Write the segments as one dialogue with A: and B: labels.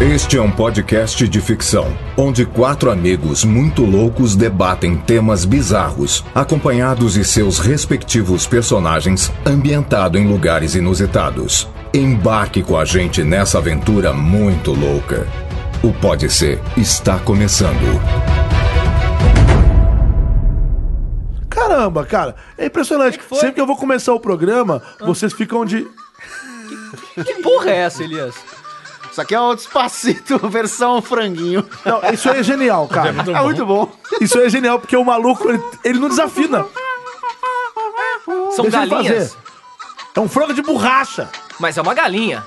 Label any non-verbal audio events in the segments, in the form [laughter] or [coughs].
A: Este é um podcast de ficção, onde quatro amigos muito loucos debatem temas bizarros, acompanhados de seus respectivos personagens, ambientado em lugares inusitados. Embarque com a gente nessa aventura muito louca. O Pode Ser está começando.
B: Caramba, cara, é impressionante.
C: Que que foi? Ah.
B: Sempre que eu vou começar o programa, vocês ficam de.
C: Que porra é essa, Elias?
D: Isso aqui é
C: um
D: o Despacito,
C: [laughs]
D: versão franguinho.
B: Não, isso aí é genial, cara.
D: [laughs] É muito bom.
B: Isso aí é genial, porque o maluco, ele, ele não desafina.
C: São
B: Deixa ele
C: galinhas?
B: fazer. É um frango de borracha.
C: Mas é uma galinha.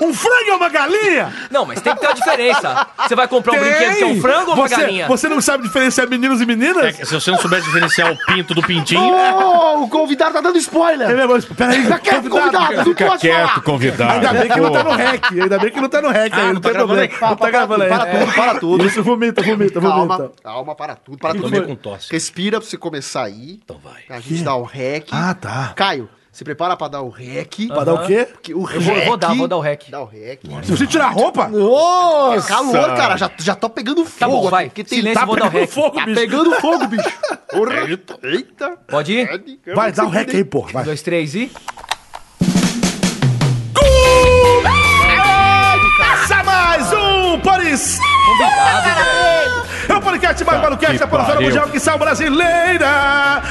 B: Um frango é uma galinha?
C: Não, mas tem que ter uma diferença. Você vai comprar um brinquedo que é um frango ou uma
B: você,
C: galinha?
B: Você não sabe diferenciar meninos e meninas?
E: É que se você não soubesse diferenciar o pinto do pintinho.
D: [laughs] Oh, o convidado tá dando
B: É
D: spoiler.
B: mesmo, mas peraí.
D: Tá quieto, convidado, não pode falar.
E: convidado.
B: Ainda bem que não tá no rec. Ainda bem que não tá no
D: Ah,
B: rec. aí,
E: não
B: não
E: tá
B: tem
E: gravando
B: problema.
E: aí.
B: Não tá gravando aí.
D: Para tudo, para tudo.
B: Isso, vomita, vomita,
D: Calma,
B: vomita.
D: calma, para tudo, para
E: Eu tomei
D: tudo.
E: com tosse.
D: Respira pra você começar aí.
E: Então vai.
D: A gente dá o rec.
B: Ah, tá.
D: Caio, se prepara pra dar o rec.
B: Pra dar o quê?
D: Porque o
C: Eu vou,
B: é
C: eu vou dar, vou dar o rec.
D: Dá o rec.
B: Se você tirar a roupa,
D: Nossa! Calor, cara, já, já tô pegando fogo.
C: Tá bom,
D: aqui,
C: vai.
D: porque tem-
C: Silêncio,
B: tá
C: vou dar o
B: pegando
C: rec.
B: fogo,
D: Tá
B: bicho.
D: pegando fogo, bicho. Eita. Eita.
C: Pode ir?
B: Vai, dá o rec aí, porra.
C: Um,
B: Vai.
C: dois, três e...
B: Começa mais um Paris! É o podcast mais maluquete da Polosfera
E: pariu.
B: Mundial que salva brasileira!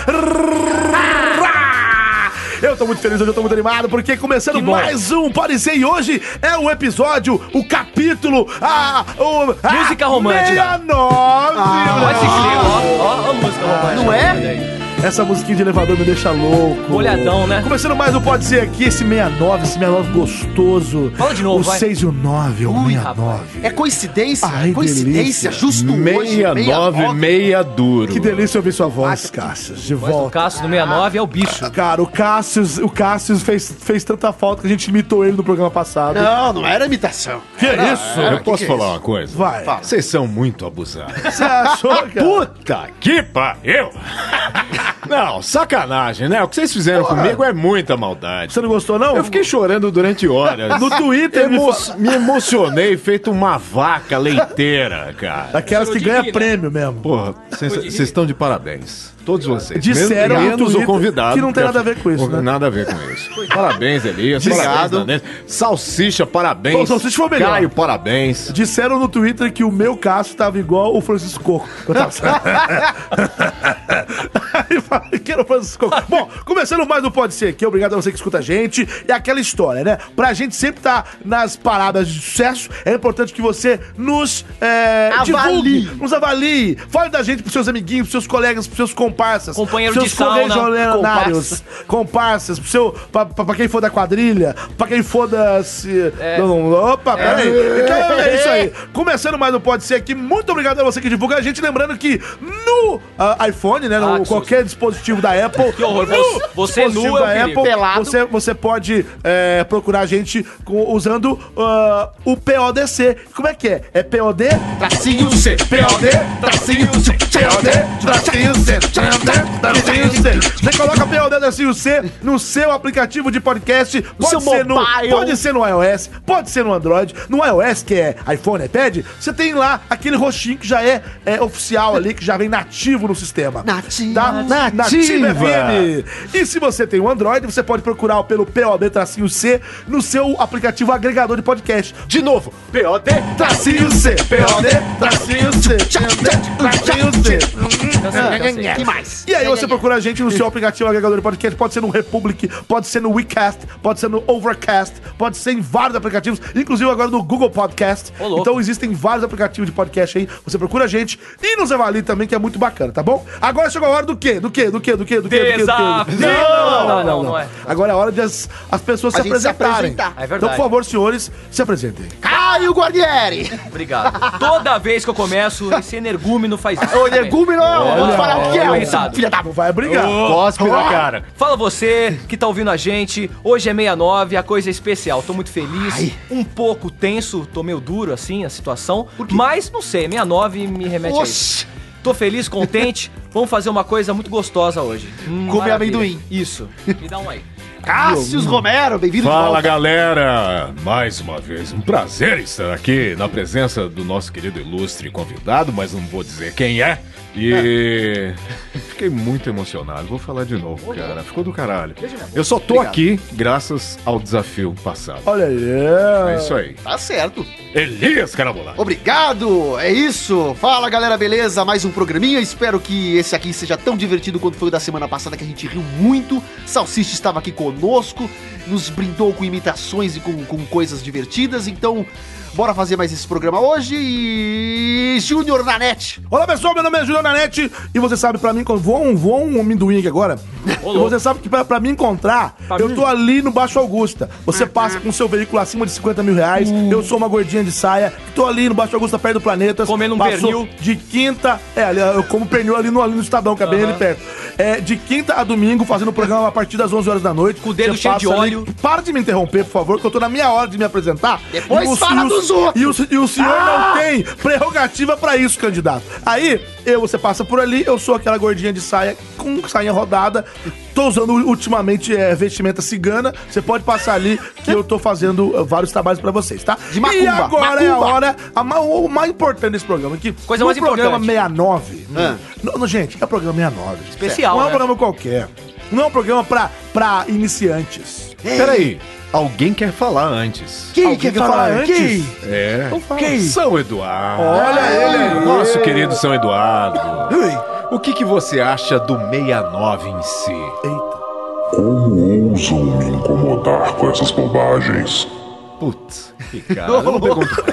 B: Rá! Eu tô muito feliz, hoje eu tô muito animado, porque começando mais um Pode Ser e hoje é o episódio, o capítulo, a. O, a né?
C: Música romântica.
B: 69!
C: Ó esse clima, ó. Ó a música romântica.
D: não é?
C: Daí.
B: Essa musiquinha de elevador me deixa louco.
C: Molhadão, né?
B: Começando mais um Pode Ser aqui, esse 69, esse 69 gostoso.
C: Fala de novo,
B: O
C: vai.
B: 6 e o 9, o
C: Ui,
B: 69.
D: É coincidência?
B: Ai,
D: coincidência,
B: delícia.
D: justo hoje.
E: 69, meia duro.
B: Que delícia ouvir sua voz, Cássio. De
C: Mas o
B: volta.
C: Cássio do 69 é o bicho.
B: Cara, o Cássio, o Cássio fez, fez tanta falta que a gente imitou ele no programa passado.
D: Não, não era imitação.
B: Que é isso?
D: Cara,
E: Eu
D: que
E: posso
D: que é
E: falar
D: isso?
E: uma coisa?
B: Vai.
D: Fala.
E: Vocês são muito abusados.
B: Você achou, cara?
E: Puta que pariu! [laughs] Não, sacanagem, né? O que vocês fizeram comigo é muita maldade.
B: Você não gostou, não?
E: Eu fiquei chorando durante horas.
B: No Twitter, ele
E: Emo-
B: me fala-
E: me emocionei feito uma vaca leiteira, cara.
B: Daquelas que ganha
C: né?
B: prêmio mesmo.
E: Porra, vocês estão de parabéns. Todos vocês. menos,
B: Disseram no
E: menos
B: Twitter
E: o convidado.
B: que não tem
E: porque-
B: nada a ver com isso, né?
E: Nada a ver com isso. Parabéns, Elias. Parabéns,
D: Obrigado.
E: Nanete. Salsicha, parabéns.
B: Pô, salsicha foi o melhor.
E: Caio, parabéns.
B: Disseram no Twitter que o meu Cássio tava igual o Francisco Coco. [laughs] Eu tava- Aí eu falei que era o Francisco Coco. Bom, começando mais do Pode Ser aqui, obrigado a você que escuta a gente. E aquela história, né? Pra gente sempre estar nas paradas de sucesso, é importante que você nos é,
D: Avalie.
B: divulgue, nos avalie. Fale da gente pros seus amiguinhos, pros seus colegas, pros seus comparsas.
C: Companheiro
B: pros
C: de
B: seus
C: sauna,
B: correligionários, comparsas, pro seu, pra, pra- pra quem for da quadrilha, pra quem for das...
C: É.
B: Não, não, opa, peraí. Então é isso aí. Começando mais um Pode Ser aqui, muito obrigado a você que divulga a gente. Lembrando que no ah, iPhone, né,
C: Ah,
B: no
C: que
B: qualquer dispositivo da Apple...
C: [laughs] Que horror,
B: no
C: você- você
B: dispositivo
C: nu é um
B: da
C: perigo.
B: Apple,
D: Pelado.
B: Você, você pode é, procurar a gente com- usando ah, o PODC. Como é que é? É POD?
D: Tracinho C,
B: POD, tracinho, C, POD, tracinho, C, POD, tracinho, C. Você coloca POD, tracinho, C no seu aplicativo de podcast. Pode,
D: seu
B: ser no,
D: mobile.
B: pode ser no iOS, pode ser no Android. No iOS, que é iPhone, iPad, você tem lá aquele roxinho que já é, é oficial ali, que já vem nativo no sistema.
D: Nativo.
B: Tá?
D: Nativa.
B: Nativa FM. E se você tem o Android, você pode procurar pelo POD, tracinho, C no seu aplicativo agregador de podcast.
E: De novo.
B: POD, tracinho C, POD, tracinho C, tracinho C.
C: Cansei,
B: É.
C: cansei.
D: que mais?
B: E aí você procura a gente no seu aplicativo agregador de podcast, pode ser no Republic, pode ser no WeCast, pode ser no Overcast, pode ser em vários aplicativos, inclusive agora no Google Podcast.
C: Ô, louco.
B: Então existem vários aplicativos de podcast aí, você procura a gente e nos avalie também, que é muito bacana, tá bom? Agora chegou a hora do quê? Do quê? Do quê? Do quê? Do quê? Do quê? Do quê? Do quê?
C: Desafio! Não, não, não, não é.
B: Agora é a hora de as, as pessoas
D: A
B: se
D: gente se
B: apresentarem.
D: apresentar.
C: É verdade.
B: então, por favor, senhores, se apresentem.
D: Caio Guardieri.
C: Obrigado. Toda vez que eu começo, esse energúmeno faz
B: É
C: isso.
D: Ô,
C: também.
D: Negumi não, vamos falar o que é,
C: coitado.
D: ô, filha da...
B: Não vai brigar.
E: Cospe na cara.
C: Fala você que tá ouvindo a gente. Hoje é 69, a coisa é especial. Tô muito feliz, um pouco tenso, tô meio duro assim a situação, mas não sei, 69 me remete a isso.
D: Oxi.
C: Tô feliz, contente. Vamos fazer uma coisa muito gostosa hoje. Hum,
D: Comer
C: maravilha.
D: amendoim.
C: Isso. Me dá um aí.
D: Cássius Romero, bem-vindo de
E: Fala
D: volta.
E: galera, mais uma vez um prazer estar aqui na presença do nosso querido ilustre convidado, mas não vou dizer quem é.
B: É.
E: E fiquei muito emocionado, vou falar de novo, cara, ficou do caralho. Eu só tô aqui graças ao desafio passado.
B: Olha
E: É
B: aí.
E: isso aí.
D: Tá certo.
E: Elias Carabolá.
D: Obrigado, é isso. Fala galera, beleza? Mais um programinha. Espero que esse aqui seja tão divertido quanto foi o da semana passada, que a gente riu muito. Salsicha estava aqui conosco, nos brindou com imitações e com, com coisas divertidas. Então, bora fazer mais esse programa hoje. E. Júnior Nanete.
B: Olá pessoal, meu nome é Juliana Nanete e você sabe pra mim, quando voa um, voa um amendoim aqui agora, e você sabe que pra, pra me encontrar,
C: Pra
B: eu
C: mim?
B: tô ali no Baixo Augusta. Você passa com seu veículo acima de 50 mil reais,
C: Hum.
B: eu sou uma gordinha de saia, tô ali no Baixo Augusta, perto do planeta.
C: Comendo um pernil.
B: De quinta, é, ali, eu como pernil ali no, ali no Estadão, que é bem ali perto. É, de quinta a domingo, fazendo o programa a partir das 11 horas da noite.
C: Com o dedo
B: Você
C: cheio de
B: passa
C: óleo.
B: Para de me interromper, por favor, que eu tô na minha hora de me apresentar.
D: Depois
B: E os-
D: fala
B: e os-
D: dos outros.
B: e o, se- e o senhor não tem prerrogativa pra isso, candidato. Aí, eu, você passa por ali, eu sou aquela gordinha de saia com sainha rodada. Tô usando ultimamente é, vestimenta cigana. Você pode passar ali que eu tô fazendo eh, vários trabalhos pra vocês, tá?
D: De macumba,
B: e agora é a
D: macumba.
B: hora, a ma- o mais importante desse programa aqui.
C: Coisa mais
B: programa
C: importante.
B: 69.
D: Ah.
B: No, no- né? gente, é programa 69.
C: Especial,
B: Não é um
C: né?
B: programa qualquer. Não é um programa pra, pra iniciantes.
E: Peraí, alguém quer falar antes.
D: Quem
B: Alguém Então Quem?
E: É.
B: Quem?
E: São Eduardo.
B: Olha ele aí.
E: Nosso querido São Eduardo. O que, que você acha do 69 em si?
F: Como ousam me incomodar com essas bobagens?
E: Putz,
A: [laughs]
E: que cara. eu não pergunto.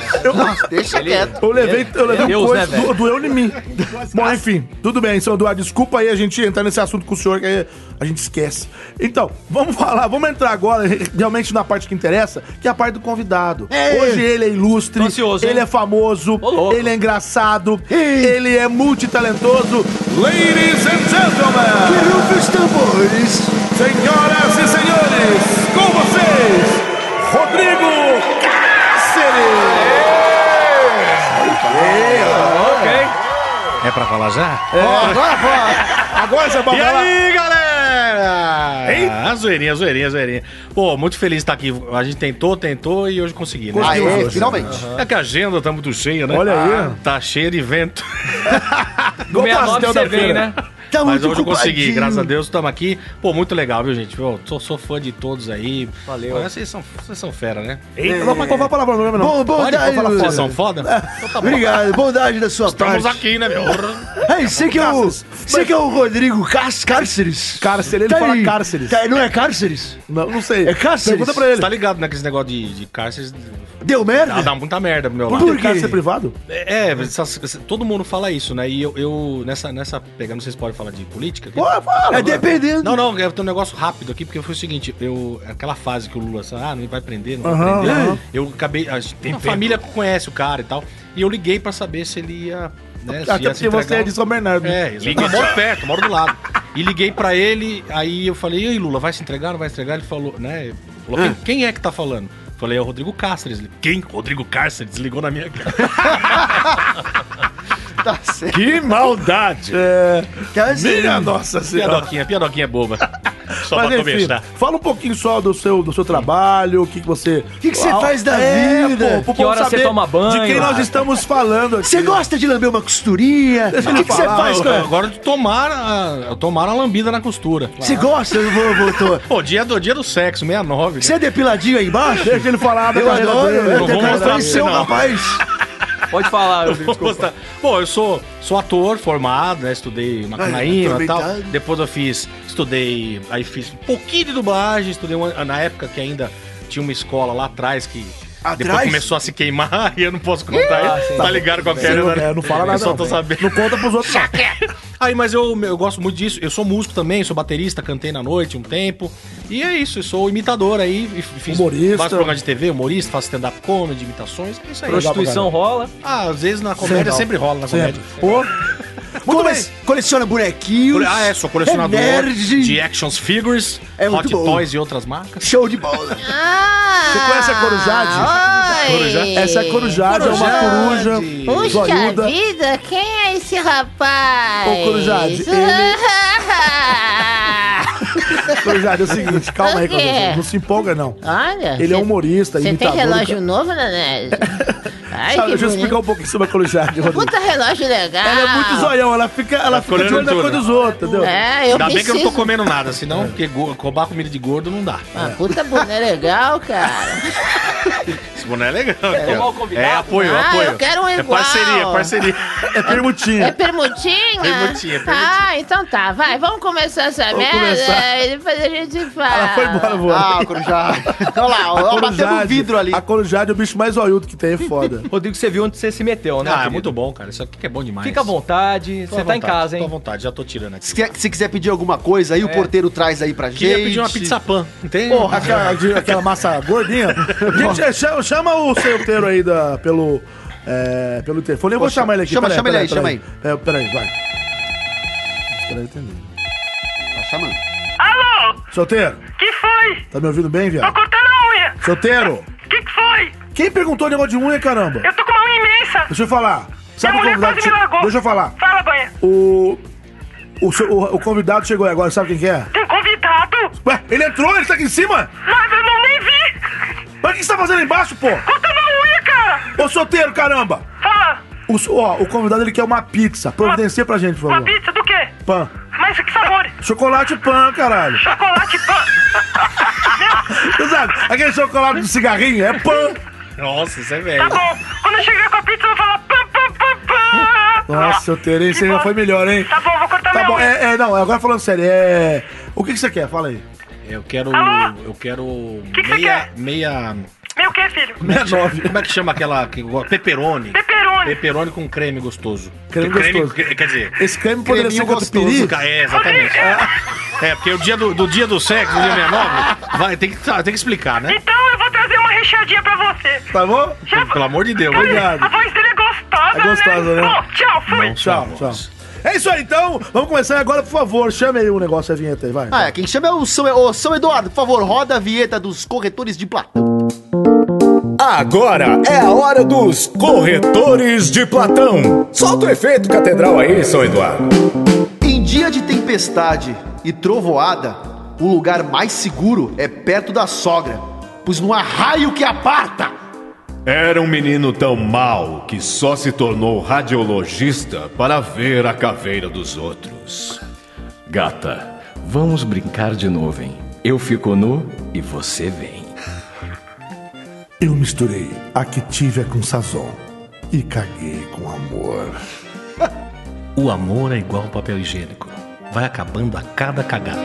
D: Deixa quieto.
B: Eu levei, eu levei
C: Deus,
B: coisa,
C: né, velho?
B: do, doeu em mim. Bom, enfim, tudo bem, seu Eduardo. Desculpa aí a gente entrar nesse assunto com o senhor, que aí a gente esquece. Então, vamos falar, vamos entrar agora realmente na parte que interessa, que é a parte do convidado. Hoje ele é ilustre,
C: Tô ansioso,
B: ele
C: hein?
B: é famoso,
C: Ô, louco.
B: ele é engraçado, ele é multitalentoso. Ladies and gentlemen, senhoras e senhores, com vocês, Rodrigo Cáceres!
C: Ok.
E: É pra falar já?
B: Agora você vai
G: E
B: falar.
G: aí, galera? Hein? Ah, zoeirinha, zoeirinha, zoeirinha. Pô, muito feliz de estar aqui. A gente tentou, tentou e hoje consegui, né?
D: Aê, finalmente.
G: É que a agenda tá muito cheia, né?
B: Olha aí.
G: Ah, Tá cheia de vento.
C: Do 69 você vem, né?
D: Tá
G: Mas
D: muito
G: hoje eu consegui,
D: ocupadinho.
G: graças a Deus, estamos aqui. Pô, muito legal, viu, gente? Eu sou, sou fã de todos aí.
C: Valeu.
G: Pô, vocês, são, vocês são fera, né?
B: Eita, não, mas qual foi a palavra? Não lembro, não.
D: Bom, bondade.
G: Vocês são foda?
B: Então tá
D: Obrigado, bondade da sua
G: Estamos
D: parte.
G: aqui, né, meu?
D: Ei, sei que é o, sei que é o Rodrigo Cás- Cárceres.
B: Cárcere, ele fala cárceres.
D: Tá, não é Cárceres?
B: Não, não sei.
D: É cárceres?
B: Pergunta pra ele.
G: Você tá ligado, né, que esse negócio de, de cárcere
D: Deu
G: dá,
D: merda?
G: dá muita merda pro meu
D: Por
G: lado.
B: Por
D: quê?
B: que cárcere privado?
G: É, é, essas- todo mundo fala isso, né? E eu, eu nessa, nessa pegando, vocês podem falar de política? aqui?
D: É dependendo.
G: Não, não, eu tenho um negócio rápido aqui, porque foi o seguinte, eu. Aquela fase que o Lula sabe, ah, não vai prender, não vai
B: Aham, é.
G: prender.
B: aham.
G: Eu acabei. A, gente- a família conhece o cara e tal. E eu liguei pra saber se ele ia. Né, se
B: Até
G: ia se
B: porque você
G: entregar
B: é de São Bernardo.
G: é, exato. eu moro perto, moro do lado. E liguei pra ele, aí eu falei, e aí, Lula, vai se entregar, não vai se entregar? Ele falou, né? Falou, quem, quem é que tá falando? Falei, é o Rodrigo Cáceres. Ele, quem? Rodrigo Cáceres? Ligou na minha [laughs] cara.
D: Tá certo.
E: Que maldade!
B: É. Minha nossa senhora.
G: Piadoquinha, piadoquinha boba. Só
B: Mas
G: pra né?
B: enfim,
G: começar.
B: fala um pouquinho só do seu, do seu trabalho, o que, que você... O
D: que que você faz da vida?
B: Pô, pro
C: Que
B: povo
C: hora você
B: saber
C: toma banho?
B: De quem nós
C: Ah,
B: estamos falando aqui.
D: Você gosta de lamber uma costurinha?
B: Deixa
D: O
B: ele
D: que que você
B: falar,
D: faz
G: Eu-
D: com
G: eu-
D: ela?
G: Agora de tomar a, tomar a lambida na costura.
D: Você gosta, vô- vô, vô?
G: Pô, dia do, dia do sexo, [laughs] 69.
D: Você é depiladinho aí embaixo?
B: Deixa ele falar da
D: Eu
B: carreira
D: adoro,
B: dele.
D: eu
G: Não vou
D: quero
G: mostrar pra
D: conhecer
G: você,
D: um
G: não.
D: rapaz.
C: Pode falar, Rodrigo,
G: Vou
C: desculpa.
G: mostrar. Bom, eu sou, sou ator formado, né? Estudei Macunaíma e tal.
D: aproveitado.
G: Depois eu fiz, estudei, aí fiz um pouquinho de dublagem, estudei uma- na época que ainda tinha uma escola lá atrás que depois
D: Atrás?
G: começou a se queimar [laughs] e eu não posso contar.
C: Ah, sim.
G: tá ligado com a
B: Você não,
G: né?
B: é, não fala
G: Eu
B: nada,
G: só tô
B: velho.
G: sabendo.
B: Não conta pros outros.
G: Aí, mas eu, eu gosto muito disso. Eu sou músico também, sou baterista, cantei na noite um tempo. E é isso, eu sou imitador aí. e Fiz,
B: Humorista.
G: Faço programa de TV, humorista, faço stand-up comedy, imitações. É isso aí.
C: Prostituição rola.
G: Ah, às vezes na comédia sempre rola, na comédia.
B: Ô,
D: Muito bem. Coleciona bonequinhos.
G: Ah, é, sou colecionador
D: É nerd.
G: de action figures,
D: É muito
G: hot
D: bom.
G: toys e outras marcas.
D: Show de bola.
B: Você conhece a Corujade?
H: Ah! Oi.
B: essa é corujada, é uma coruja.
H: Puxa
B: zoiuda.
H: vida, quem é esse rapaz?
B: Ô, Corujade, ele- Então, Jair, é o seguinte, calma aí,
H: Por quê?
B: Claudinho. Não se empolga, não.
H: [laughs] Olha.
B: Ele é
H: cê-
B: humorista,
H: Você tem
B: imitador,
H: relógio novo,
B: [laughs]
H: Nanese? Ai, que
B: Sabe, deixa eu
H: bonito.
B: explicar um pouquinho sobre a Colujade, Rodrigo.
H: Puta relógio legal.
B: Ela é muito zoião, ela fica, ela fica de
G: olhando
B: olho na cor
G: tudo.
B: dos outros, entendeu?
H: É, eu
G: Ainda bem que
H: preciso.
G: eu não tô comendo nada, senão porque go- roubar comida de gordo não dá.
H: Uma puta boné legal, cara.
G: Esse boné é legal.
C: tomar o
G: É,
C: convidado.
G: apoio,
H: Ah,
G: apoio.
H: eu quero um
G: É
H: igual.
G: parceria, parceria.
B: É
H: É
B: permutinha.
H: permutinha?
G: Permutinha, permutinha.
H: Ah, então tá, vai, vamos começar essa
B: Vamos
H: merda
B: começar.
H: e depois a gente fala.
B: Ela foi embora voando.
D: Ah, Corujá. Olha lá, ó, ó, batendo um vidro ali.
B: A Corujade é o bicho mais olhudo que tem, é foda.
C: Rodrigo, você viu onde você se meteu, né?
G: Ah, é
C: querido?
G: muito bom, cara. Isso aqui que é bom demais.
C: Fica à vontade,
G: Tô
C: você
G: à
C: tá
G: vontade,
C: em casa,
G: Tô à
C: hein?
G: vontade, já tô tirando aqui.
D: Se quiser, se quiser pedir alguma coisa aí, o porteiro traz aí pra gente.
G: É. Queria pedir uma pizza pan, entende?
B: Porra, [laughs] aquela, de- aquela massa gordinha. Gente, é, chama, chama o solteiro aí da, pelo, é, pelo telefone. Eu vou
D: Poxa,
B: chamar ele aqui.
D: chama-
B: peraí,
D: chama ele aí,
B: peraí,
D: chama
B: peraí. É, Peraí, vai. Espera aí, entendeu.
D: Tá chamando.
I: Alô?
B: Solteiro,
I: Que foi?
B: tá me ouvindo bem,
I: Tô
B: viado?
I: cortando a unha.
B: Solteiro,
I: Que que foi?
B: quem perguntou o negócio de unha, caramba?
I: Eu tô com uma unha imensa.
B: Deixa eu falar. Sabe
I: Minha
B: o
I: mulher tá
B: convidado?
I: quase
B: que
I: me
B: che-
I: largou.
B: Deixa eu falar.
I: Fala, banha.
B: O, o, seu- o, o convidado chegou aí agora, sabe quem que é?
I: Tem convidado?
B: Ué, ele entrou, ele tá aqui em cima?
I: Mas eu não nem vi.
B: Mas o que você tá fazendo aí embaixo, pô?
I: Cortando a unha, cara.
B: Ô, solteiro, caramba!
I: Fala.
B: O, s- ó, o convidado ele quer uma pizza. Providencia pra gente, por
I: Uma
B: favor.
I: pizza do quê?
B: Pan.
I: Mas que sabor?
B: Chocolate pan, caralho.
I: Chocolate pan.
B: [laughs] Você sabe, aquele chocolate de cigarrinho é pan.
G: Nossa, isso é
I: Tá
G: velho.
I: bom. Quando eu chegar com a pizza, eu vou falar pam, pam, pam, pam.
B: Nossa, solteiro, hein?
I: Que
B: Você já
I: bom.
B: foi melhor, hein?
I: Tá bom, vou cortar
B: Tá
I: minha
B: bom,
I: unha.
B: é, é, não, agora falando sério, é. O que, que você quer? Fala aí.
G: Eu quero.
I: Alô?
G: Eu quero.
I: Tá Que que você
G: meia.
I: quer?
G: Meia.
I: Meu quê, filho?
G: Meia nove. Como é que chama aquela. Que, peperoni.
I: Pepperoni.
G: Peperoni com creme gostoso.
B: Creme gostoso.
G: que- Quer dizer.
B: Esse creme poderia ser
D: Creminho
B: contra o
D: gostoso,
B: peri?
G: Ca- É, exatamente. É, porque o dia do, do dia do sexo, do dia 69, vai, tem que, tá, tem que explicar, né?
I: Então eu vou trazer uma recheadinha pra você.
B: Tá bom?
I: Já-
G: Pelo amor de Deus.
I: Cara,
B: obrigado.
I: A voz dele é gostosa,
B: É gostosa, né?
I: Bom, tchau, fui.
B: Tchau,
D: Tá
B: tchau. É isso aí, então. Vamos começar agora, por favor. Chame aí o negócio, a vinheta aí, vai.
D: Ah, é, quem chama é o São, o São Eduardo. Por favor, roda a vinheta dos corretores de Platão.
A: Agora é a hora dos corretores de Platão. Solta o efeito catedral aí, São Eduardo.
D: Em dia de tempestade e trovoada, o lugar mais seguro é perto da sogra, pois não há raio que aparta.
E: Era um menino tão mau que só se tornou radiologista para ver a caveira dos outros.
J: Gata, vamos brincar de nuvem. Eu fico nu e você vem.
B: Eu misturei a que tive com sazon e caguei com amor.
G: [laughs] O amor é igual ao papel higiênico. Vai acabando a cada cagada.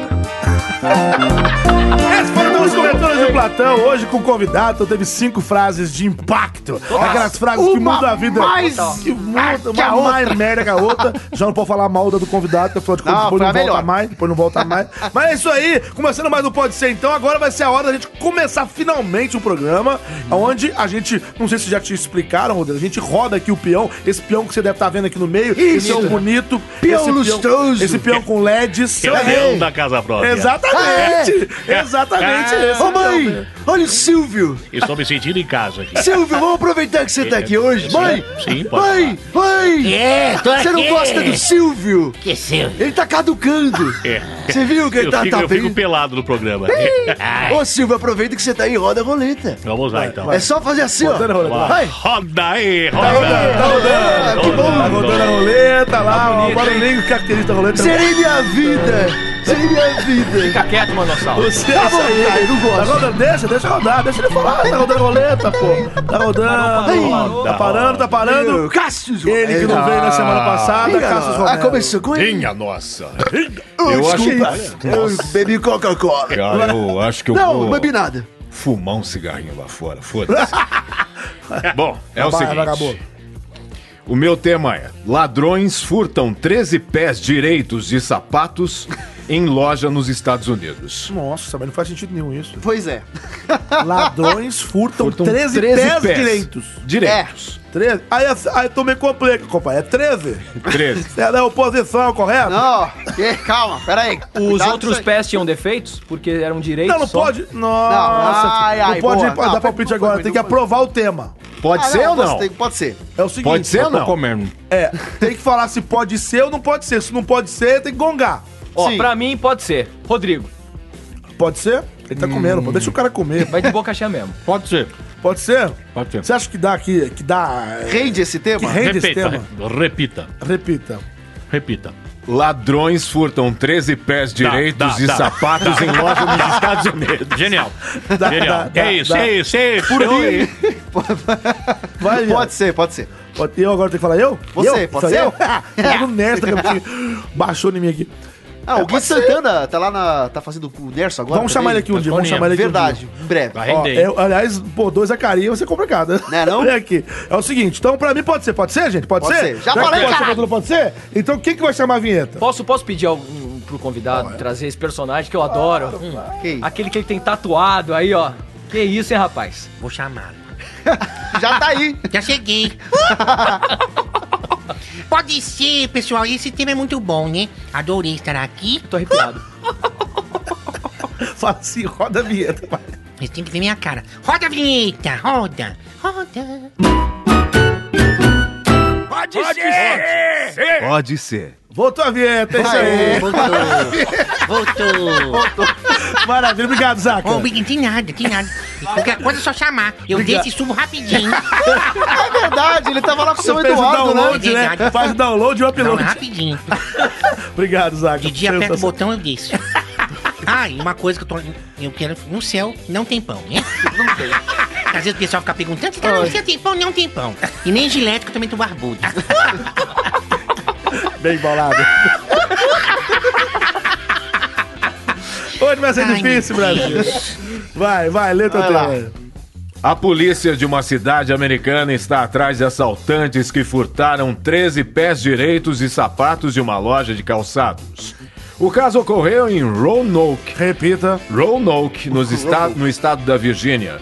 B: Esses foram os corretores de Platão. Hoje, com o convidado, então teve cinco frases de impacto. Aquelas frases que
D: Uma
B: mudam a vida.
D: mais
B: que muda,
D: que a
B: uma mais merda que a outra. Já não pode falar mal da do convidado, que afinal de contas
D: Não,
B: depois
D: foi
B: não
D: a
B: volta
D: melhor.
B: mais. Depois não volta
D: [laughs]
B: mais. Mas é isso aí. Começando mais um Pode Ser, então. Agora vai ser a hora da gente começar finalmente o programa,
D: Uhum.
B: onde a gente, não sei se já te explicaram, Rodrigo, a gente roda aqui o peão. Esse peão que você deve estar vendo aqui no meio. Esse é o bonito.
D: Peão
B: esse
D: lustroso.
B: Esse peão com LEDs.
G: Eu leão da casa própria.
B: É. Exatamente! Exatamente esse.
D: Ah, é? Ô mãe, olha o Silvio.
G: Estou me sentindo em casa aqui.
D: Silvio, vamos aproveitar que você tá aqui hoje.
G: Sim,
D: Mãe,
G: sim, pode
D: mãe, mãe.
H: É, tô
D: Você não
H: aqui.
D: gosta do Silvio?
H: Que seu.
D: Ele tá caducando.
G: [laughs] É.
D: Você viu que ele
G: Eu,
D: tá,
G: fico,
D: tá
G: eu fico
D: bem?
G: pelado no programa.
D: Ô Silvio, aproveita que você tá aí, roda a roleta.
G: Vamos lá, então.
D: É só fazer assim, ó.
B: Rodando a roleta.
D: Vai.
G: Roda aí,
B: Tá
G: roda.
B: rodando,
G: que bom.
B: Tá rodando a roleta lá, o barulhinho caracteriza a roleta. é
D: Serei minha vida. Serei minha vida.
C: Fica quieto, Manossauro.
B: Você tá
D: bom, cara, eu não gosto.
B: Tá rodando, deixa, deixa rodar, deixa ele falar. Tá rodando a roleta, pô. Tá
D: Parou,
B: rodando.
D: parou.
B: Tá parando, tá parando.
D: Meu, Cássio.
B: Ele que não veio na semana passada, Cassius
D: Ah,
B: Romero.
D: começou com ele.
E: Minha nossa!
D: Eu desculpa,
E: acho que-
D: eu bebi Coca-Cola.
E: Cara, eu acho que eu
D: Não,
E: vou
D: não bebi nada.
E: fumar um cigarrinho lá fora,
G: [laughs]
E: foda-se. Bom, é o
B: Vai,
E: seguinte.
B: acabou.
E: O meu tema é: ladrões furtam 13 pés direitos de sapatos em loja nos Estados Unidos.
B: Nossa, mas não faz sentido nenhum
D: [laughs]
B: isso.
D: Pois é.
B: Ladrões furtam,
E: Furtam
B: 13, pés, direitos.
D: É.
E: Direitos.
B: 13. Aí, aí tu me complica, compa. É 13?
E: 13.
B: [laughs] É da oposição, correto?
D: Não, é, calma, peraí.
C: Os
D: Cuidado
C: outros
D: com isso aí.
C: pés tinham defeitos? Porque eram direitos
B: Não, não
C: só?
B: pode. Nossa, não,
D: ai, ai,
B: pode
D: boa.
B: dar palpite
D: Não, foi- foi-
B: agora,
D: foi-
B: tem que
D: foi-
B: aprovar o tema.
E: [laughs] Pode
D: Ah,
E: ser ou não?
D: gostei, Pode ser.
B: É o seguinte.
E: Pode ser ou
G: Tô
E: não?
G: comendo.
B: É, tem que falar se pode ser ou não pode ser. Se não pode ser, tem que gongar.
C: Ó,
D: Sim.
C: pra mim pode ser. Rodrigo,
B: Pode ser? Ele tá comendo, pô. Deixa o cara comer.
C: vai de boca [laughs] cheia mesmo.
G: Pode ser.
B: Pode ser?
G: Pode ser.
B: Você acha que dá aqui, que dá...
D: Rende esse
B: Que
D: tema?
B: rende esse
G: Repita,
D: né?
B: tema?
G: repita,
B: Repita.
G: repita.
E: Ladrões furtam 13 pés direitos
G: dá,
E: de
G: dá.
E: sapatos em loja nos
G: [laughs]
E: Estados Unidos.
G: Genial.
B: Dá,
G: Genial.
B: dá,
G: é isso,
B: dá.
G: é isso, é isso. Por aí.
B: Vai, Ian.
D: Pode ser, pode ser.
B: Pode- Eu agora tenho que falar eu?
D: Você,
B: eu?
D: pode
B: Sou
D: ser?
B: Eu? [laughs] Tá Tô nesta que baixou em mim aqui.
D: Ah, o Gui Santana tá lá na. tá fazendo o Nerso agora.
B: Vamos chamar ele aqui um dia, vamos
G: Antônio,
B: chamar ele aqui um dia.
D: Verdade, em breve.
G: Vai.
B: Ó,
G: Render.
B: eu- aliás, pô, dois é a carinha vai ser complicado, né?
D: Né, não?
B: [laughs] Olha aqui. É o seguinte, então pra mim pode ser, pode ser, gente? Pode,
D: Pode
B: ser?
D: ser. Já
B: que
D: falei,
B: pode ser,
D: caralho.
B: pode, pode ser? Então quem que vai chamar a vinheta?
C: Posso, posso pedir algum pro convidado trazer esse personagem que eu adoro? Hum.
D: Que isso?
C: Aquele que ele tem tatuado aí, ó. Que isso, hein, rapaz?
G: Vou chamar.
D: Já tá aí.
K: Já cheguei. [laughs] Pode ser, pessoal. Esse tema é muito bom, né? Adorei estar aqui.
C: Tô arrepiado.
B: Fala assim, roda a vinheta, pai.
K: Vocês têm que ver minha cara. Roda a vinheta, roda, roda.
E: Pode, ser! Pode ser.
B: Voltou a vinheta, é isso
D: Aê,
B: aí.
K: Voltou.
B: Maravilha, obrigado, Zaca.
K: Ô, Big, tem nada, tem
B: [laughs]
K: nada. Qualquer coisa é só chamar. Eu
B: Tá. Obrigado.
K: desço e subo
B: [laughs]
K: rapidinho.
D: É verdade, ele tava lá com o São
B: Você fez o
D: Eduardo, né?
B: download, né?
K: Obrigado.
B: Faz o download e o
K: Não,
B: upload.
K: rapidinho.
B: Obrigado, Zaca.
K: De dia aperta o
B: Sensacional.
K: botão, eu desço. [laughs] Ah, e uma coisa que eu tô. Eu quero. No céu, não tem pão, né? Não tem. Às vezes o pessoal fica perguntando: se tá no céu tem pão? Não tem pão. E nem gilete, que eu também tô barbudo.
B: Bem
D: [laughs]
B: bolado. Hoje vai ser
K: Ai,
B: difícil,
K: meu
B: Brasil. Vai, vai, lê teu
D: Vai lá.
B: tema.
E: A polícia de uma cidade americana está atrás de assaltantes que furtaram 13 pés direitos e sapatos de uma loja de calçados. O caso ocorreu em Roanoke,
B: Repita,
E: Roanoke, nos esta no estado da Virgínia.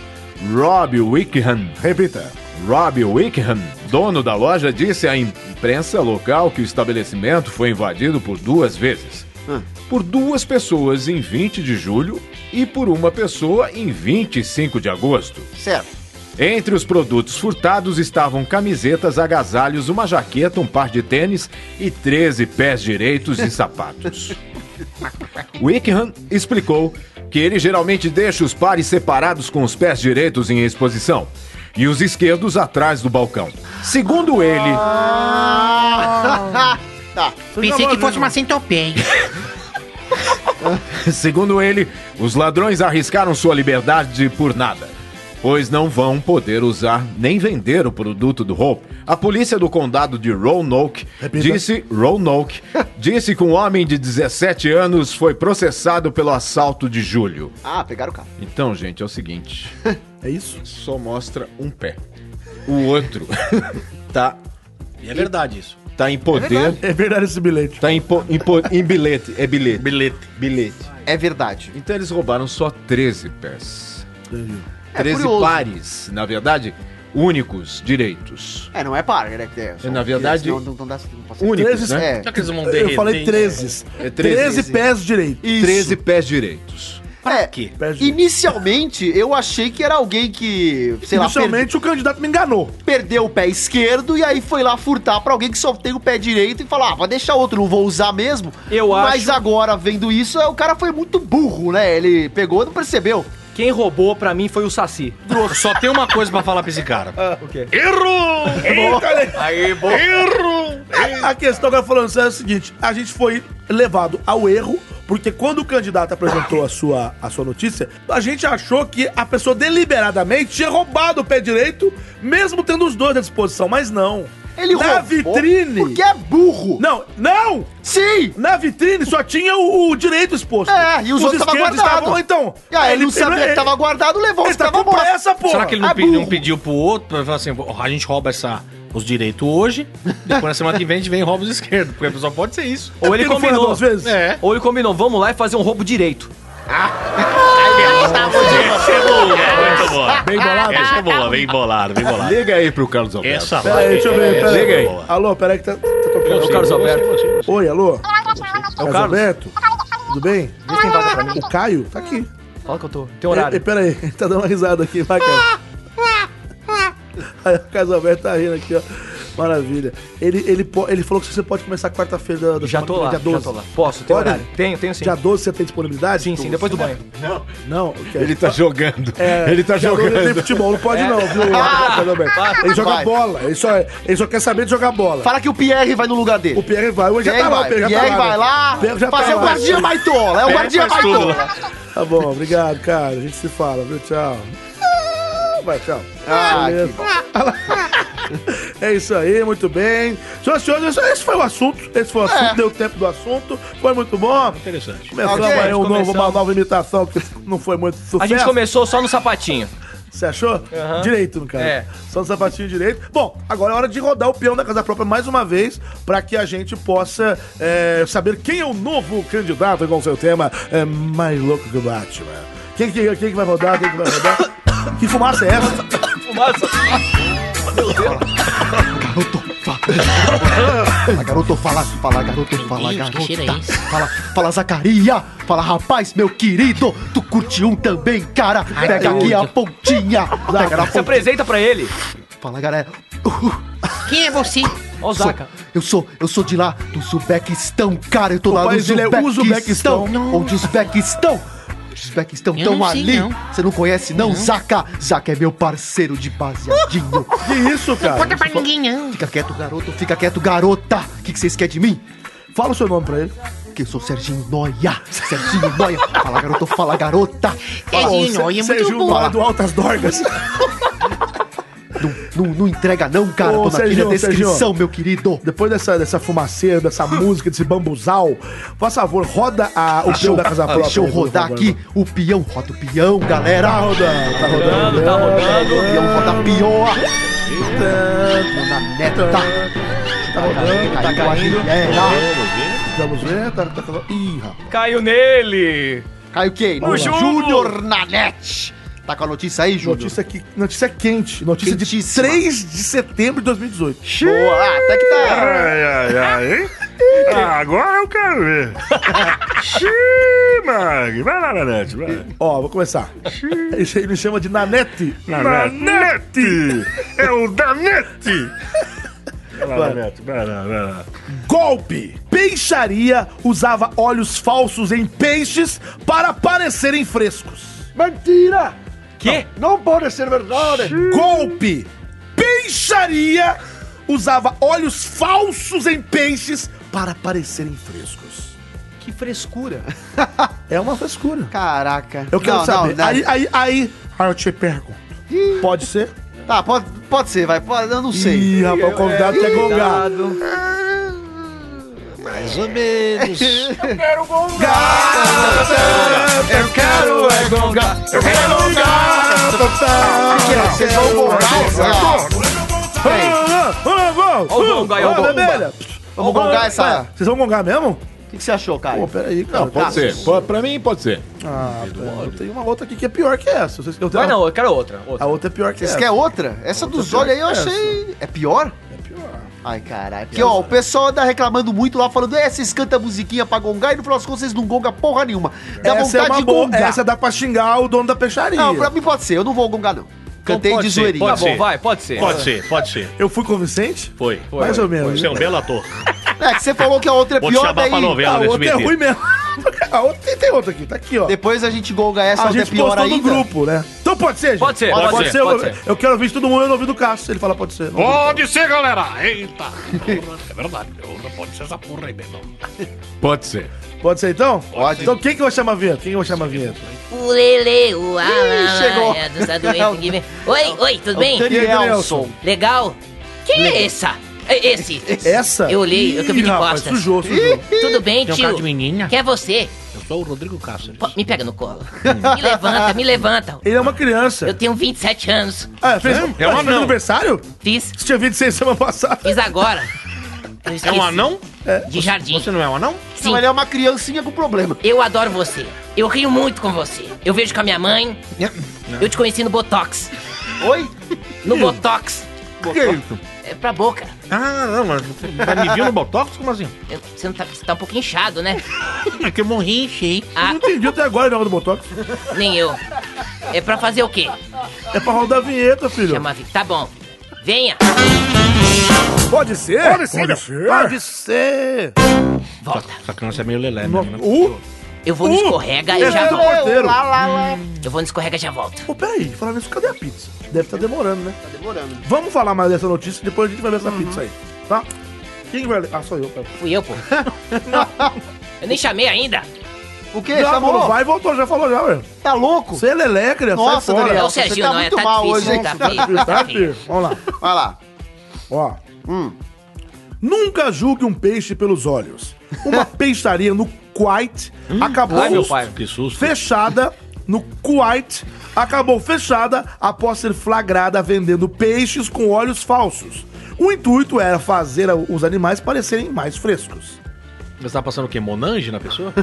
E: Rob Wickham,
B: repita.
E: Rob Wickham, dono da loja, disse à imprensa local que o estabelecimento foi invadido por duas vezes.
B: Hum.
E: Por duas pessoas em 20 de julho e por uma pessoa em 25 de agosto.
D: Certo.
E: Entre os produtos furtados estavam camisetas, agasalhos, uma jaqueta, um par de tênis e 13 pés direitos e sapatos. Wickham explicou que ele geralmente deixa os pares separados com os pés direitos em exposição e os esquerdos atrás do balcão. Segundo ele,
D: tá.
K: Pensei que fosse uma centopeia.
E: Segundo ele, os ladrões arriscaram sua liberdade por nada, pois não vão poder usar nem vender o produto do roubo. A polícia do condado de Roanoke disse Roanoke disse que um homem de 17 anos foi processado pelo assalto de julho.
D: Ah, pegaram o cara.
E: Então, gente, é o seguinte,
B: É isso?
E: só mostra um pé. O outro [laughs] tá
G: E é verdade isso.
E: tá em poder,
B: É verdade esse bilhete.
E: tá em, po, em, po- em bilhete, é bilhete.
G: Bilhete.
E: Bilhete.
D: É verdade.
E: Então eles roubaram só 13 pés.
D: É
E: 13
D: curioso.
E: pares, na verdade, únicos direitos.
D: É, não é par, né? É, só-
E: na verdade,
D: Não, não, não dá, não pode ser.
E: Únicos,
B: Treze-
E: né?
D: É.
G: Será que eles vão derreter?
B: Eu falei 13.
E: É 13.
B: 13 pés direito.
D: Isso.
E: 13 pés direitos.
D: É,
G: quê?
B: Pés direito.
D: Inicialmente, eu achei que era alguém que, sei lá, per-
B: Inicialmente o candidato me enganou.
D: perdeu o pé esquerdo e aí foi lá furtar pra alguém que só tem o pé direito e falar, ah, vou deixar outro, não vou usar mesmo.
C: Eu
D: Mas
C: acho-
D: agora, vendo isso, é, o cara foi muito burro, né? Ele pegou, não percebeu.
C: Quem roubou pra mim foi o Saci.
G: Só tem uma coisa pra falar pra esse cara.
C: O quê?
G: Erro!
C: Aí, bom.
G: Erro!
B: A questão que eu tô falando sério é o seguinte: a gente foi levado ao erro, porque quando o candidato apresentou a sua, a sua notícia, a gente achou que a pessoa deliberadamente tinha roubado o pé direito, mesmo tendo os dois à disposição, mas não.
D: Ele
B: Na vitrine.
D: Porque é burro.
B: Não, não!
D: Sim!
B: Na vitrine só tinha o, o direito exposto.
D: É, e os outros tava
B: esquerdos
D: guardado.
B: estavam- Então.
D: E aí ele não sabia que tava guardado, levou
B: Ele
D: os que
B: tá
D: tava
B: com
D: morto.
B: pressa, pô.
G: Será que ele não,
D: é
G: pe- não
D: burro.
G: pediu pro outro pra falar assim, "Ó, a gente rouba essa, os direitos hoje, depois na semana que vem a gente vem e rouba os esquerdos, porque só pode ser isso.
C: Ou ele
B: Ele não foi lá
C: combinou.
B: duas vezes?
G: É.
C: Ou ele combinou, vamos lá e fazer um roubo direito.
G: é
H: Ah,
G: Bem bolado. Essa é boa, bem bolado, bem bolado.
E: Liga aí pro Carlos Alberto.
G: Essa
B: Pera aí, deixa eu ver. Pera
E: liga aí.
B: Alô, pera aí que tá, tá tocando.
C: O Carlos Alberto.
B: Oi, alô? É o
C: Carlos?
B: Alberto? Tudo bem? Vê quem vai pra mim. É, O Caio? Tá aqui.
C: Fala que eu tô. Tem
B: Ei, ei,
C: horário.
B: pera aí, [laughs] ele tá dando uma risada aqui, vai, Caio. Aí o Casalberto tá rindo aqui, ó. Maravilha. Ele, ele, po- ele falou que você pode começar quarta-feira da, da
C: Já
B: semana
C: tô
B: que vem,
C: lá,
B: dia
C: já
B: 12.
C: tô lá. Posso, tem
B: é, Pode?
C: horário. Tenho, tenho sim.
B: Dia 12 você tem disponibilidade?
C: Sim, sim, depois do banho.
B: Não. Não, ok.
E: Ele tá jogando.
B: É,
E: ele tá
B: dia 12
E: jogando.
B: Ele tem futebol, não pode
E: É.
B: não, viu?
E: Ah,
B: Tudo bem.
E: vai,
B: ele joga
E: vai.
B: bola, ele só, ele só quer saber de jogar bola.
D: Fala que o Pierre vai no lugar dele.
B: O Pierre vai, hoje já
D: Pierre
B: tá lá,
D: vai.
B: o Pierre já
D: Pierre
B: tá
D: vai lá
B: O Pierre já
D: fazer
B: tá
D: o
B: lá.
D: guardinha baitola, é o Pierre guardinha faz tudo. baitola.
B: Tá bom, obrigado, cara. A gente se fala, viu? Tchau. Vai, tchau.
D: Ah,
B: Beleza. [laughs] É isso aí, muito bem. Senhoras e senhores, esse foi o assunto. Esse foi o assunto,
D: É.
B: deu tempo do assunto. Foi muito bom.
G: Interessante.
B: Começamos
C: Ok.
B: aí um novo,
C: Começamos.
B: uma nova imitação que não foi muito sucesso.
C: A gente começou só no sapatinho.
B: Você achou?
C: Aham.
B: Direito, no cara.
C: É.
B: Só no sapatinho direito. Bom, agora é hora de rodar o peão da Casa Própria mais uma vez, pra que a gente possa é, saber quem é o novo candidato com o seu tema é, mais louco que o Batman. Quem, que- quem que vai rodar? Quem que vai
C: [coughs]
B: rodar? que fumaça é essa?
C: Fumaça. Meu Deus.
D: Fala, garoto, fala, fala, garoto, fala,
K: Deus, que
D: garoto.
K: cheiro é esse?
D: Fala, fala, Zacaria. Fala, rapaz, meu querido. Tu curte um também, cara.
C: Ai,
D: Pega aqui a
C: garoto.
D: pontinha. Pega na
C: Se
D: ponta.
C: apresenta pra ele.
D: Fala, galera.
K: Quem é você?
C: Ó o Zaca.
D: Eu sou, eu sou de lá, do Uzbequistão, cara. Eu tô
B: O
D: lá no
B: país dele é
D: Uzbequistão.
B: Uzbequistão.
D: Onde os Uzbequistão? Os Uzbequistão
K: Eu
D: estão
K: não sei,
D: ali.
K: não.
D: Você não conhece, não, Zaca? Zaca é meu parceiro de baseadinho.
B: [laughs] Que isso, cara?
K: Conta pra ninguém, não.
D: fica quieto, garoto. Fica quieto, garota. O que que vocês querem de mim?
B: Fala o seu nome pra ele.
D: Que eu sou Serginho Noia. Serginho Noia. Fala, garoto. Fala, garota.
K: Serginho
B: Bom,
K: Noia é muito
B: Serginho Noia
K: bom.
B: do Altas
D: [laughs]
B: Dorgas.
D: Não, não, não entrega, não, cara.
B: Ô,
D: Tô naquele
B: Serginho,
D: descrição,
B: Serginho.
D: meu querido.
B: Depois dessa, dessa fumaceira, dessa música, desse bambuzal, faz favor, roda a, o peão da Casa Própria.
D: Ah, Deixa eu
B: aí, por
D: rodar
B: favor.
D: aqui o peão. Roda o peão, galera.
B: Tá rodando, tá rodando. é,
C: Rodando, tá rodando.
D: Peão, roda peoa. Tamo na neta. Tá rodando,
C: tá caindo.
D: é, né?
B: Vamos ver, tá, tá rodando. Ih, rapaz.
C: Caiu nele.
D: Caiu quem?
C: O Júnior.
D: Júnior na net. Tá com a notícia aí, Júnior?
B: Notícia, que, notícia quente. Notícia de
D: Quentíssima.
B: 3 de setembro de 2018.
D: Boa, ah, até que tá.
B: É.
I: Ai, ai, ai, hein? Ah, agora eu quero ver. Xiii, Mag. Vai lá, Nanete, vai.
B: Ó, vou começar. Isso aí me chama de Nanete.
I: Nanete! É o Danete! Vai lá, Nanete, vai lá, vai lá.
B: Golpe! Peixaria usava olhos falsos em peixes para parecerem frescos.
L: Mentira!
C: Que?
L: Não pode ser verdade!
B: Golpe! Peixaria usava olhos falsos em peixes para parecerem frescos.
C: Que frescura.
B: [laughs] É uma frescura.
D: Caraca.
B: Eu quero
D: Não,
B: saber.
D: não, não.
B: Aí, aí, aí, aí eu te pergunto. Pode ser?
D: Tá, pode, pode ser, vai. Pode, eu não sei.
B: Ih, rapaz, o convidado quer gongar.
G: Mais ou menos.
B: Eu quero é gongar. Eu quero é gongar.
D: Vocês vão borrar essa?
C: Ó o gongo aí, ó o gongo.
D: Vamos gongar essa.
B: Vocês vão gongar mesmo?
D: O que, que você achou, cara? Tá.
B: Pô, peraí, cara.
E: Pode ser. É, Pô, pra mim, pode ser.
B: Ah, pô, eu tenho uma outra aqui que é pior que essa. Vocês- Eu tenho
C: Vai
B: uma-
C: não, eu quero outra. outra.
B: A outra é pior que
D: Vocês
B: essa.
D: querem outra? Essa dos olhos aí eu
B: essa.
D: achei. É pior?
B: É pior.
D: Ai, caralho. Porque, ó, o pessoal tá reclamando muito lá, falando, é, vocês cantam musiquinha pra gongar e no final das contas vocês não gongam porra nenhuma. Dá
B: essa é
D: vontade
B: uma
D: de
B: boa.
D: gongar.
B: Essa dá pra xingar o dono da peixaria.
D: Não, pra mim pode ser, eu não vou gongar, não.
B: Então
D: Cantei
G: pode
D: de
G: ser,
D: zoeirinha.
C: Tá
G: pode
C: bom,
G: ser.
C: vai, pode ser.
G: Pode ser, pode ser.
B: Eu fui com o Vicente?
G: Foi.
B: mais ou menos.
G: Você é um belo ator.
D: É que você falou que a outra é
G: Vou te
D: pior,
G: chamar
D: daí...
G: pra novela
B: a
G: do
B: outra é
G: SBT.
B: ruim mesmo. [laughs] A outra tem, tem outra aqui, tá aqui, ó.
D: Depois a gente gonga essa, a
B: a
D: outra é
B: gente
D: pior
B: postou
D: ainda.
B: no grupo, né? Então pode ser, gente.
C: Pode ser,
B: pode,
C: pode
B: pode
C: ser,
B: ser. eu-
C: pode
B: eu,
C: ser.
B: quero ouvir de todo mundo, eu não ouvi do Cássio. Ele fala pode ser. Não.
G: Pode ser, galera. Eita. É verdade. Pode ser essa porra aí, Betão.
E: Pode ser.
B: Pode ser então? Pode. Então quem que vai chamar a vinheta? Quem que vai chamar a vinheta?
H: ah, Ulele, uá, lá, lá,
D: chegou.
H: é dos adoentes que vem. Oi, oi, tudo bem?
D: Danielson.
H: Legal? Quem é essa? É Esse.
B: Essa?
H: Eu olhei, eu
B: Ih,
H: caí de
B: rapaz,
H: costas.
B: Sujou, sujou.
H: Tudo bem,
G: Tem um cara de
H: tio?
G: menina.
H: Quem é você?
G: Eu sou o Rodrigo Cáceres.
H: Pô, me pega no colo. Me levanta, me levanta.
B: Ele é uma criança.
H: Eu tenho 27 anos.
B: Ah, fez,
G: É um
B: fez
G: anão.
B: aniversário?
H: Fiz,
B: Você tinha 26 semana passada.
H: fiz agora. Eu
G: É
H: esqueci.
G: um anão?
H: De jardim.
G: Você não é um anão?
H: Sim.
D: Não, ele é uma criancinha com problema.
H: Eu adoro você. Eu rio muito com você. Eu vejo com a minha mãe. Eu te conheci no Botox.
D: Oi?
H: No Botox.
G: Que isso?
H: É pra boca.
G: Ah, não, mas você vai me viu no Botox? Como assim?
H: Eu- Você, não tá, você tá um pouco inchado, né?
G: É que eu morri, enchei.
H: Ah,
B: Não entendi até agora o negócio do Botox.
H: nem eu. É pra fazer o quê?
B: É pra rodar a vinheta, filho.
H: Chama a Vi- Tá bom. Venha.
B: Pode ser?
H: Pode ser.
B: Pode ser. Pode ser.
H: Volta.
G: Só que não é meio lelé, né? Não-
H: Eu vou no
G: Uh,
H: escorrega e
G: é
H: já
G: do porteiro.
H: volto. Lá, lá, lá. Eu vou no escorrega e já volto.
B: Pô, peraí, falar nisso, cadê a pizza? Deve estar demorando, né?
H: Demorando.
B: Vamos falar mais dessa notícia, depois a gente vai ver essa pizza aí, tá? Quem vai ler? Ah, sou eu, pera.
H: Fui
B: [laughs]
H: eu, pô. Eu nem chamei ainda.
D: O
H: quê?
B: Já
H: Chamou?
B: falou, vai e voltou, já falou já, velho.
D: Tá louco?
B: Você é lelé, criança,
D: Nossa,
B: sai fora.
D: Daniel,
H: É o Serginho, não, é, tá difícil, tá
B: Tá
H: feio,
B: difícil,
H: tá
B: tá
H: feio.
B: difícil. Vamos lá.
D: Vai lá.
B: Ó. Nunca julgue um peixe pelos olhos. Uma peixaria no Kuwait acabou
G: ai, meu pai. Que susto.
B: fechada no Kuwait acabou fechada após ser flagrada vendendo peixes com olhos falsos. O intuito era fazer a- os animais parecerem mais frescos.
G: Você tá passando o quê? Monange na pessoa?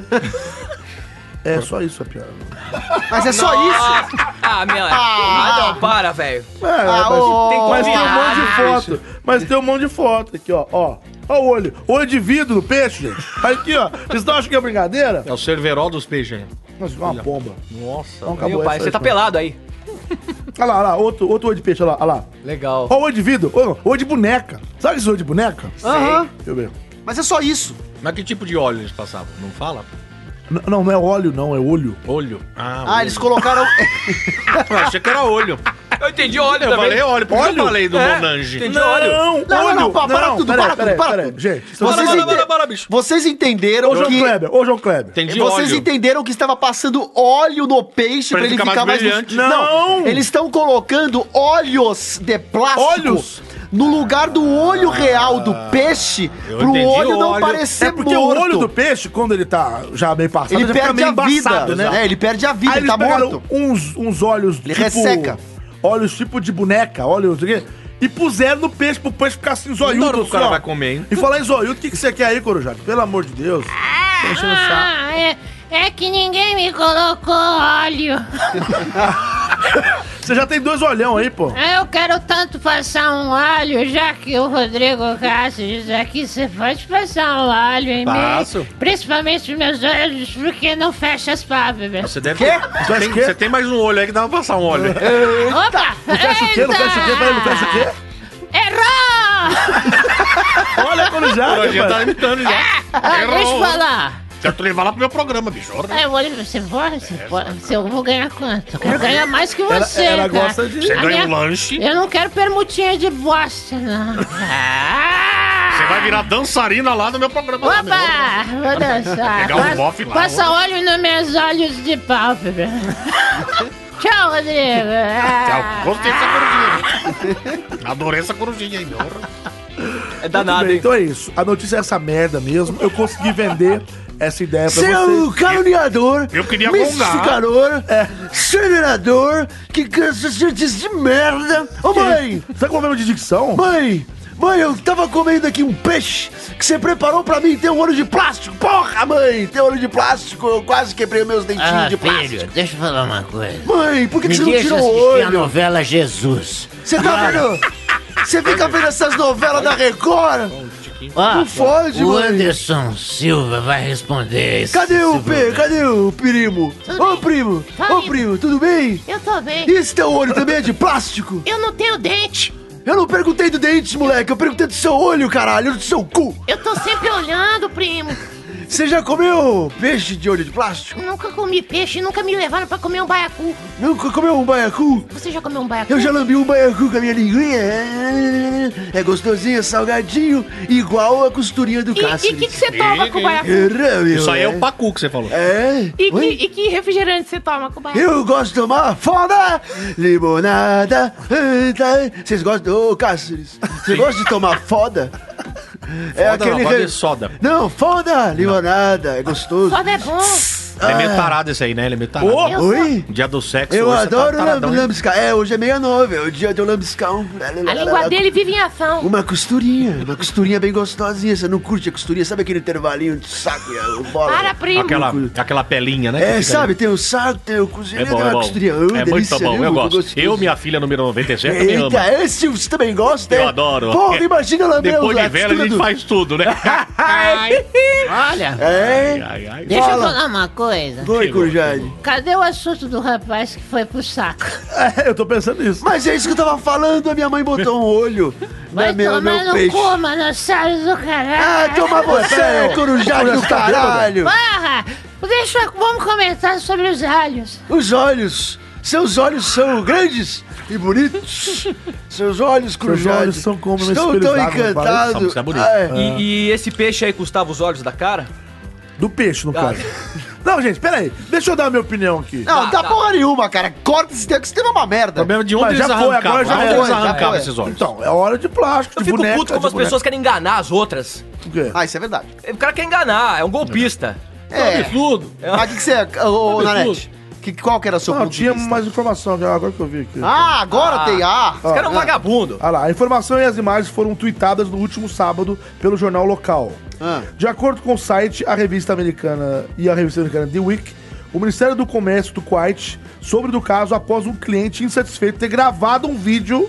B: É só isso a piada.
D: Mas é só
C: isso? Ah, meu. Ah, não, para, velho.
B: É,
C: Ah,
B: mas, mas tem um monte de foto. Mas tem um monte de foto aqui, ó. Ó, ó o olho. Olho de vidro do peixe, gente. Tá Aqui, ó. Vocês não acham que é brincadeira?
G: É o Cerverol dos peixes. né?
B: Nossa, uma pomba.
G: Nossa.
B: Então,
C: Meu pai,
B: essa
C: você tá
B: aí.
C: pelado aí.
B: Olha lá, olha lá, outro, outro olho de peixe, olha lá, olha lá.
C: Legal.
B: Ó, o olho de vidro, olho, olho de boneca. Sabe esse olho de boneca?
D: Aham.
B: Deixa eu ver.
D: Mas é só isso.
G: Mas que tipo de óleo eles passavam? Não fala?
B: N- não, não é óleo, não, é olho.
G: Olho.
D: Ah, eles
C: é
D: colocaram.
C: um
G: Eu achei que era olho.
C: Eu entendi óleo
G: Eu
C: também.
G: falei óleo, por isso que eu falei do
C: É,
G: Monange.
C: Entendi
B: Não,
C: óleo.
B: não,
D: Não, não, não,
B: olho.
D: pa- para tudo,
B: peraí,
D: para tudo,
B: peraí,
D: para
B: peraí.
D: tudo.
B: Gente, se
D: Vocês,
B: vocês...
D: ente- vocês entenderam
B: Ô, João
D: que.
B: Kleber, ô, João Kleber.
G: Entendi
D: Vocês
G: óleo.
D: entenderam que estava passando óleo no peixe
G: Pra
D: para
G: ele
D: ele
G: ficar
D: ficar,
G: mais
D: mais.
G: brilhante.
B: Não!
D: Eles estão colocando óleos de plástico.
B: Óleos?
D: No lugar do olho real do peixe,
G: eu
D: pro
G: entendi
D: olho não
G: óleo.
D: parecer
B: É porque
D: morto.
B: o olho do peixe, quando ele tá já meio passado,
D: Ele
B: já
D: perde a vida, né? É, ele perde a vida,
B: Aí
D: ele
B: eles
D: tá
B: pegaram
D: morto.
B: Uns, uns olhos tipo
D: Ele resseca.
B: Olhos tipo de boneca, olhos aqui. E puseram no peixe pro peixe ficar assim, zoiudo.
G: Adoro que o
B: assim,
G: cara
B: ó.
G: vai comer, hein?
B: E falar em zoiudo, o que, que você quer aí, Corujado? Pelo amor de Deus. Tá enchendo o saco.
M: Ah, é, é que ninguém me colocou óleo.
B: Você já tem dois olhão aí, pô.
M: Ah, Eu quero tanto passar um alho, já que o Rodrigo Castro diz aqui, você pode passar um alho em
G: Passo.
M: mim. Principalmente nos meus olhos, porque não fecha as pálpebras.
G: Você deve. Você tem, você tem mais um olho aí que dá pra passar um óleo. [laughs]
M: Opa!
B: Fecha o quê? Não fecha o quê? Peraí, não fecha o quê?
M: Errou!
B: Olha, Corujado.
G: Eu já tá
B: mano.
G: imitando já.
M: Ah,
G: Errou.
M: deixa eu falar.
G: Já tu levar lá pro meu programa, bicho. Ora,
M: Ah, Eu vou, você pode? Você pode? Se eu vou ganhar quanto? Eu quero ganhar mais que
G: Ela-
M: você,
G: ela
M: cara.
G: gosta de- Você
M: A
G: ganha um lanche.
M: Eu não quero permutinha de bosta,
B: [laughs]
M: não. Ah!
G: Você vai virar dançarina lá no meu programa. lá, meu.
M: Opa! né? Vou dançar.
G: Pegar um
M: Passa-
G: bofe lá.
M: Passa óleo nos meus olhos de pálpebra. Tchau, Rodrigo. Ah.
G: Gostei dessa corujinha. Adorei essa corujinha aí, meu.
C: É
L: Tá
B: Tudo
C: danado,
B: bem,
C: hein?
B: Então é isso. A notícia é essa merda mesmo. Eu consegui vender essa ideia pra
L: Seu
B: vocês. É.
L: caluniador,
G: Eu queria gongar.
L: mistificador, acelerador, que cansa certeza de merda. Ô mãe,
B: Você tá com problema de dicção?
L: mãe, mãe, eu tava comendo aqui um peixe que você preparou pra mim tem um olho de plástico. Porra, mãe, tem olho de plástico. Eu quase quebrei meus dentinhos
N: Ah,
L: de
N: filho,
L: plástico.
N: deixa eu falar uma coisa.
L: Mãe, por que, que
N: Me
L: você não
N: deixa
L: tirou o
N: assistir a
L: olho?
N: novela Jesus.
L: Você tá vendo?
N: [laughs]
L: Você fica vendo essas novelas da Record?
N: Ó,
L: Não fode,
N: Ah, O
L: mãe.
N: Anderson Silva vai responder isso.
L: Cadê o P? Cadê o primo? Ô primo, ô primo, tudo bem?
M: Eu tô bem.
L: E esse teu olho também é de plástico?
M: Eu não tenho dente.
L: Eu não perguntei do dente, moleque, eu perguntei do seu olho, caralho, do seu cu.
M: Eu tô sempre olhando, primo.
L: Você já comeu peixe de olho de plástico?
M: Nunca comi peixe, nunca me levaram pra comer um baiacu.
L: Nunca comeu um baiacu?
M: Você já comeu um baiacu?
L: Eu já lambi um baiacu com a minha linguinha. É gostosinho, é salgadinho, igual a costurinha do
M: E-
L: Cássio.
M: e que tá que você toma com o baiacu?
G: Isso aí é o pacu que você falou.
L: É?
M: E que,
L: Oi?
M: e que refrigerante você toma com baiacu?
L: Eu gosto de tomar foda, limonada. Vocês gostam, ô Cáceres, você gosta de tomar foda? É
G: Foda não, pode
L: re-
G: ser soda.
L: Não, foda, limonada, é gostoso.
M: Foda é bom.
G: Ele é meio tarado esse aí, né? Ele é meio tarado.
L: Ô,
G: né?
L: oi?
G: Dia do sexo.
L: Eu
G: hoje você tá
L: adoro
G: taradão,
L: lamb-
G: hein?
L: lambiscar. É, hoje é meia-nove, é o dia do lambiscão.
M: A língua dele vive em ação.
L: Uma costurinha, uma costurinha bem gostosinha. Você não curte a costurinha? Sabe aquele intervalinho de saco e a bola?
M: Para, primo.
G: Aquela, aquela pelinha, né? que
L: É,
G: fica ali.
L: sabe, tem o saco, tem o cozinho,
G: É bom,
L: tem
G: é
L: uma
G: bom.
L: costurinha. Ô,
G: é
L: delícia,
G: muito bom,
L: né?
G: eu gosto.
L: gostoso.
G: Eu, minha filha número 97, também amo.
L: Eita, esse você também gosta,
G: Eu
L: é?
G: adoro.
L: Porra,
G: É,
L: imagina lamber
G: Depois
L: o- a
G: de velho, a
L: textura
E: [laughs]
G: gente
L: do-
E: Ah,
G: faz tudo, né?
M: Ai. Olha.
L: É?
M: Deixa
L: Fala.
M: eu falar uma coisa.
L: Oi, Corjade.
M: Cadê o assunto do rapaz que foi pro saco?
B: É, eu tô pensando nisso.
L: Mas é isso que eu tava falando, a minha mãe botou um olho
D: né,
L: na
D: é
M: Vai
L: minha, no
M: tomar
L: meu
M: no
L: peixe.
M: cu, manossauro do caralho.
L: Ah, toma você, corujade do caralho.
M: Porra! Deixa, eu- vamos comentar sobre os alhos.
L: Os olhos, seus olhos são grandes e bonitos. Seus olhos, Corujade.
B: olhos são como um
L: Estou
B: espelho
L: tão
B: d'água, parece. Essa
L: encantado.
B: música é bonita.
L: Ah, é.
C: E, e esse peixe aí custava os olhos da cara?
B: Do peixe,
C: Ah.
B: no caso. Não, gente, peraí. Deixa eu dar a minha opinião aqui.
D: Não, dá porra nenhuma, cara. Corta esse tempo, esse tema é uma merda.
B: Problema
G: de onde
B: Mas
G: eles
B: já foi,
G: arrancavam?
B: agora já
G: Aonde
B: foi.
G: eles
B: já
G: arrancavam
B: foi.
G: esses olhos?
B: Então, é hora de plástico,
C: Eu
B: de
C: fico
B: boneca.
C: puto como
B: de
C: as pessoas querem enganar as outras.
B: O quê?
D: Ah, isso é verdade.
C: O cara quer enganar, é um golpista. um
D: É.
G: absurdo.
D: Mas o que, que você é, ô, ô, Nanete? Que, qual que era o seu
B: Não,
D: ponto
B: Ah, tinha
D: de vista?
B: mais informação, já, agora que eu vi aqui.
D: Ah, agora tem. Ah,
B: Os caras é um
C: vagabundo.
B: Ah lá, a informação e as imagens foram tweetadas no último sábado pelo jornal local.
C: Ah.
B: De acordo com o site, a revista americana e a revista americana The Week, o Ministério do Comércio do Kuwait soube do caso após um cliente insatisfeito ter gravado um vídeo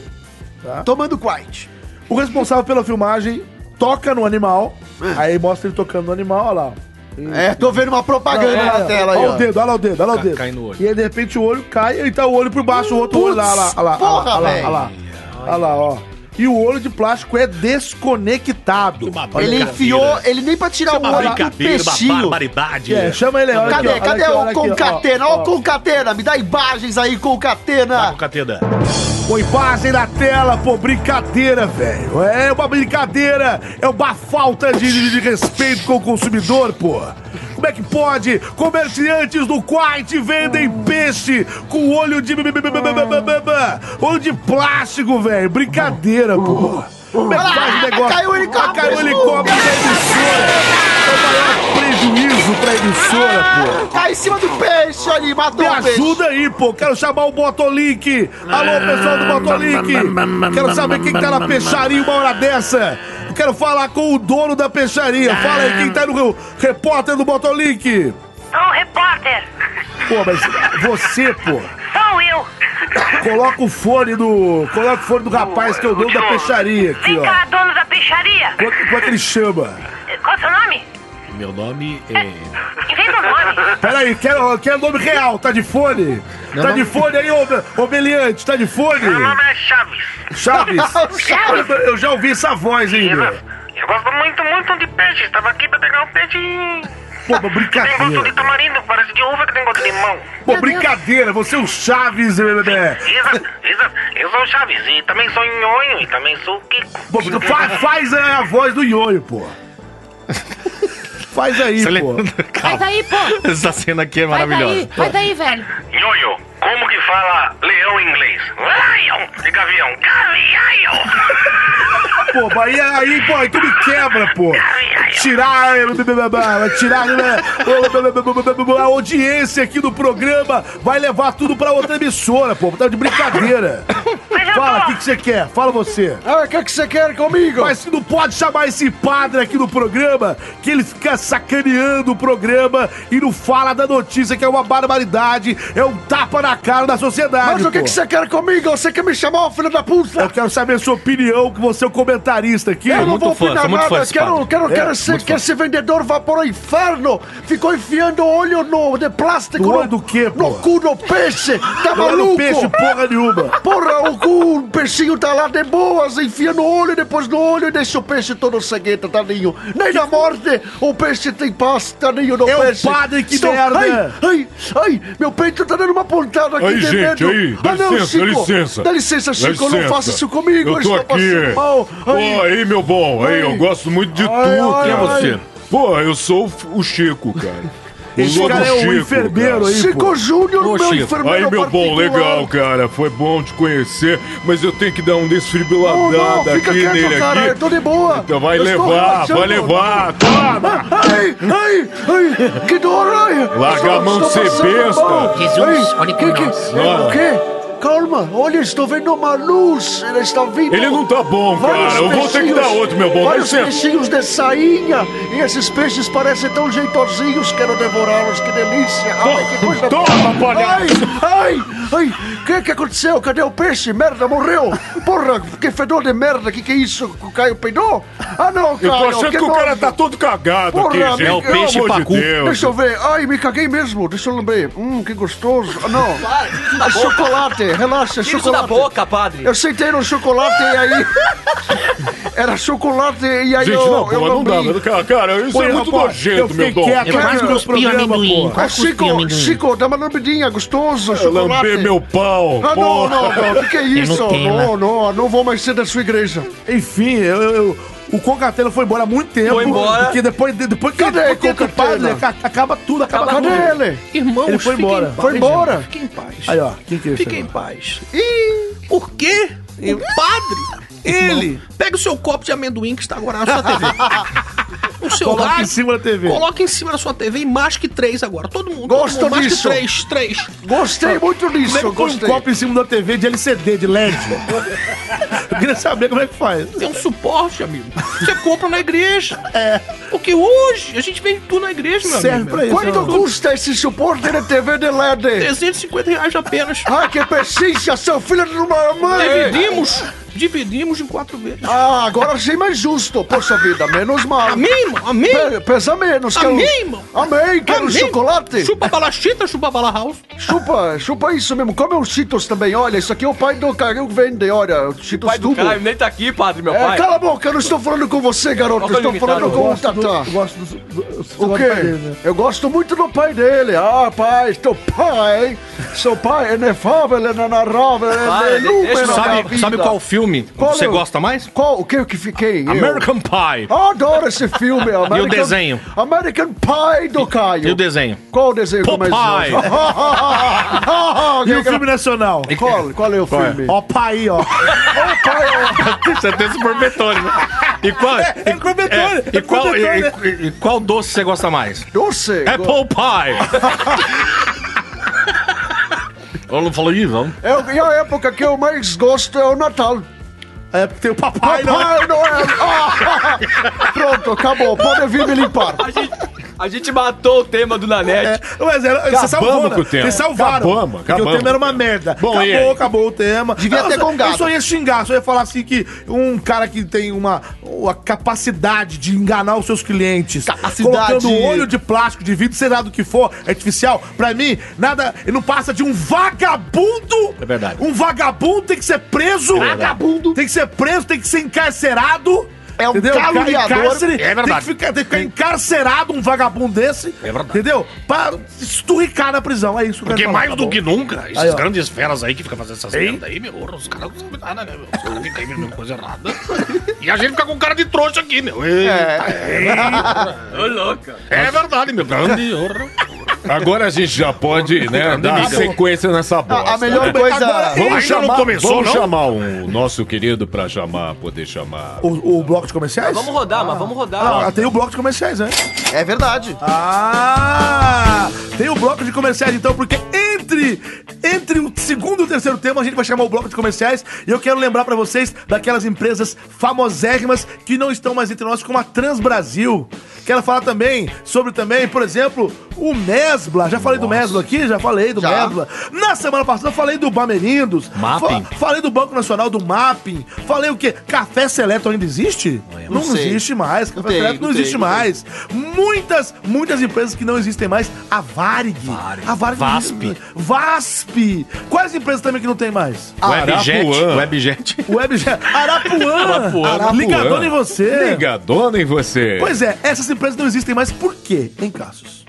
D: tomando Kuwait.
B: O responsável pela filmagem toca no animal, aí mostra ele tocando no animal, olha lá.
D: É, tô vendo uma propaganda
B: Não, é,
D: na tela aí,
B: Olha
D: ó.
B: o dedo, olha lá o dedo, olha lá o
D: Ca-
B: dedo.
D: cai no olho.
B: E aí, de repente, o olho cai, e tá o olho por baixo, o outro olho lá, olha lá, olha lá,
D: porra,
B: olha lá,
D: velho.
B: olha lá, olha lá, ó. E o olho de plástico é desconectado.
D: Ele enfiou, ele nem pra tirar o
O: um
D: olho do
G: brincadeira, uma
D: peixinho.
G: barbaridade.
B: É, chama ele aí, olha
D: cadê,
B: aqui, ó,
D: cadê
B: olha aqui,
D: o
B: olha aqui, ó,
D: concatena? Ó, o concatena, me dá imagens aí, concatena.
G: Catena.
O: Tipo,
B: Põe imagem na tela, pô, brincadeira, velho. É uma brincadeira, é uma falta de, de- de respeito com o consumidor, pô. Como é que pode? Comerciantes do Kuwait vendem peixe com olho de... Olho de plástico, velho. Brincadeira, pô. Como é que faz o negócio?
D: Caiu o helicóptero.
B: Caiu o helicóptero da emissora. É o maior prejuízo pra emissora, pô.
L: Tá
D: Cai em cima do peixe ali, matou
B: Me
D: o peixe.
B: ajuda aí, pô. Quero chamar o Botolink. Alô, pessoal do Botolink. Quero saber quem tá na peixaria uma hora dessa. Eu Quero falar com o dono da peixaria. Fala aí quem tá no repórter do Botolink.
P: Sou o repórter,
B: Pô, mas você, pô.
P: sou eu.
B: Coloca o fone do. Coloca o fone do rapaz que é o dono da peixaria aqui,
P: Vem cá,
B: ó.
P: dono da peixaria.
B: Quanto, quanto ele chama?
P: Qual é o seu nome?
G: Meu nome é.
P: Inventa um nome.
B: Peraí, quero, quero nome real. Tá de fone?
G: Meu
B: tá
G: nome-
B: de fone aí, ô, ô Beliante? Tá de fone?
P: Meu nome é Chaves.
B: Chaves?
P: Chaves.
B: Eu já ouvi essa voz hein? meu.
P: Eu gosto muito, muito de peixe. Estava aqui pra pegar um peixe.
B: Pô, mas
P: Tem gosto de
B: brincadeira.
P: tamarindo, parece de uva que tem gosto de limão.
B: Pô, brincadeira. Você é o Chaves, né? bebê.
P: Exato, exato. Eu sou o Chaves e também sou nhonho e também sou o Kiko.
B: Pô, tu fa- faz a voz do Ionho, pô. Faz aí, pô.
M: Vai daí, pô.
G: Essa cena aqui é
M: Vai daí,
G: maravilhosa.
M: vai daí, velho.
P: Nhonho, como que fala leão em inglês? Lion de gavião. [laughs] Gavião!
B: Pô, mas aí, aí, pô, aí tu me quebra, pô. Tirar, tirar né? a audiência aqui do programa, vai levar tudo pra outra emissora, pô. Tá de brincadeira. Fala, o que que você quer? Fala você.
L: Ah, o que que você quer comigo?
B: Mas você não pode chamar esse padre aqui do programa, que ele fica sacaneando o programa e não fala da notícia, que é uma barbaridade, é um tapa na cara da sociedade.
L: Mas o que
B: pô.
L: que você quer comigo? Você quer me chamar, ô filho da puta?
B: Eu quero saber a sua opinião, que você é o comentarista aqui.
L: Eu não vou opinar nada,
B: esse
L: quero,
B: padre.
L: quero,
B: É,
L: quero ser,
B: muito
L: que esse vendedor vá para o inferno! Ficou enfiando olho no, de plástico
B: Do
L: no,
B: olho do quê, pô?
L: no cu do peixe! Tá
B: Não olha no
L: maluco?
B: peixe, porra
D: é
B: nenhuma.
L: Porra, o cu, o peixinho tá lá de boas, enfia no olho, depois no olho e deixa o peixe todo cegueta, tadinho. Nem na morte o peixe tem paz, tadinho do
B: É o
L: peixe.
B: padre que
L: Estou-
B: merda.
L: Ai, ai, ai, meu peito tá dando uma pontada aqui
I: Aí,
L: de
I: gente,
L: medo.
I: aí, dá
L: ah, não,
I: licença,
L: Chico.
I: dá licença.
L: Dá licença, Chico, não faça isso comigo,
I: Eu tô
L: estou
I: aqui.
L: passando mal.
I: Pô,
L: Ai.
I: aí, meu bom, aí, eu gosto muito de tudo.
L: ai,
I: Quem é
L: ai.
I: você? Pô, eu sou o F- o Chico, cara. O
B: Esse
I: Lobo
B: cara é o enfermeiro aí,
L: Chico pô. Júnior, meu enfermeiro
I: Aí, meu bom,
L: particular.
I: legal, cara. Foi bom te conhecer, mas eu tenho que dar um
L: Não, Oh, não,
I: desfibriladada
L: fica
I: aqui nele
L: quieto, cara, eu
I: aqui.
L: tô de boa.
I: Então vai
L: Eu estou
I: levar,
L: relaxando.
I: vai levar. Toma!
L: Ai, ai, ai, que dor, ai.
I: Larga a mão de ser
L: passando
I: besta.
L: mal.
I: Jesus,
L: Ai,
I: olhe
L: que,
I: por
L: que,
I: nós.
L: é, O quê? Calma, olha, estou vendo uma luz, ela está vindo.
I: Ele não tá bom,
L: Vários
I: cara. Eu vou ter que
L: peixinhos,
I: dar outro, meu bom. Dá
L: Vários
I: licença.
L: peixinhos de sainha, e esses peixes parecem tão jeitosinhos, quero devorá-los, que delícia. Ai, que coisa
I: Toma, palhaço.
L: Ai, ai, Ai, o que que aconteceu? Cadê o peixe? Merda, morreu! Porra, que fedor de merda, que que é isso? O Caio peidou? Ah não,
I: Eu
L: Caio,
I: tô achando que, o cara tá todo cagado aqui, gente. Pelo amor de Deus.
L: Deixa eu ver. Ai, me caguei mesmo. Deixa eu lembrar. Hum, que gostoso. Ah, não.
D: Para, tira isso da
L: Ah,
D: boca.
L: chocolate. Relaxa,
D: Tira isso da
L: chocolate.
D: boca, padre.
L: Eu sentei no chocolate e
D: [laughs]
L: aí... Era chocolate e aí
I: Gente,
L: eu...
I: não,
L: eu
I: porra, não dá.
L: lambri.
I: mas, Cara, cara, isso é muito nojento, meu dom.
L: Ô, Ah, Chico, Chico, dá uma lambidinha gostoso, chocolate.
I: lamber meu pau,
L: Ah, não,
I: porra.
L: não, não, o que é
I: É
L: isso?
I: Nutella.
L: Não, não, não vou mais ser da sua igreja.
B: Enfim, eu... eu- eu- o Concatena foi embora há muito tempo.
L: Foi embora.
B: Porque depois, depois que
L: Cadê
B: depois que entra o padre,
L: Concatena?
B: aca- acaba tudo, acaba
L: Cadê
B: tudo.
L: ele? Irmãos,
B: ele foi
L: fiquem
B: embora.
L: em paz, Foi embora. gente,
B: Fiquem em paz. Aí, ó. Quem que é esse
O: Fiquem em paz. E por quê? O padre, ele, pega o seu copo de amendoim que está agora na sua TV. O seu
B: Coloca
O: lado,
B: em cima da TV.
O: Coloca em cima da sua TV e masque três agora. Todo mundo.
B: Gosto
O: todo mundo,
B: disso.
O: Masque três, três.
D: Ah,
L: Gostei muito
B: Como
L: disso,
B: é que põe um
O: gostei.
B: copo em cima da TV de LCD, de LED? Eu queria saber como é que faz.
O: Tem um suporte, amigo. Você compra na igreja. É. Porque hoje a gente vende tudo na igreja, meu
L: Serve
O: amigo.
L: pra isso.
B: né,
L: Quanto custa esse suporte da TV de LED?
O: 350 reais apenas.
L: Ah, que persistência, seu filho de uma
D: Ah, é.
L: mãe!
O: Dividimos. Dividimos em quatro vezes.
L: Ah, agora achei mais justo. Poxa vida, menos mal.
O: Amém, irmão, amém.
L: Pe- pesa menos. quero-
O: Amém, irmão.
L: Amém, quero
O: Amém.
L: chocolate.
O: Chupa balachita, chupa bala house.
L: Chupa, chupa isso mesmo. Come os Cheetos também. Olha, isso aqui é o pai do Caio que vende, olha. Cheetos
C: Pai do
L: tubo.
C: Caio, nem tá aqui, padre, meu
L: É,
C: pai.
L: cala a boca, eu não estou falando com você, garoto.
C: Olha
L: Eu estou
C: como imitaram.
L: falando com o
C: Eu gosto
L: Tatá.
C: do-
B: gosto do,
L: o
B: do
L: quê?
B: pai dele, né?
L: Eu gosto muito do pai dele. Ah, pai, teu pai. Seu pai é inefável, é inenarrável,
G: Para,
L: é
G: de- deixa-
L: inúmero na
G: sabe-
L: minha vida.
G: sabe qual filme
B: é
G: você
L: eu-
G: gosta mais?
L: Qual? O que que fiquei? eu?
G: American Pie.
L: Eu adoro esse
G: [laughs]
L: filme. American,
G: desenho?
L: American Pie do Caio.
G: E o desenho?
L: Qual o desenho?
B: é
L: que eu mais
G: Popeye.
L: gosto? Ah,
B: E o filme nacional?
L: Qual, qual é o filme?
B: Ó, pai, ó.
G: [laughs] Você tem super betone, né? E qual, é, é né?
B: betone,
G: e, qual, e,
B: betone. né?
G: e- e qual doce você gosta mais?
L: Doce?
B: [laughs]
G: Apple Pie. Eu não falou isso, vamos.
L: Eu, e a época que eu mais gosto é o Natal.
B: É porque tem o Papai, é?
L: Noel. Ah, [laughs] pronto, acabou. Pode vir me limpar.
C: A gente matou o tema do
B: É,
C: Nanete.
B: Mas era, você
C: É, Acabamos
B: salvou, né?
C: com o tema.
B: Vocês salvaram.
C: Acabamos,
B: Porque o
C: acabamos
B: tema era uma merda.
C: Bom, e
B: acabou,
C: aí?
B: acabou o tema. Ah,
C: Devia ter
B: eu, só-
C: gongado.
B: Eu só ia xingar, só ia falar assim que um cara que tem uma, uma capacidade de enganar os seus clientes,
L: Capacidade.
B: colocando um olho de plástico, de vidro, sei lá do que for, artificial, pra mim, nada, ele não passa de um vagabundo. É
G: verdade.
B: Um vagabundo tem que ser preso.
G: É verdade.
L: Vagabundo.
B: Tem que ser preso, tem que ser encarcerado.
L: É um
B: Entendeu?
L: caluniador.
B: Em cárcere,
L: É
B: Tem
L: verdade.
B: que ficar, tem que ficar encarcerado um vagabundo desse.
G: É verdade.
B: Entendeu? Pra esturricar na prisão. É isso que eu
G: Porque
B: quero falar,
G: mais
B: tá
G: do
B: bom?
G: que nunca,
B: Aí,
G: essas
B: ó.
G: grandes feras aí que ficam fazendo essas
B: Hein?
G: merda aí, meu, os caras não sabem nada, né, meu? Os caras ficam aí vendo coisa errada. E a gente fica com cara de trouxa aqui, meu. É. Ô, louca. É
B: [laughs]
G: verdade, meu. Grande horror.
E: Agora a gente já pode, né, dar
G: Acabou.
E: sequência nessa bosta.
L: a melhor
E: né?
L: coisa-
I: Ah,
L: Agora,
E: Vamos
L: ainda não
E: chamar,
L: começou,
E: vamos
L: não?
E: chamar o nosso querido pra chamar, poder chamar.
B: O, o bloco de comerciais?
C: Vamos rodar, mas vamos rodar.
B: Ah, tem o bloco de comerciais, né?
D: É verdade.
B: Ah! Tem o bloco de comerciais, então, porque entre, entre o segundo e o terceiro tema, a gente vai chamar o bloco de comerciais. E eu quero lembrar pra vocês daquelas empresas famosérrimas que não estão mais entre nós, como a Transbrasil. Quero falar também sobre, também, por exemplo, o Mesbla. Já falei do Mesbla aqui? Já falei do Mesbla. Na semana passada, eu falei do Bamerindos.
G: Mapping.
B: Fa- falei do Banco Nacional, do Mapping. Falei o quê? Café Seleto ainda existe? Não,
L: não sei.
B: existe mais. Café
L: tem,
B: Seleto não
L: não
B: existe
L: tem, não tem.
B: mais mais. Muitas, muitas empresas que não existem mais. A Varig. A Varig.
G: Vasp.
B: VASP. Quais empresas também que não tem mais?
G: Webjet.
E: Arapuã.
G: Webjet.
B: Webjet. [laughs] Arapuã.
E: Arapuã.
B: Ligadona em você.
E: Ligadona em você.
B: é. Pois é, essas empresas não existem mais. Por quê, hein, Cassius?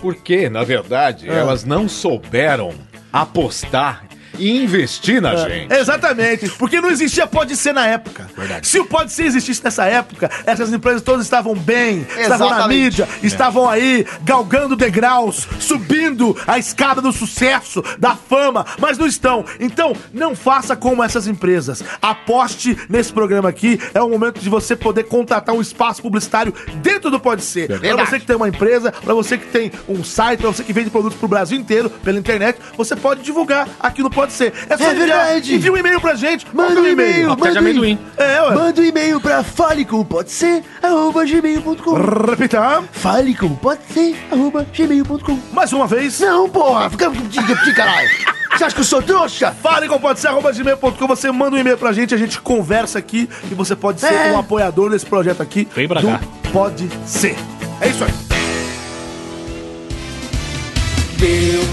E: Porque, na verdade, elas não souberam apostar e investir na gente.
B: Exatamente, porque não existia pode ser na época. Se o pode ser existisse nessa época, essas empresas todas estavam bem, estavam na
L: Exatamente.
B: mídia, estavam aí galgando degraus, subindo a escada do sucesso, da fama, mas não estão. Então, não faça como essas empresas. Aposte nesse programa aqui, é o momento de você poder contratar um espaço publicitário dentro do pode ser. Pra
D: Verdade.
B: você que tem uma empresa, pra você que tem um site, pra você que vende produtos pro Brasil inteiro pela internet, você pode divulgar aqui no pode ser. É
L: É
B: só verdade.
L: verdade.
B: Envia um e-mail pra gente.
L: Manda um e-mail, manda um e-mail.
B: É, ué.
L: Manda um e-mail pra falecom, pode ser, arroba gmail.com.
B: Repita.
L: Falecom, pode ser, arroba gmail.com.
B: Mais uma vez.
L: Não, porra, fica de, de, de caralho.
B: Você acha que eu sou trouxa? Fale com pode ser, arroba gmail.com, você manda um e-mail pra gente, a gente conversa aqui e você pode ser
L: É.
B: um apoiador nesse projeto aqui. Vem
G: pra cá.
B: Pode ser. É isso aí.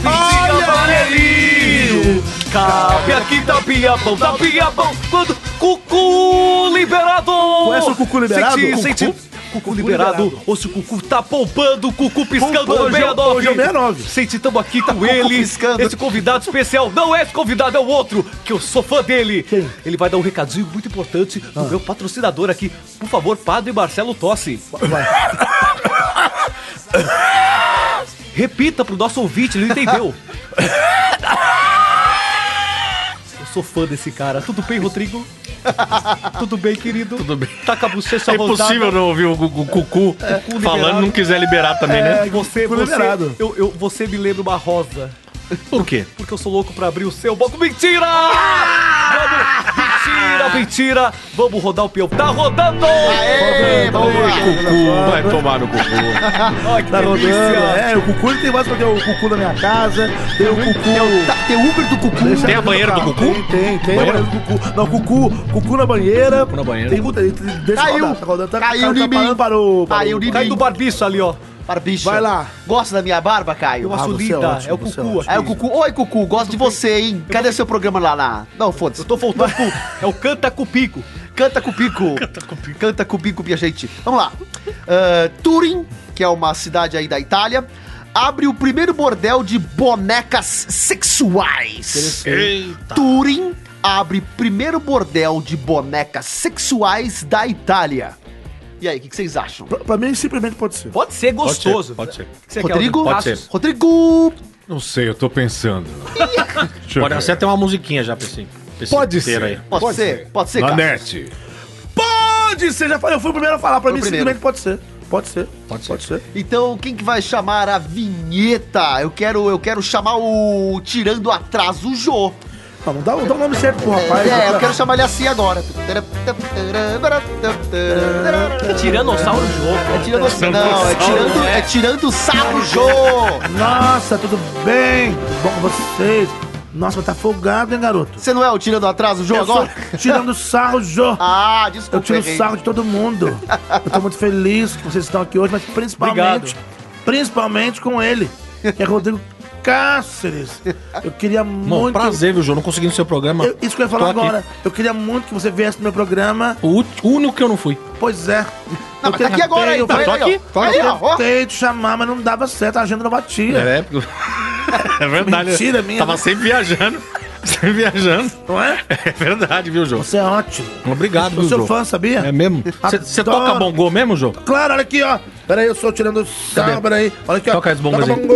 P: Olha
C: amarelinho, cabe aqui da piabão, da piabão, quando cucu liberado.
B: Conhece o cucu liberado?
C: Senti,
B: Cucu?
C: senti. Cucu, liberado, ou se o cucu tá poupando, o cucu piscando
B: Hoje é-
C: 69.
B: hoje é o 69.
C: Senti, tamo aqui com ele, esse convidado especial. Não é esse convidado, é o outro, que eu sou fã dele. Ele vai dar um recadinho muito importante do meu patrocinador aqui. Por favor, Padre Marcelo Tosse. [laughs] Repita pro nosso ouvinte, ele não entendeu. Eu sou fã desse cara. Tudo bem, [laughs] Rodrigo? Tudo bem, querido? Tudo bem. Tá com a bochecha
G: É
C: rosada.
G: impossível não ouvir o, Gugu Cucu
C: É, cucu
G: falando
C: liberado.
G: e não quiser liberar também,
C: É,
G: né?
C: Você,
G: Cucu
C: você,
G: liberado.
C: eu, eu- você me lembra uma rosa.
G: Por quê?
C: Porque eu sou louco pra abrir o seu banco. Mentira! Vamos, mentira, mentira. Vamos rodar o peão. Tá rodando! Aê,
B: vamos
I: Ah.
B: lá.
G: Cucu, vai tomar no cucu.
C: Ai, que
B: Tá rodando.
C: delícia.
B: É, o Cucu ele tem mais pra ter o Cucu na minha casa. Tem o Cucu. Tem o Uber do Cucu.
G: Tem a banheira do Cucu?
B: Tem, tem. tem a
G: Banheira?
B: banheira do Cucu. Não, Cucu. Cucu na banheira. Cucu
G: na banheira.
B: Tem muita. Deixa
D: Caiu.
B: rodar, tá rodando. Tá,
D: Caiu
B: tá-
D: de
B: tá
D: mim.
B: parando, parou, parou.
D: Caiu de mim.
B: Caiu do
C: barbiço ali, ó.
D: Barbicho.
B: Vai lá.
D: Gosta da minha barba, Caio?
B: Eu acho
D: Ah, você
B: linda,
D: ótimo,
B: é o
D: você
B: Cucu,
D: ótimo.
B: acho
D: É o
B: lindo.
D: Cucu. Oi, Cucu, gosto de você, hein? Cadê seu programa lá na... Não, foda-se. Eu
C: tô voltando pro... É o Canta com Pico.
D: Canta com Pico. Canta com Pico. Canta com Pico, minha gente. Vamos lá. Ah, Turim, que é uma cidade aí da Itália, abre o primeiro bordel de bonecas sexuais.
G: Eita.
D: Turim Tá. abre primeiro bordel de bonecas sexuais da Itália. E aí, o que, que vocês acham?
B: Pra, pra mim, simplesmente pode ser.
C: Pode ser gostoso.
G: Pode ser.
C: Você quer um
D: Rodrigo?
G: Pode ser.
D: Rodrigo!
E: Não sei, eu tô pensando.
G: Pode ser até uma musiquinha já pra esse. pra esse
E: Pode
G: inteiro
E: ser.
G: aí.
D: Pode, ser. pode ser,
E: Na
D: cara.
E: net.
B: Pode ser, já falei. Eu fui o primeiro a falar. Pra
D: Foi o
B: mim,
D: primeiro.
B: simplesmente pode ser. Pode ser.
G: Pode
B: ser. Pode ser.
D: Então, quem que vai chamar a vinheta? Eu quero, eu quero chamar o Tirando Atrás o Jô.
B: Não, dá, o- dá o nome certo pro rapaz.
D: É, eu quero chamar ele assim agora.
C: É Tiranossauro Jô.
D: É tiranossauro, não, é tirando, é tirando sarro Jô.
B: Nossa, tudo bem? Bom com vocês? Nossa, mas tá folgado, hein, garoto?
D: Você não é o tirando atrás o Jô
B: Eu
D: agora?
B: sou tirando sarro, Jô.
D: Ah, desculpa,
B: Eu tiro
D: errei.
B: sarro de todo mundo. Eu tô muito feliz que vocês estão aqui hoje, mas principalmente,
C: Obrigado.
B: principalmente com ele, que é Rodrigo Cáceres. Eu queria
G: Bom,
B: muito...
G: prazer, viu, João? Não consegui no seu programa.
B: Eu- isso que eu ia falar
G: Tô aqui.
B: agora. Eu queria muito que você viesse no meu programa.
G: O ú- único que eu não fui.
B: Pois é.
D: Não, mas tá aqui agora,
B: tentei,
D: aí, tá
B: eu-
D: vendo aí, ó?
B: eu
D: Tá aí, ó, ó.
B: tentei te chamar, mas não dava certo, a agenda não batia.
G: É, porque- [laughs] é verdade.
B: Mentira
G: eu
B: minha,
G: Tava
B: né?
G: sempre viajando. [laughs] Sempre viajando.
B: Não é?
G: É verdade, viu, João?
B: Você é ótimo.
G: Obrigado,
B: Eu
G: viu,
B: sou
G: João?
B: fã, sabia?
G: É mesmo? Você- Você
B: Adoro.
G: toca bongô mesmo, João?
B: Claro, olha aqui, ó. Pera aí, eu sou tirando sarro,
G: Cadê?
B: pera aí. Olha aqui, ó.
G: Toca as bombas
B: Toca
G: aí.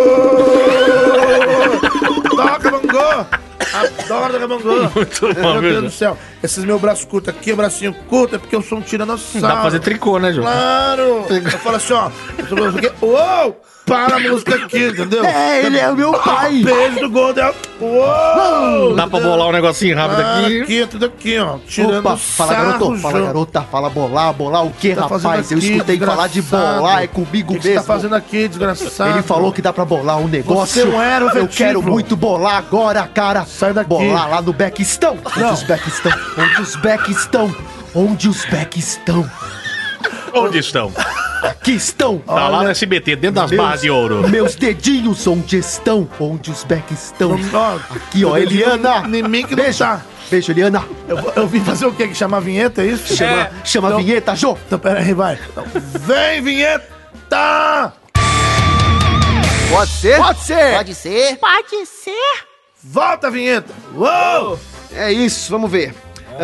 B: bongô! Toca bongô! Adoro tocar bongô.
G: [laughs] Muito bom,
B: Meu
G: viu,
B: Deus
G: João?
B: do céu. Esses meus braços curtos aqui, bracinho curto, é porque eu sou um tiranossauro.
G: Hum, Dá pra fazer tricô, né, João?
B: Claro! Eu falo assim, ó. Eu sou aqui. Uou! Para a música aqui, entendeu?
D: É, ele é o meu pai.
B: Beijo do Golden. Uou!
G: Dá pra bolar um negocinho rápido
B: aqui.
G: aqui.
B: Aqui, tudo aqui, ó. Tirando
D: Opa, fala
B: sarro,
D: garoto, fala
B: João.
D: garota, fala bolar, bolar o que,
B: Tá fazendo
D: rapaz? Eu
B: aqui,
D: escutei falar de
B: desgraçado?
D: bolar, é
B: O
D: comigo
B: que que você tá
D: mesmo.
B: fazendo aqui, desgraçado?
D: Ele falou que dá pra bolar um negócio.
B: Tá, Você é um ero
D: Eu
B: afetivo.
D: quero muito bolar agora, cara. Sai daqui. Bolar lá no back estão. Onde
B: Não.
D: os back estão? Onde os back estão? Onde os back estão?
G: Onde estão?
D: Aqui estão.
G: Tá lá no SBT, dentro das barras de ouro.
D: Meus dedinhos onde estão? Onde os back estão? Aqui, ó,
B: Meu dedinho
D: Eliana.
B: nem- nem que não
D: Beijo.
B: tá.
D: Beijo, Eliana.
B: Eu, vou- eu vim fazer o quê? Que Chamar a vinheta, é isso?
D: Chama, chama a
B: Então-
D: vinheta, Jô.
B: Então, pera aí, vai. Então, vem, vinheta!
D: Pode ser? Pode ser.
H: Pode ser? Pode ser.
B: Volta a vinheta! Uou!
D: É isso, vamos ver.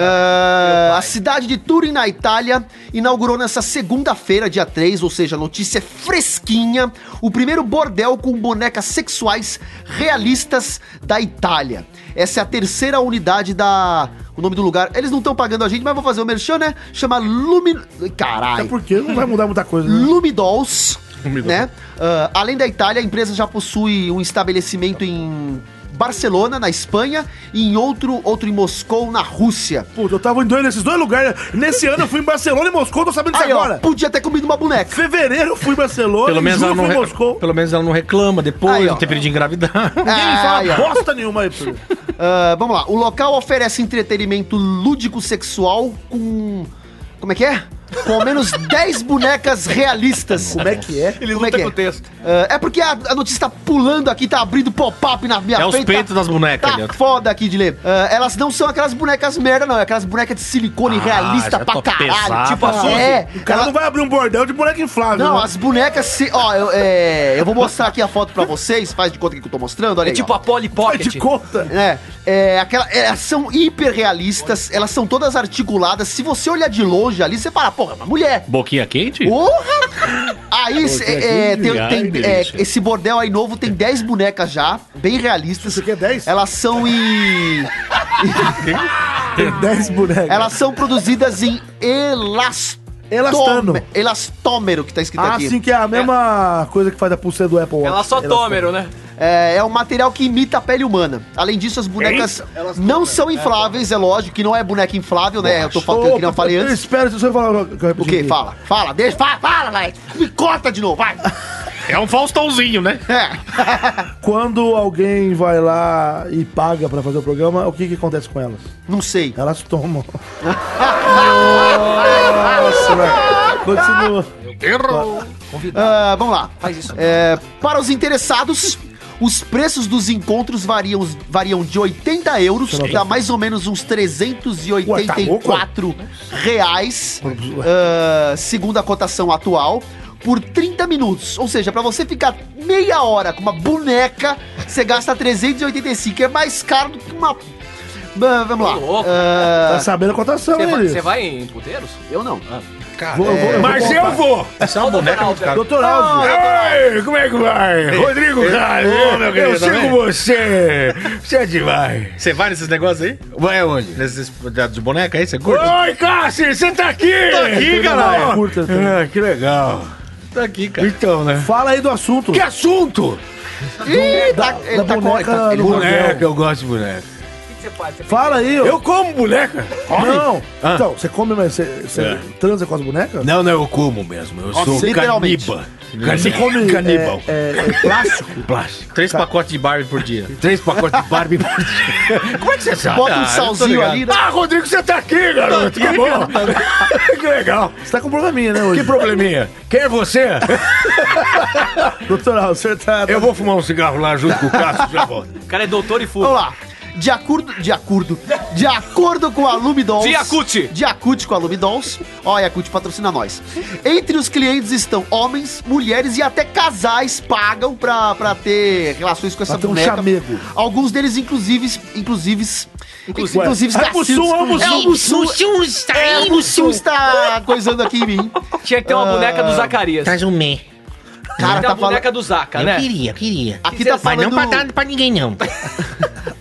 D: Ah, a cidade de Turim, na Itália, inaugurou nessa segunda-feira, dia 3, ou seja, notícia fresquinha, o primeiro bordel com bonecas sexuais realistas da Itália. Essa é a terceira unidade da. O nome do lugar. Eles não estão pagando a gente, mas vou fazer o merchan, né? Chama Lumi.
B: É
D: Caralho.
B: porque não vai mudar muita coisa, né?
D: Lumidolls,
G: Lumidolls.
D: né? Ah, além da Itália, a empresa já possui um estabelecimento em Barcelona, na Espanha, e em outro, outro em Moscou, na Rússia.
B: Puta, eu tava em dois, nesses dois lugares. Nesse ano eu fui em Barcelona e Moscou, tô sabendo disso
D: Aí, ó,
B: agora.
D: podia ter comido uma boneca.
B: Fevereiro eu fui em Barcelona,
G: Pelo
B: em
G: menos, ela
B: julho
G: não
B: eu fui em
G: re-
B: Moscou.
G: pelo menos ela não reclama depois,
D: Aí, ó.
G: não tem perigo de [laughs] engravidar.
D: Ninguém fala
B: bosta nenhuma aí, pô.
D: Ah, vamos lá. O local oferece entretenimento lúdico sexual com. Como é que é? Com ao menos [laughs] 10 bonecas realistas. Como é que é? Ele Como é que é?
C: texto.
D: Ah, é porque a, a notícia tá pulando aqui, tá abrindo pop-up na minha
G: É os
D: frente,
G: peitos
D: tá-
G: das bonecas, né?
D: Tá
G: Leandro.
D: foda aqui de ler. Ah, elas não são aquelas bonecas merda, não. É aquelas bonecas de silicone
G: Ah,
D: realista
G: já
D: pra
G: tô
D: caralho.
G: pesado.
D: Tipo
G: Ah,
D: assim. É,
B: O cara
D: ela-
B: não vai abrir um bordel de boneca inflável.
D: não,
B: né?
D: as bonecas se. Ó, eu, é, eu vou mostrar aqui a foto pra vocês. Faz de conta que eu tô mostrando. Olha
C: É
D: aí,
C: tipo
D: ó.
C: a Polly Pocket.
D: de conta. É, é aquela, elas são hiperrealistas, elas são todas articuladas. Se você olhar de longe ali, você fala, porra, é uma mulher.
G: Boquinha quente?
D: Porra! Aí
G: Pô, que
D: é, tem,
G: legal,
D: tem-
G: hein,
D: é,
G: delícia.
D: esse bordel aí novo tem 10 bonecas já, bem realistas. Isso aqui é 10? Elas são em.
B: Tem 10 bonecas.
D: Elas são produzidas em elastômero.
B: Elastano.
D: Elastômero que tá escrito
B: Ah,
D: aqui.
B: sim, que é a mesma coisa que faz a pulseira do Apple Watch.
C: né?
D: É, é um material que imita a pele humana. Além disso, as bonecas não são infláveis, é lógico, que não é boneca inflável, né? Eu tô falando
B: Ô,
D: que não falei
B: eu
D: antes.
B: Espero que você falar. que eu
D: O
B: repeti
D: que?
B: aqui.
D: Fala, fala, deixa, fala, fala, vai. Me corta de novo, vai.
G: É um Faustãozinho, né?
D: É.
B: Quando alguém vai lá e paga pra fazer o programa, o que que acontece com elas?
D: Não sei.
B: Elas tomam. Nossa, velho. Continua.
G: Errou.
D: Ah, vamos lá.
C: Faz isso.
D: É, para os interessados, os preços dos encontros variam, variam de 80 euros,
B: tá.
D: dá mais ou menos uns 384 reais, ah, segundo a cotação atual, por 30 minutos. Ou seja, para você ficar meia hora com uma boneca, você gasta 385, é mais caro do que uma... Bah, Vamos lá.
C: louco.
D: Ah,
B: Tá sabendo a cotação,
C: Você
B: hein,
C: vai,
B: Elias?
C: você vai em puteiros?
D: Eu não.
G: Cara,
B: Vou- eu vou- eu vou
I: Mas
B: comprar.
I: eu vou!
G: Essa é
C: uma
G: boneca muito cara.
B: Doutor Alves.
I: Oi, como é que vai? Rodrigo Carlos,
G: meu querido,
I: eu sigo
G: também?
I: você! Você é demais!
G: Você vai nesses negócios aí?
I: Vai aonde?
G: Nesses de- de boneca aí? Você curte?
I: Oi, Cássio, você tá aqui!
G: Tô aqui, caralho.
B: Curta também.
I: Ah, que legal!
G: Tá aqui, cara.
I: Então, né?
B: Fala aí do assunto.
I: Que assunto?
D: Ih, tá,
B: da
D: ele tá com...
B: boneca
D: ele tá- ele
B: do
D: tá-
I: Boneca, eu gosto de boneca.
B: Fala aí, ó.
I: Eu como boneca?
B: Não.
I: Ah.
B: Então, você come, mas você, você
I: É.
B: transa com as bonecas?
I: Não, não, eu como mesmo. Eu
D: Nossa,
I: sou
D: literalmente.
I: caníba.
B: Você come
I: caníbal.
B: É, é, é plástico?
I: Plástico.
G: Três pacotes de Barbie por dia.
I: Três pacotes de Barbie. Como é que você sabe?
D: Bota um
G: Ah, eu tô
D: salzinho
G: ligado.
D: ali, né?
I: Ah, Rodrigo, você tá aqui, garoto. Que bom. [laughs] que legal.
B: Você tá com probleminha, né,
I: Que
B: hoje?
I: probleminha. Quem é você?
B: Doutor Alves, você tá...
I: Eu vou fumar um cigarro lá junto com o Cássio já volto.
C: O cara é doutor e
D: Vamos
C: fuma.
D: lá. De acordo, de acordo, de acordo com a Lumidons.
C: De acute.
D: De acute com a Lumidons. Ó, a Yakut patrocina nós. Entre os clientes estão homens, mulheres e até casais pagam pra, pra ter relações com essa
B: Pra ter um
D: boneca.
B: chamego.
D: Alguns deles, inclusive, inclusive, inclusive,
B: Ué, é
D: inclusive
B: Mussum,
D: nascidos
B: é
D: com-
B: Mussum.
D: É o Mussum.
K: Susta
D: É o
K: tá aí,
D: Mussum
K: Mussum.
D: está coisando aqui em mim.
C: Tinha que ter uma boneca do Zacarias.
K: Traz um meh.
D: Cara,
C: Tem
D: tá
C: a
D: falando.
C: boneca do Zaca,
K: Eu
C: né?
K: queria, eu queria.
D: Aqui tá
K: Mas
D: falando.
K: não pra dar pra ninguém, não.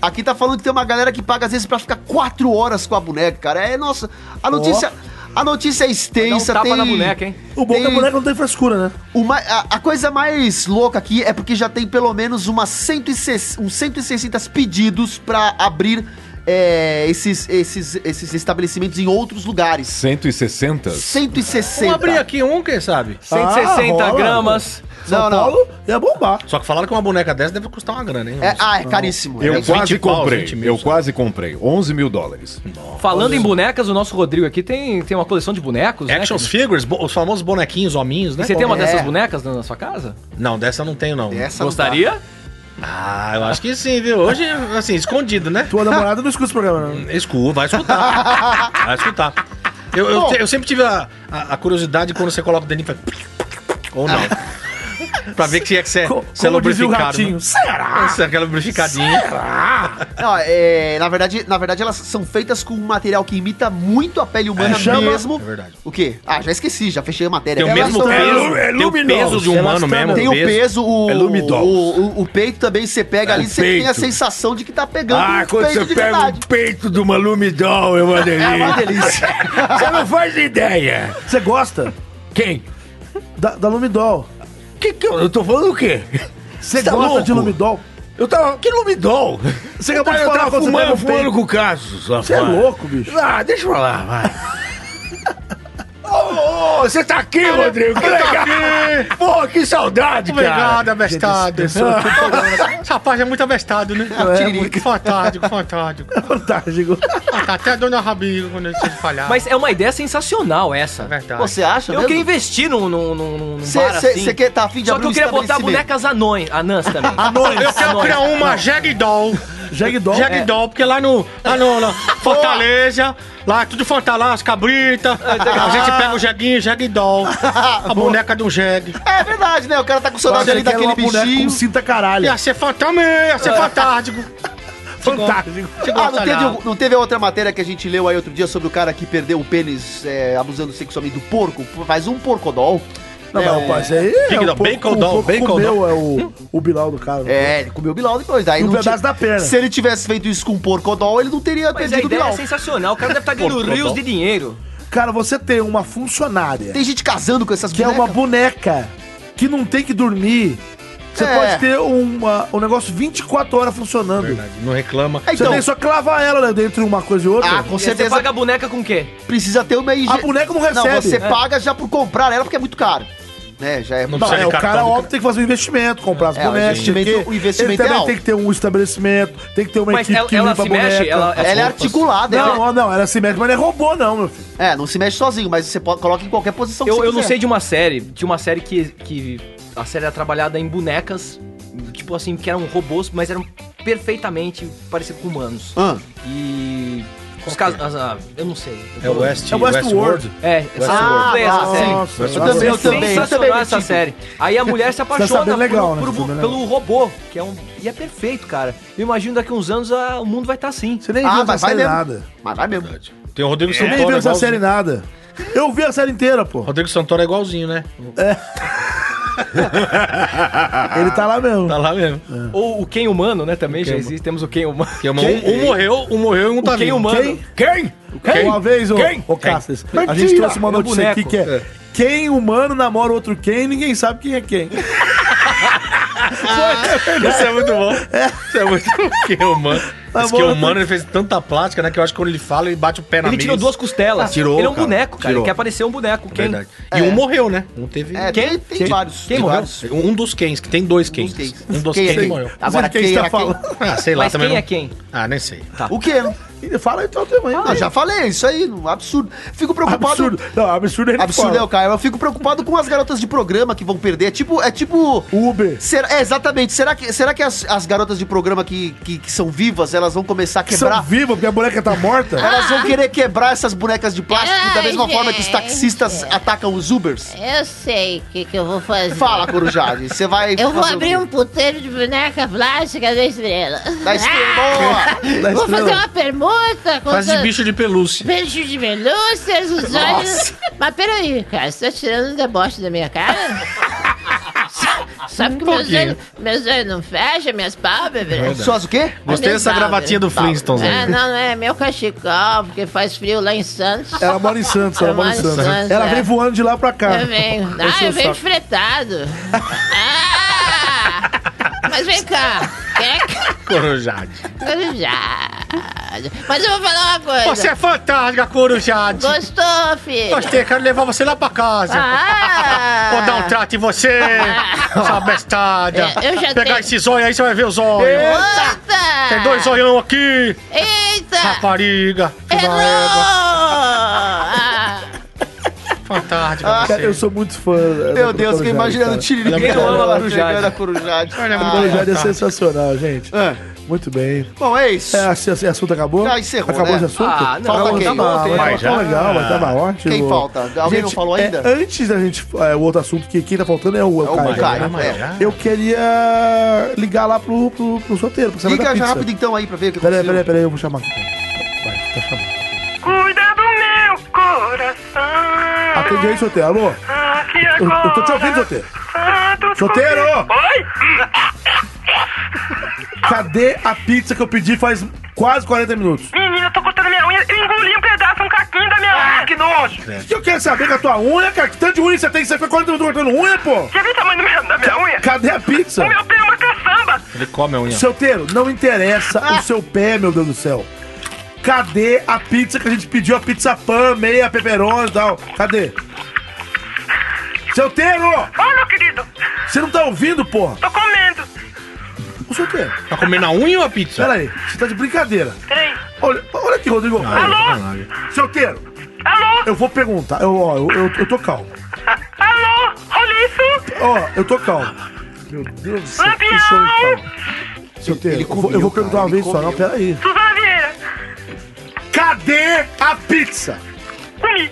D: Aqui tá falando que tem uma galera que paga às vezes pra ficar quatro horas com a boneca, cara. É, nossa, a notícia. A notícia é
C: Dá um
D: extensa,
C: tapa
D: tem...
C: na boneca, hein?
B: O bom é que a
D: tem-
B: boneca não tem frescura, né?
D: o mai- a, a coisa mais louca aqui é porque já tem pelo menos umas 160, uns 160 pedidos pra abrir é, esses, esses, esses estabelecimentos em outros lugares.
E: 160?
D: 160.
G: Vamos abrir aqui um, quem sabe?
C: 160
B: Ah, rola.
C: gramas.
B: São
D: Não, não.
B: Paulo ia é
G: [laughs]
B: bombar.
G: Só que falaram que uma boneca dessa deve custar uma grana, hein?
D: É, ah, é caríssimo.
E: Eu
D: É,
E: quase
G: 20 pau,
E: comprei.
G: 20 mil,
E: eu
G: sabe?
E: quase comprei. 11 mil dólares.
C: Falando em bonecas, o nosso Rodrigo aqui tem, tem uma coleção de bonecos, né?
G: Action
C: cara?
G: figures, bo- os famosos bonequinhos, hominhos, né?
C: Você tem uma
D: É.
C: dessas bonecas na na sua casa?
G: Não, dessa eu não tenho, não.
D: essa não
C: Gostaria?
G: Ah, eu acho que sim, viu? Hoje, assim, escondido, né?
B: Tua namorada não escuta esse programa, né?
G: Escuta, vai escutar. [laughs] vai escutar. Eu, eu,
D: Bom.
G: te- eu sempre tive a, a, a curiosidade quando você coloca o dedinho e faz... [laughs] Ou não. pra ver que é que você é,
B: Co-
G: você é
B: como dizia o
G: lubrificado.
B: ratinho,
G: né? Você é aquela lubrificadinha.
D: Não, é, na, verdade, na verdade, elas são feitas com um material que imita muito a pele humana
B: chama-
D: mesmo.
G: É verdade.
D: O quê? Ah, já esqueci, já fechei a matéria.
G: Tem o
D: Elas
G: mesmo
D: são-
G: peso.
I: lu- é
G: tem o peso
I: luminosos,
G: de um humano
B: elas
G: mesmo.
B: também.
D: Tem o peso, o,
I: É luminoso.
D: o, o- o peito também, você pega ali, você tem a
I: peito.
D: sensação de que tá pegando
B: Um
I: Ah, quando você
D: um
I: pega o peito de uma lumidol, é uma
D: É uma
I: delícia.
D: delícia.
I: [laughs] Você não faz ideia.
B: Você gosta
I: Quem?
B: da, da Lumidol.
I: Que que eu, eu tô falando o quê?
B: Você
I: tá
B: gosta
I: louco?
B: de Lumidol?
O: Eu tava. Que lumidol?
B: Você acabou
O: eu tava-
B: de falar
O: eu
B: quando
O: tava
B: você
O: fumando,
B: tava no
O: fumando
B: peito.
O: com o Cassius.
B: Você é
O: rapaz.
B: louco, bicho.
O: Ah, deixa eu falar, vai. Ô, ô, Você tá aqui, Rodrigo? Que legal! Pô, que saudade,
Q: Obrigado,
O: cara!
Q: abestado. Essa página é muito abestado, né?
O: É,
Q: muito fantástico, fantástico.
B: Fantástico.
Q: Até a dona Rabinho quando vocês falharam.
C: Mas é uma ideia sensacional
G: É
C: essa. verdade.
Q: Você acha
C: Eu
Q: mesmo?
C: queria investir num, num, num, num
Q: Tá Cê-
C: bar
Q: cê-
C: assim.
Q: cê quer- tá afim de
C: Só
Q: abrir
C: que eu
Q: um
C: queria botar
Q: estabelecimento.
C: bonecas anões, anãs
Q: [laughs]
C: também.
Q: Eu quero criar um uma Jagdoll.
B: Jagdoll?
C: É.
Q: Jagdoll, porque lá no, lá no lá, Fortaleza, lá é tudo Fortaleza, lá as cabritas, a gente pega o Jeguinho, Jagdoll, a boneca de um Jeg.
D: É verdade, né? O cara tá com saudade ali daquele bichinho.
B: cinta caralho.
Q: Ia ser fantasma, ia
C: É.
Q: ser fantástico.
B: Fantástico.
D: Ah, não teve, não teve a outra matéria que a gente leu aí outro dia sobre o cara que perdeu o pênis é, abusando sexualmente do porco? Faz um porcodol.
B: Não,
D: É,
B: mas rapaz, isso aí. um
D: Big Dog,
B: pouco-
D: Bacon
B: o
D: Dog,
B: pouco
D: Bacon
B: comeu,
D: Dog.
B: é o, o Bilal do cara.
D: É, ele comeu o Bilal depois. Daí
B: E um
D: não
B: pedaço da perna.
D: Se ele tivesse feito isso com um porcodol, ele não teria
C: Mas a
D: perdido o
C: ideia é
D: Bilal.
C: sensacional. O cara deve estar ganhando
D: Porcodol.
C: rios de dinheiro.
B: Cara, você tem uma funcionária.
D: Tem gente casando com essas
B: Que é uma boneca que não tem que dormir. Você
G: É.
B: pode ter uma, um negócio 24 horas funcionando.
G: Não reclama.
C: É
B: Você tem só clavar ela né, dentro de uma coisa e outra.
D: Ah, com certeza.
C: paga a boneca com o quê?
D: Precisa ter uma
B: A boneca não recebe.
D: você
B: É.
D: paga já por comprar ela porque é muito caro. Né? Já é
B: Não, é, o cara óbvio tem que fazer um investimento, comprar as
D: É, o
B: bonecas.
D: investimento-
B: porque
D: o investimento
B: ele
D: é
B: também
D: alto.
B: tem que ter um estabelecimento, tem que ter uma
D: Mas
B: equipe
D: ela-
B: que
D: ela
B: limpa a
D: se mexe?
B: boneca.
D: Ela- ela é articulada,
B: Não,
D: ela-
B: não, ela se mexe, mas não é robô, não, meu filho.
D: É, não se mexe sozinho, mas você pode, coloca em qualquer posição que
C: Eu,
D: você
C: eu não
D: quiser.
C: sei de uma série, de uma série que, que a série era trabalhada em bonecas, tipo assim, que eram robôs, mas eram perfeitamente parecidos com humanos.
D: Ah.
C: E... Os casos, ah, eu não sei.
G: É o West-
C: É Westworld.
G: Westworld.
C: É,
G: Westworld.
C: ah, essa
G: Ah,
C: série. é
G: nossa, eu também- eu também- eu
C: Sensacional
G: também
C: essa
D: tipo.
G: tive.
C: série. Aí a mulher se
G: Você tá
C: apaixona
G: sabendo
C: por-
G: legal, né?
C: por-
G: Tá sabendo
C: pelo robô, que é um... E é perfeito, cara. Eu imagino daqui uns anos ah, o mundo vai estar assim. Você
D: Ah,
B: nem viu essa série nada.
D: Mas vai mesmo.
G: Tem o
C: É.
G: Rodrigo
B: Eu nem vi
G: Santoro
B: essa série
G: igualzinho.
B: nada. Eu vi a série inteira, pô.
G: Rodrigo Santoro é igualzinho, né?
B: Ele tá lá mesmo.
G: Tá lá mesmo.
C: Ou o quem humano, né? Também
G: O Ken
C: já
G: humano.
C: existe. Temos o É. quem humano.
G: Um, um morreu, um morreu e um
C: O
G: tá
C: quem
G: vivo.
C: humano?
G: Quem?
B: Quem? Uma vez, ô,
G: Quem?
B: ô
G: Quem?
B: Cássio, a
G: Mentira.
B: gente trouxe uma
G: É um
B: notícia aqui
G: boneco.
B: que é quem humano namora outro quem, ninguém sabe quem é quem.
G: Isso é muito bom. Isso é muito bom. [laughs] Que humano.
B: Tá
G: Esse
B: bom,
G: que é
B: eu tô-
G: humano, ele fez tanta plástica, né? Que eu acho que quando ele fala, ele bate o pé na
C: Ele
G: mesa.
C: tirou duas costelas.
G: Tirou,
C: Ele é um boneco, cara.
G: Tirou.
C: Ele quer parecer um boneco. Quem?
G: Verdade. E um morreu, né? Um teve.
C: É, tem- tem vários. Quem morreu?
G: Um dos Kens, que tem dois Kens. Um dos
C: Quem é
G: Kens
C: quem?
G: morreu.
D: Agora, Quem quem está era quem? falando?
G: Ah, sei lá
D: Mas quem
G: também. não-
D: é quem?
G: Ah, nem sei.
C: Tá.
D: O quê?
B: Fala então também.
D: Não, já falei, isso aí, um absurdo. Fico preocupado.
B: Absurdo. Não, absurdo é ele
D: Absurdo
B: fala.
D: é o Caio. Eu fico preocupado com as garotas de programa que vão perder. É tipo. É tipo
B: Uber.
D: é, exatamente. Será que, será que as, as garotas de programa que, que, que são vivas, elas vão começar a
B: Que são
D: quebrar?
B: vivos, porque a boneca tá [laughs] morta.
D: Elas vão querer quebrar essas bonecas de plástico da
M: Ah! Ai,
D: mesma forma que os taxistas atacam os Ubers?
M: Eu sei o que, que eu vou fazer.
D: Fala, Corujade. Você vai.
M: Eu vou
D: fazer o quê?
M: abrir um puteiro de boneca plástica da estrela. Ah,
D: Da estrela, boa. Da
M: Vou
D: estrela.
M: fazer uma permuta com
G: Faz de
M: todos-
G: bicho de pelúcia.
M: Bicho de pelúcia, os olhos. Mas peraí, cara, você tá tirando um deboche da minha cara? Só- Só porque meus
G: pouquinho.
M: olhos, meus olhos não fecham, minhas pálpebras. [laughs]
G: Verdade. Suas o quê? Gostei
M: Minhas
G: dessa gravatinha do
M: pálpebras.
G: Flintstones aí.
M: Ah, não, não né? é meu cachecol, porque faz frio lá em Santos.
G: É
B: Ela mora em Santos, ela
M: Eu
B: mora em
M: moro em
B: Santos.
M: Santos,
B: tá Ela
M: é.
B: vem voando de lá pra cá.
M: Eu venho.
B: Esse
M: Ah,
B: é o
M: eu venho
B: saco.
M: fretado. Ah! Mas vem cá. Quem é que...
G: Corujade.
M: Corujade. Mas eu vou falar uma coisa.
G: Você é fantástica, Corujade.
M: Gostou, filho?
G: Gostei, quero levar você lá pra casa.
M: Ah!
G: Vou dar um trato em você, sua bestada.
M: É, eu já
G: Pegar
M: tenho- Ah.
G: esses olhos aí, você vai ver os olhos.
M: Eita!
G: Tem dois olhão aqui.
M: Eita!
G: Rapariga.
M: Ah!
G: Fantástico.
B: Cara, Ah, eu sou muito fã.
D: Meu Deus, fiquei imaginando o Tiririca
B: Ela é
D: chegando
B: Corujade.
D: a Corujade. é.
B: A Corujade
D: Ah, tá.
B: é sensacional, gente. Muito bem.
D: Bom, é isso.
B: É, esse, esse assunto acabou?
D: Já encerrou,
B: Acabou
D: né?
B: esse assunto?
D: Ah, não,
B: Acabou,
D: quem?
B: tá bom,
D: Ontem,
B: mas
D: mas
B: tá
D: já-
B: legal, mas tava ótimo.
D: Quem falta? Alguém não falou
B: é,
D: ainda?
B: antes da gente... É, o outro assunto que quem tá faltando é o, é o Caio.
D: Caio,
B: né?
D: é.
B: Eu queria ligar lá pro, pro, pro solteiro. pro Samantha
D: Liga já
B: Pizza.
D: rápido então aí pra ver o que
B: Peraí,
D: aconteceu.
B: peraí, peraí, eu vou chamar aqui. tá
P: Cuida do meu coração.
B: Atende aí, solteiro. Alô?
P: Aqui
B: Eu,
P: agora.
B: eu tô te ouvindo, solteiro.
P: Santo
B: Solteiro!
P: Oi?
B: Cadê a pizza que eu pedi faz quase 40 minutos?
P: Menina, eu tô cortando minha unha. Eu engoli um pedaço, um caquinho da minha unha. Que nojo.
B: que eu quero saber com a tua unha, cara? Que tanto de unha que você tem que você fica 40 minutos cortando unha, pô?
P: Já viu o tamanho do meu- da minha unha?
B: Cadê a pizza?
P: O meu pé é uma caçamba. Caramba!
G: Ele come a unha.
B: Solteiro, não interessa o seu pé, meu Deus do céu. Cadê a pizza que a gente pediu? A pizza pan, meia, peperoni e tal. Cadê? Solteiro!
P: Ô, meu querido,
B: Você não tá ouvindo, porra?
P: tô comendo.
B: O solteiro.
G: Tá comendo a unha ou a pizza?
B: Peraí, você tá de brincadeira.
P: Peraí.
B: Olha, olha aqui, Rodrigo.
P: Alô?
B: Solteiro.
P: Alô?
B: Eu vou perguntar. Eu, ó, eu, eu, eu tô calmo.
P: Alô? Olha isso!
B: Ó, eu tô calmo. Meu Deus do céu, que sono
G: então.
B: calmo. Solteiro, eu, vou- eu vou perguntar uma vez só, não, peraí.
P: Suzana Vieira,
B: Cadê a pizza?
P: comi.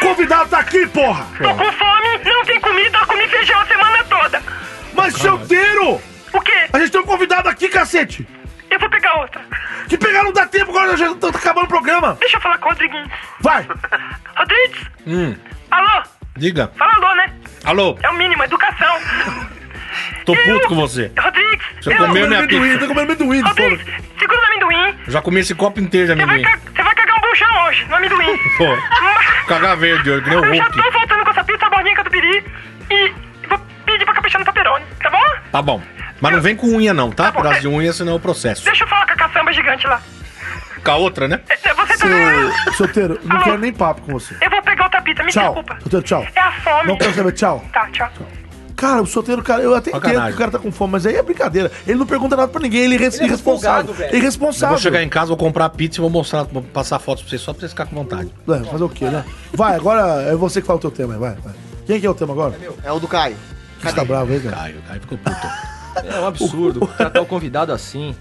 B: Convidado tá aqui, porra!
P: Tô com fome, não tem comida, eu comi feijão a semana toda.
B: Mas, solteiro!
P: O quê?
B: A gente tem um convidado aqui, cacete!
P: Eu vou pegar outra.
B: Que pegar não dá tempo, agora já tá acabando o programa!
P: Deixa eu falar com o Rodriguinho.
B: Vai!
P: [laughs] Rodrigues,
G: Hum,
P: alô?
G: diga.
P: Fala alô, né?
G: Alô,
P: É o mínimo, educação.
G: tô puto com você.
P: Rodrigues,
G: Você comeu minha pizza.
B: comendo amendoim,
P: segura no amendoim.
G: Já comi esse copo inteiro de amendoim.
P: Você vai cagar um buchão hoje, no amendoim.
G: [laughs] Pô, cagar veio de olho, que nem o
P: Eu já
G: Hulk.
P: tô voltando com essa pizza, borrinha catupiry e vou pedir pra caprichar no paperone, tá bom?
G: Tá bom. Mas não vem com unha não, tá? Por causa de unha, senão é o processo.
P: Deixa eu falar com a caçamba gigante lá. É,
G: Com a outra, né?
B: Seu, solteiro, não quero nem papo com você.
P: Eu vou pegar outra pizza, me
B: Tchau.
P: desculpa.
B: Solteiro, tchau.
P: É a fome.
B: Não quero saber, tchau.
P: Tá, tchau.
B: Cara, o solteiro, cara, eu até entendo
G: Sacanagem.
B: que o cara tá com fome, mas aí é brincadeira. Ele não pergunta nada pra ninguém, ele é,
G: Ele é
B: irresponsável.
G: folgado, velho. Eu
B: irresponsável.
G: vou chegar em casa, vou comprar a pizza e vou mostrar, vou passar fotos pra vocês só pra vocês ficarem com vontade.
B: É, fazer o quê, né? Vai, agora é você que fala o teu tema, vai, vai. Quem que é o tema agora?
D: É o do Caio.
B: Você tá bravo aí, cara?
G: Caio, Caio ficou puto.
C: É um absurdo tratar o convidado assim.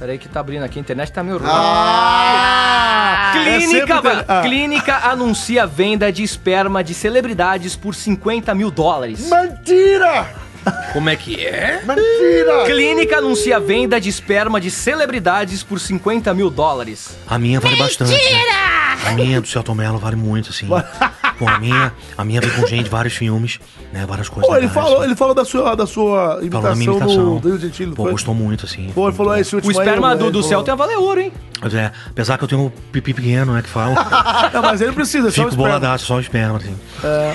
C: Peraí que tá abrindo aqui, a internet tá meio ruim.
D: Ah!
B: É sempre
C: Clínica,
B: tem- ah.
C: Clínica anuncia venda de esperma de celebridades por 50 mil dólares.
B: Mentira!
G: Como é que é?
B: Mentira!
C: Clínica anuncia venda de esperma de celebridades por 50 mil dólares.
Q: A minha vale bastante. né? A minha do Celton Mello vale muito,
B: [laughs]
Q: assim. Pô, a minha, a minha vem com gente, vários filmes, né? Várias coisas.
B: Pô, ele
Q: legais,
B: falou,
Q: assim.
B: ele falou da sua, da sua imitação,
Q: Falou da minha imitação.
B: do Danilo Gentili, não
Q: Pô,
B: foi?
Q: gostou muito, assim.
B: Pô, ele falou esse
C: O
B: último aí,
C: esperma
B: né,
C: do,
B: ele
C: do
B: falou-
C: céu tem a valer ouro, hein?
Q: Mas é, apesar que eu tenho um pipi pequeno, né? Que
B: [laughs]
Q: fala.
B: Não, mas ele precisa, é só o
Q: Fico
B: um esperma.
Q: boladaço, só o esperma, assim.
D: É,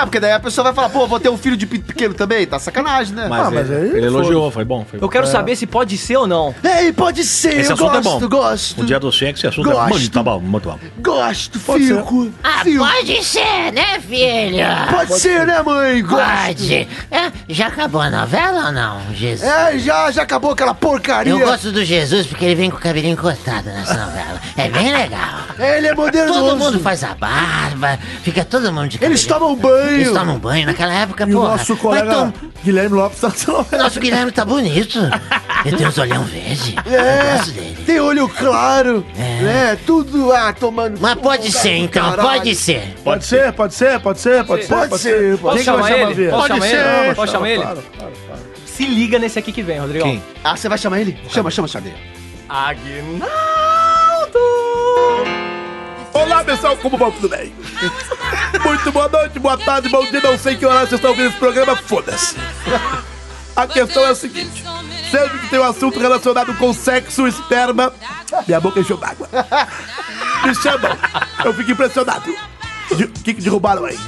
D: porque daí a pessoa vai falar, pô, vou ter um filho de pe- pequeno também? Tá sacanagem, né?
G: Ah, Mas, ele, ele elogiou, foi bom. Foi
C: Eu
G: bom.
C: quero saber se pode ser ou não.
L: Ei, pode ser,
G: Esse
L: eu
G: assunto é
L: gosto,
G: bom.
L: gosto.
G: O dia do sexo, esse assunto
Q: né?
G: é
L: Gosto.
Q: tá
G: muito bom, muito bom.
L: Gosto,
B: Pode ser.
L: fico.
M: Ah,
L: fico.
M: pode ser, né, filho?
L: Pode, ser, né, mãe? Gosto.
M: Pode. É, já acabou a novela ou não, Jesus?
L: É, já, já acabou aquela porcaria.
M: Eu gosto do Jesus porque ele vem com o cabelinho cortado nessa novela. É bem legal.
L: Ele é modernoso.
M: Todo mundo faz a barba, fica todo mundo de cabelo.
L: Eles
D: é um
L: tomam banho.
M: Eles tomam banho naquela época,
B: E o
M: porra.
B: nosso
M: vai
B: colega
M: tom-
B: Guilherme Lopes tá [laughs] sendo...
M: Nosso Guilherme tá bonito. Ele tem uns olhão verde. Eu gosto dele.
L: É, tem olho claro,
Q: É.
L: né? Tudo, ah, tomando...
M: Mas pode ser, então,
L: Caralho.
M: pode ser.
B: Pode ser, pode ser, pode ser, pode ser, pode ser.
C: Posso
B: Quem que
C: chamar
B: vai chamar
C: ele?
B: a ver?
C: Posso chamar ele?
B: chama,
C: Posso
B: chama,
C: chamar ele?
B: claro, claro, claro.
C: Se liga nesse aqui que vem, Rodrigão.
G: Quem?
D: Ah, você vai chamar ele? Chama, chama, chama ele.
C: Aguinaldo!
B: Olá, pessoal, como vão? Tudo bem? Muito boa noite, boa tarde, bom dia, não sei que horário vocês estão ouvindo esse programa, foda-se. A questão é a seguinte, sempre que tem um assunto relacionado com sexo, esperma, minha boca encheu d'água. Me chamam, eu fico impressionado. De- O que que derrubaram aí?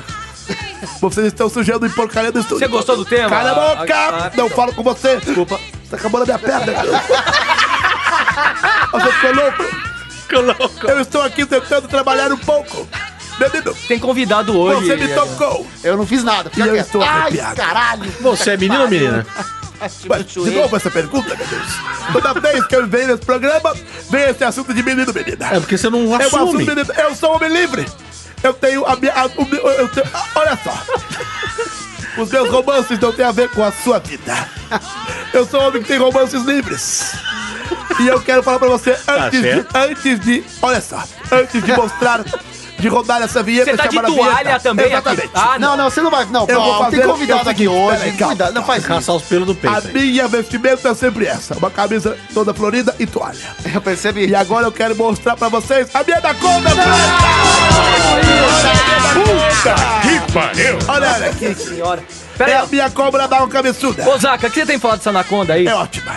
B: Vocês estão sujando e porcaria do estúdio.
C: Você gostou do tema?
B: Cala a boca!
C: Ah, ah,
B: não falo com você! Desculpa. Você acabou na minha pedra. você ficou louco? Eu estou aqui tentando trabalhar um pouco. Menino,
C: Tem convidado hoje.
B: você me tocou.
D: Eu não fiz nada.
B: E
D: fica
B: eu
D: quieto.
B: estou
D: Ai,
B: arrepiado.
D: caralho.
G: Você é menino ou menina?
B: Mas, de novo essa pergunta, meu Deus. Toda vez que eu venho nesse programa, vem esse assunto de menino, menina.
G: É porque você não
B: Eu, assumo,
G: assume.
B: menino, eu sou homem livre. Eu tenho a minha. a- o meu- eu tenho- ah, olha só. Os meus romances não têm a ver com a sua vida. Eu sou um homem que tem romances livres. E eu quero falar pra você antes de.
G: Tá certo.
B: Antes de. Olha só. Antes de mostrar. De rodar essa vinheta.
C: Você tá de
B: chamar a vinheta.
C: toalha também aqui.
B: Exatamente.
C: Ah,
D: Não, não, você não vai. Não,
B: Eu vou
D: Paulo,
B: fazer
D: tem convidado
B: é o
D: aqui
B: seguinte,
D: hoje.
B: peraí, calma,
D: Cuidado, não faz isso.
G: Caçar os pelos do
B: A
G: peito. aí.
B: minha vestimenta é sempre essa. Uma camisa toda florida e toalha.
D: Eu percebi.
B: E agora eu quero mostrar pra vocês a minha anaconda preta.
I: Que pariu!
B: Olha, olha aqui.
C: senhora.
B: É
C: Pera
B: a
C: aí.
B: minha cobra da uma cabeçuda.
C: Ô, Zaca, o que você tem falado dessa anaconda aí?
B: É ótima.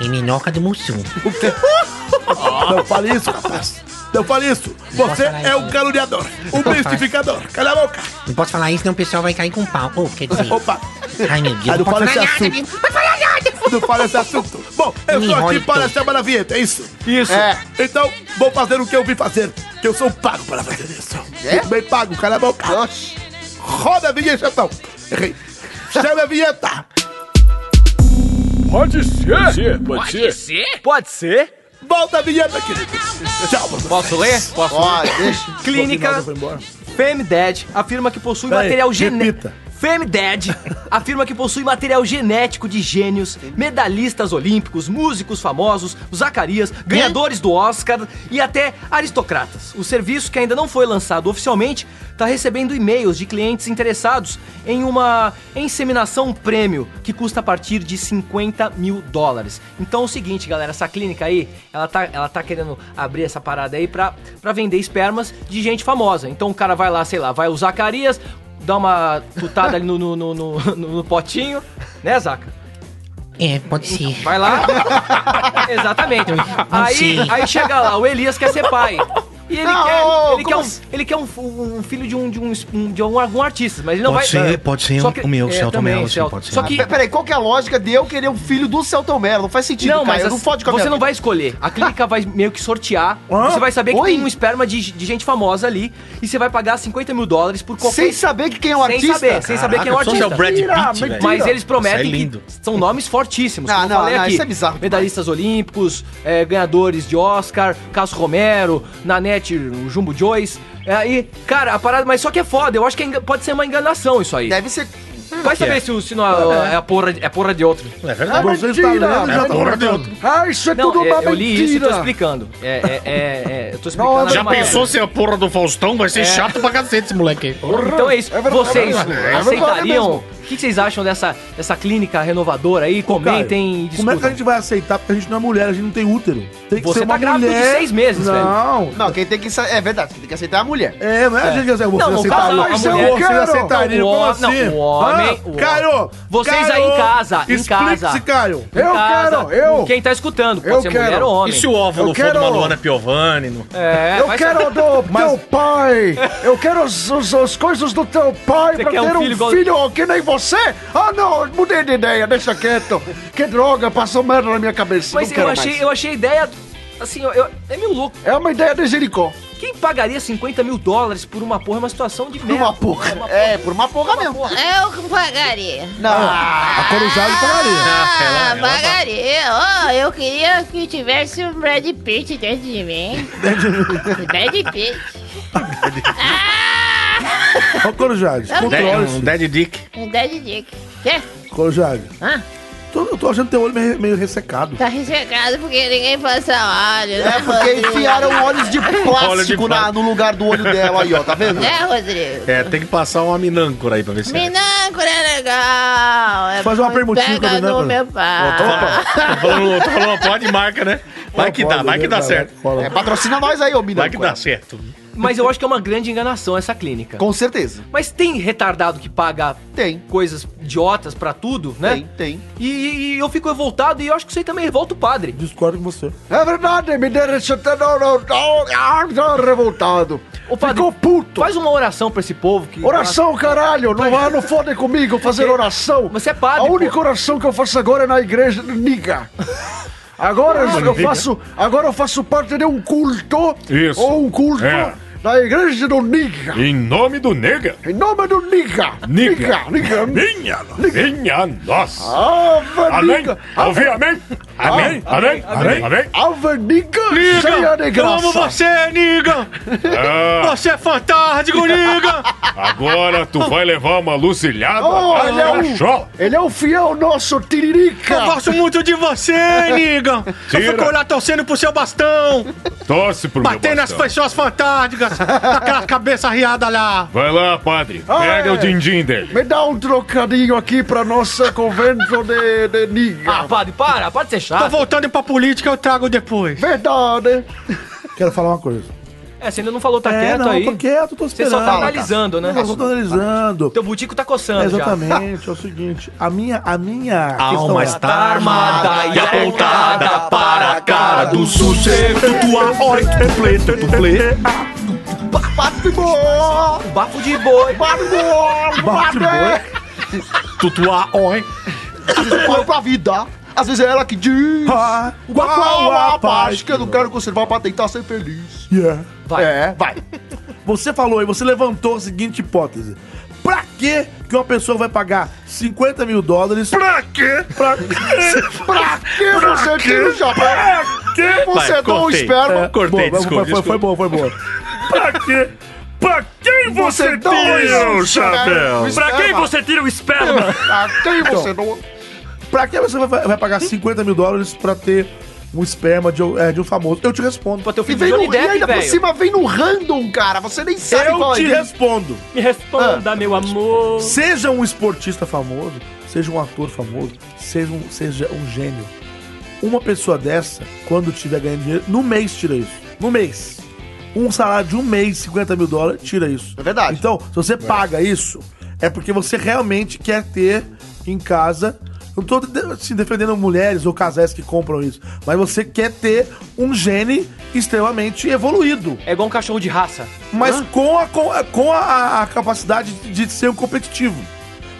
Q: E minhoca de mussum.
B: Não fale isso, rapaz. Não fale isso. Você
Q: falar
B: é
Q: isso,
B: um
Q: né?
B: caluniador, um
Q: posso
B: mistificador. Cala a boca.
Q: Não posso falar isso, senão o pessoal vai cair com pau. Ô, quer dizer.
B: Opa.
Q: Ai, meu Deus.
B: Ah, não fala esse
Q: falar nada,
B: assunto.
Q: menino. Não pode falar nada.
B: não fala esse assunto. Bom, eu estou aqui para a semana vinheta, é isso? Isso. Então, vou fazer o que eu vim fazer, que eu sou pago para fazer isso. É? Bem pago, cala a boca. Roda a vinheta, então. Errei. Chama a vinheta. Pode ser.
C: Pode ser. Pode ser.
B: Volta a vinheta aqui. Tchau.
C: Posso ler? Posso
B: Pode,
C: ler?
B: deixa.
C: Clínica Femdad afirma que possui
B: Peraí,
C: material genético.
B: repita.
C: Femdad afirma que possui material genético de gênios, medalhistas olímpicos, músicos famosos, Zacarias, ganhadores do Oscar e até aristocratas. O serviço, que ainda não foi lançado oficialmente, está recebendo e-mails de clientes interessados em uma inseminação prêmio que custa a partir de 50 mil dólares. Então é o seguinte, galera, essa clínica aí, ela tá, ela tá querendo abrir essa parada aí pra, pra vender espermas de gente famosa. Então o cara vai lá, sei lá, vai o Zacarias, dá uma tutada ali no, no, no, no- no- no potinho, né, Zaca? Então,
K: É, pode ser.
C: Vai lá. Exatamente. Aí,
K: sei.
C: aí chega lá, o Elias quer ser pai. E ele
K: Não,
C: quer, ele
K: como
C: quer, um,
K: assim?
C: ele quer um, um filho de um, de um, de algum, algum artista, mas ele não
K: Pode
C: vai.
K: ser, pode ser um
C: Só
K: o meu, Celton Mello, sim,
C: Celton.
K: pode ser.
C: Só que
D: Ah, Peraí, qual que é a lógica de eu querer um filho do Celton Mello? Não faz sentido,
C: não, mas
D: cara.
C: assim,
D: Não fode com a
C: você
D: minha
C: não vai escolher. A clínica vai meio que sortear.
D: Hã?
C: Você vai saber que
D: Oi?
C: tem um esperma de, de gente famosa ali. E você vai pagar 50 mil dólares por qualquer.
D: Sem saber que quem é o
C: Sem
D: artista?
C: saber, sem saber quem é o
D: Caraca,
C: artista.
D: só se é o Brad Mentira, Pitt, velho.
C: Mas
D: mentira.
C: eles prometem
D: Isso é
C: que
D: lindo.
C: são nomes fortíssimos.
D: Não,
C: como eu
D: não,
C: falei
D: não,
C: aqui.
D: isso é bizarro demais.
C: Medalhistas olímpicos, eh, ganhadores de Oscar, Caso Romero, Nanete, o Jumbo Joyce. Aí, cara, a parada. Mas só que é foda. Eu acho que é enga- pode ser uma enganação isso aí. Deve
D: ser.
C: Vai
L: que
C: saber
L: é.
C: se, o- se não é, é a porra, é a porra de outro. É
B: tá
L: Ah, mentira! já tô matando. Ah, isso é
C: não,
L: tudo
C: é,
L: uma
C: eu li isso e tô
L: mentira.
C: explicando. É, é, é, é, eu tô explicando. a
G: Já
C: matéria.
G: pensou se a porra do Faustão vai ser
C: É.
G: chato pra cacete esse moleque aí?
C: Então é isso. Vocês aceitariam?
G: mesmo.
C: O que que vocês acham dessa, dessa clínica renovadora aí? Comentem e
B: Como é que a
C: discutam.
B: gente vai aceitar? Porque a gente não é mulher, a gente não tem útero. Tem que
C: Você
B: ser
C: tá
B: uma
C: grávido de
B: mulher.
C: seis meses,
B: não.
C: velho.
B: Não.
D: Não, quem tem que. sa- É verdade, quem tem que aceitar é a mulher.
B: É, não é a gente que aceita. Vocês aceitariam?
D: Mas
B: Vocês
D: eu quero.
B: aceitariam?
D: O
B: Como
D: homem-
B: assim?
D: não, o homem-
B: Ah,
D: o
B: Caio!
C: Vocês
B: Caio,
C: aí em casa, em
B: explique-se,
C: casa.
B: Caio.
C: Em casa, Quem tá escutando, pode
B: Eu
C: ser
B: quero.
C: mulher ou homem.
G: E se o óvulo for de uma Luana Piovani? No...
C: É,
L: eu
C: vai
L: quero
C: saber.
L: do
C: [laughs]
L: teu pai! Eu quero os, os- as coisas do teu pai
C: Você
L: pra
C: quer
L: ter
C: um
L: um
C: filho
L: filho,
C: igual-
L: que nem você! Ah não, mudei de ideia, deixa quieto! Que droga, passou merda na minha cabeça.
C: Mas
L: não
C: eu
L: quero
C: achei,
L: mais.
C: eu achei a ideia. Assim, eu, eu- é meio louco.
L: É uma ideia de Jericó.
D: É.
C: Quem pagaria 50 mil dólares por uma porra? É uma situação de merda.
D: uma porra. É, por uma porra mesmo.
M: Eu que [laughs] pagaria.
D: Não.
B: A Corujada
M: Ah,
B: pagaria.
M: pagaria. Oh, eu queria que tivesse um Brad Pitt dentro de mim. Um Brad Pitt.
B: Ó, Corujade,
G: É.
M: Um
B: controle-se.
G: Né? Dead Dick.
M: Um Dead Dick. Quê?
B: Corujade.
M: Hã?
B: Tô, eu tô achando teu olho meio, meio ressecado.
M: Tá ressecado porque ninguém passa óleo. né,
D: É, porque enfiaram olhos de
G: Olho de
D: plástico na,
G: plástico.
D: no lugar do olho dela aí, ó, tá vendo?
M: Né, Rodrigo?
G: É, tem que passar uma minâncora aí pra ver se é.
M: Minâncora é legal. É
G: Faz uma permutinha com a
M: Pega no
G: minâncora.
M: meu pau.
G: Tô falando, tô falando uma porra de marca, né? Vai que dá, vai que dá certo.
D: É, patrocina nós aí, ô Minâncora.
G: Vai que dá certo.
C: Mas eu acho que é uma grande enganação essa clínica.
D: Com certeza.
C: Mas tem retardado que paga
D: tem.
C: coisas idiotas pra tudo, né?
D: Tem, tem.
C: E, e eu fico revoltado e eu acho que isso aí também revolta o padre.
B: Discordo com você.
L: É verdade, me deixa até não, não, não, ah, não, revoltado.
C: O padre,
L: Ficou puto.
C: Faz uma oração pra esse povo que...
L: Oração, caralho! Não, vá, não fodem comigo fazer oração! Você é padre! A única oração que eu faço agora é na igreja do Niga. Agora
B: Ah,
L: eu
B: Niga.
L: faço. Agora eu faço parte de um culto.
E: Isso.
L: Ou um culto
E: É.
L: da igreja do Niga.
E: Em nome do nega.
L: Em nome do Niga!
E: Niga.
L: Niga!
E: Minha, minha nossa.
L: Ave
E: Amém?
L: Niga!
E: Ouvi amém?
L: ah,
E: Amém? Amém? Amém? Amém?
L: Ave Niga! cheia de
G: Niga! Eu
L: graça.
G: amo você, Niga!
E: Ah.
G: Você é fantástico, Niga!
E: Agora tu vai levar uma lucilhada.
L: Oh,
E: Ah,
L: ele, é
E: cachorro.
L: um, ele é um fiel nosso tiririca!
G: Eu gosto muito de você, Niga! Eu
E: Tira.
G: fico lá torcendo pro seu bastão,
E: Torce pro meu
G: batendo nas
E: bastão.
G: pessoas fantásticas, naquela cabeça riada lá.
E: Vai lá, padre. Pega
L: Ah,
E: o
L: é.
E: din-din dele.
L: Me dá um trocadinho aqui pra nossa convento de, de Niga. Ah,
C: assim, padre, para, pode ser
G: Tô voltando pra política, eu trago depois.
L: Verdade.
B: Quero falar uma coisa.
C: É, você ainda não falou, tá
B: É,
C: quieto
B: não,
C: aí.
B: tô quieto, tô
C: Você só
B: esperando.
C: tá analisando, né?
B: Eu só tô analisando.
C: Teu butico tá coçando já.
B: Exatamente, é o seguinte, a minha, a minha
C: A
B: questão
C: alma
B: é-
C: está armada e apontada
O: para a cara do sujeito.
B: [laughs]
O: Tua hora é play, tu play.
C: Bafo de boi.
D: Bafo de boi.
O: Bafo de boi.
G: Tutua, oi.
D: Foi pra vida. Às vezes é ela que diz.
B: Ah, qual a paz
D: que eu não quero conservar pra tentar ser feliz?
B: Yeah.
D: Vai. É, vai.
B: Você falou aí, você levantou a seguinte hipótese. Pra quê que uma pessoa vai pagar 50 mil dólares? Pra quê? Pra quê?
D: pra quê você tira o chapéu?
B: Pra quê?
D: Você dá um esperma?
B: É,
D: Cortei,
B: boa,
D: desculpa,
B: foi, foi, foi boa, foi boa. pra quê? Pra quem
I: você tira o chapéu?
B: Pra quem você tira o esperma?
D: Pra Ah, quem você não...
B: Pra que você vai, vai pagar 50 mil dólares pra ter um esperma de, um- é, de um famoso? Eu te respondo. Pra ter o
D: E, vem no, e ainda por cima vem no random, cara. Você nem sabe
B: Eu te
D: é dele.
B: respondo.
C: Me responda, meu amor.
B: Seja um esportista famoso, seja um ator famoso, seja um, seja um gênio. Uma pessoa dessa, quando tiver ganhando dinheiro, no mês tira isso. No mês. Um salário de um mês, 50 mil dólares, tira isso. É verdade. Então, se você paga isso, é porque você realmente quer ter em casa. Não tô de- assim, defendendo mulheres ou casais que compram isso, mas você quer ter um gene extremamente evoluído.
C: É igual um cachorro de raça.
B: Mas com, a, com, a, com a- a capacidade de ser um competitivo.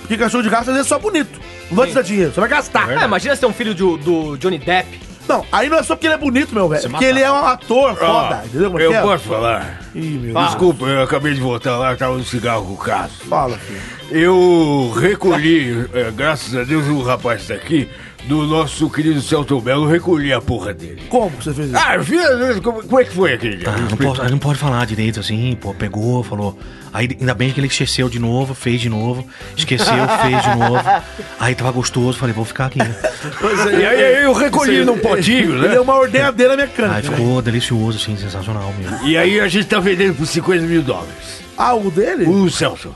B: Porque cachorro de raça às vezes, é só bonito. Não vai te dar dinheiro, você vai gastar.
C: Ah, imagina se tem um filho do, do Johnny Depp.
B: Não, aí não é só porque ele é bonito, meu velho.
C: Se
B: Porque
C: matar.
B: ele é um ator foda,
E: Ah,
B: entendeu? como é
E: eu Ah.
B: que é?
E: posso falar?
B: Deus.
E: Desculpa, eu acabei de voltar lá, tava no cigarro com o Cássio.
B: Fala, filho.
E: Eu recolhi, eh, graças a Deus o rapaz tá aqui, do nosso querido Celton Belo, eu recolhi a porra dele.
B: Como que você fez isso?
E: Ah, eu vi, como, como é que foi aquele dia?
G: Ah, não pode, ele não pode falar direito assim, pô, pegou, falou. Aí ainda bem que ele esqueceu de novo, fez de novo, esqueceu, fez de novo. Aí tava gostoso, falei, vou ficar aqui.
E: é, E aí, aí eu recolhi num potinho, né?
B: Ele é uma ordenhadeira
G: Aí
B: mecânica.
G: ficou delicioso, assim, sensacional mesmo.
E: E aí a gente tá vendendo por 50 mil dólares.
B: Ah, o dele?
E: O Celso.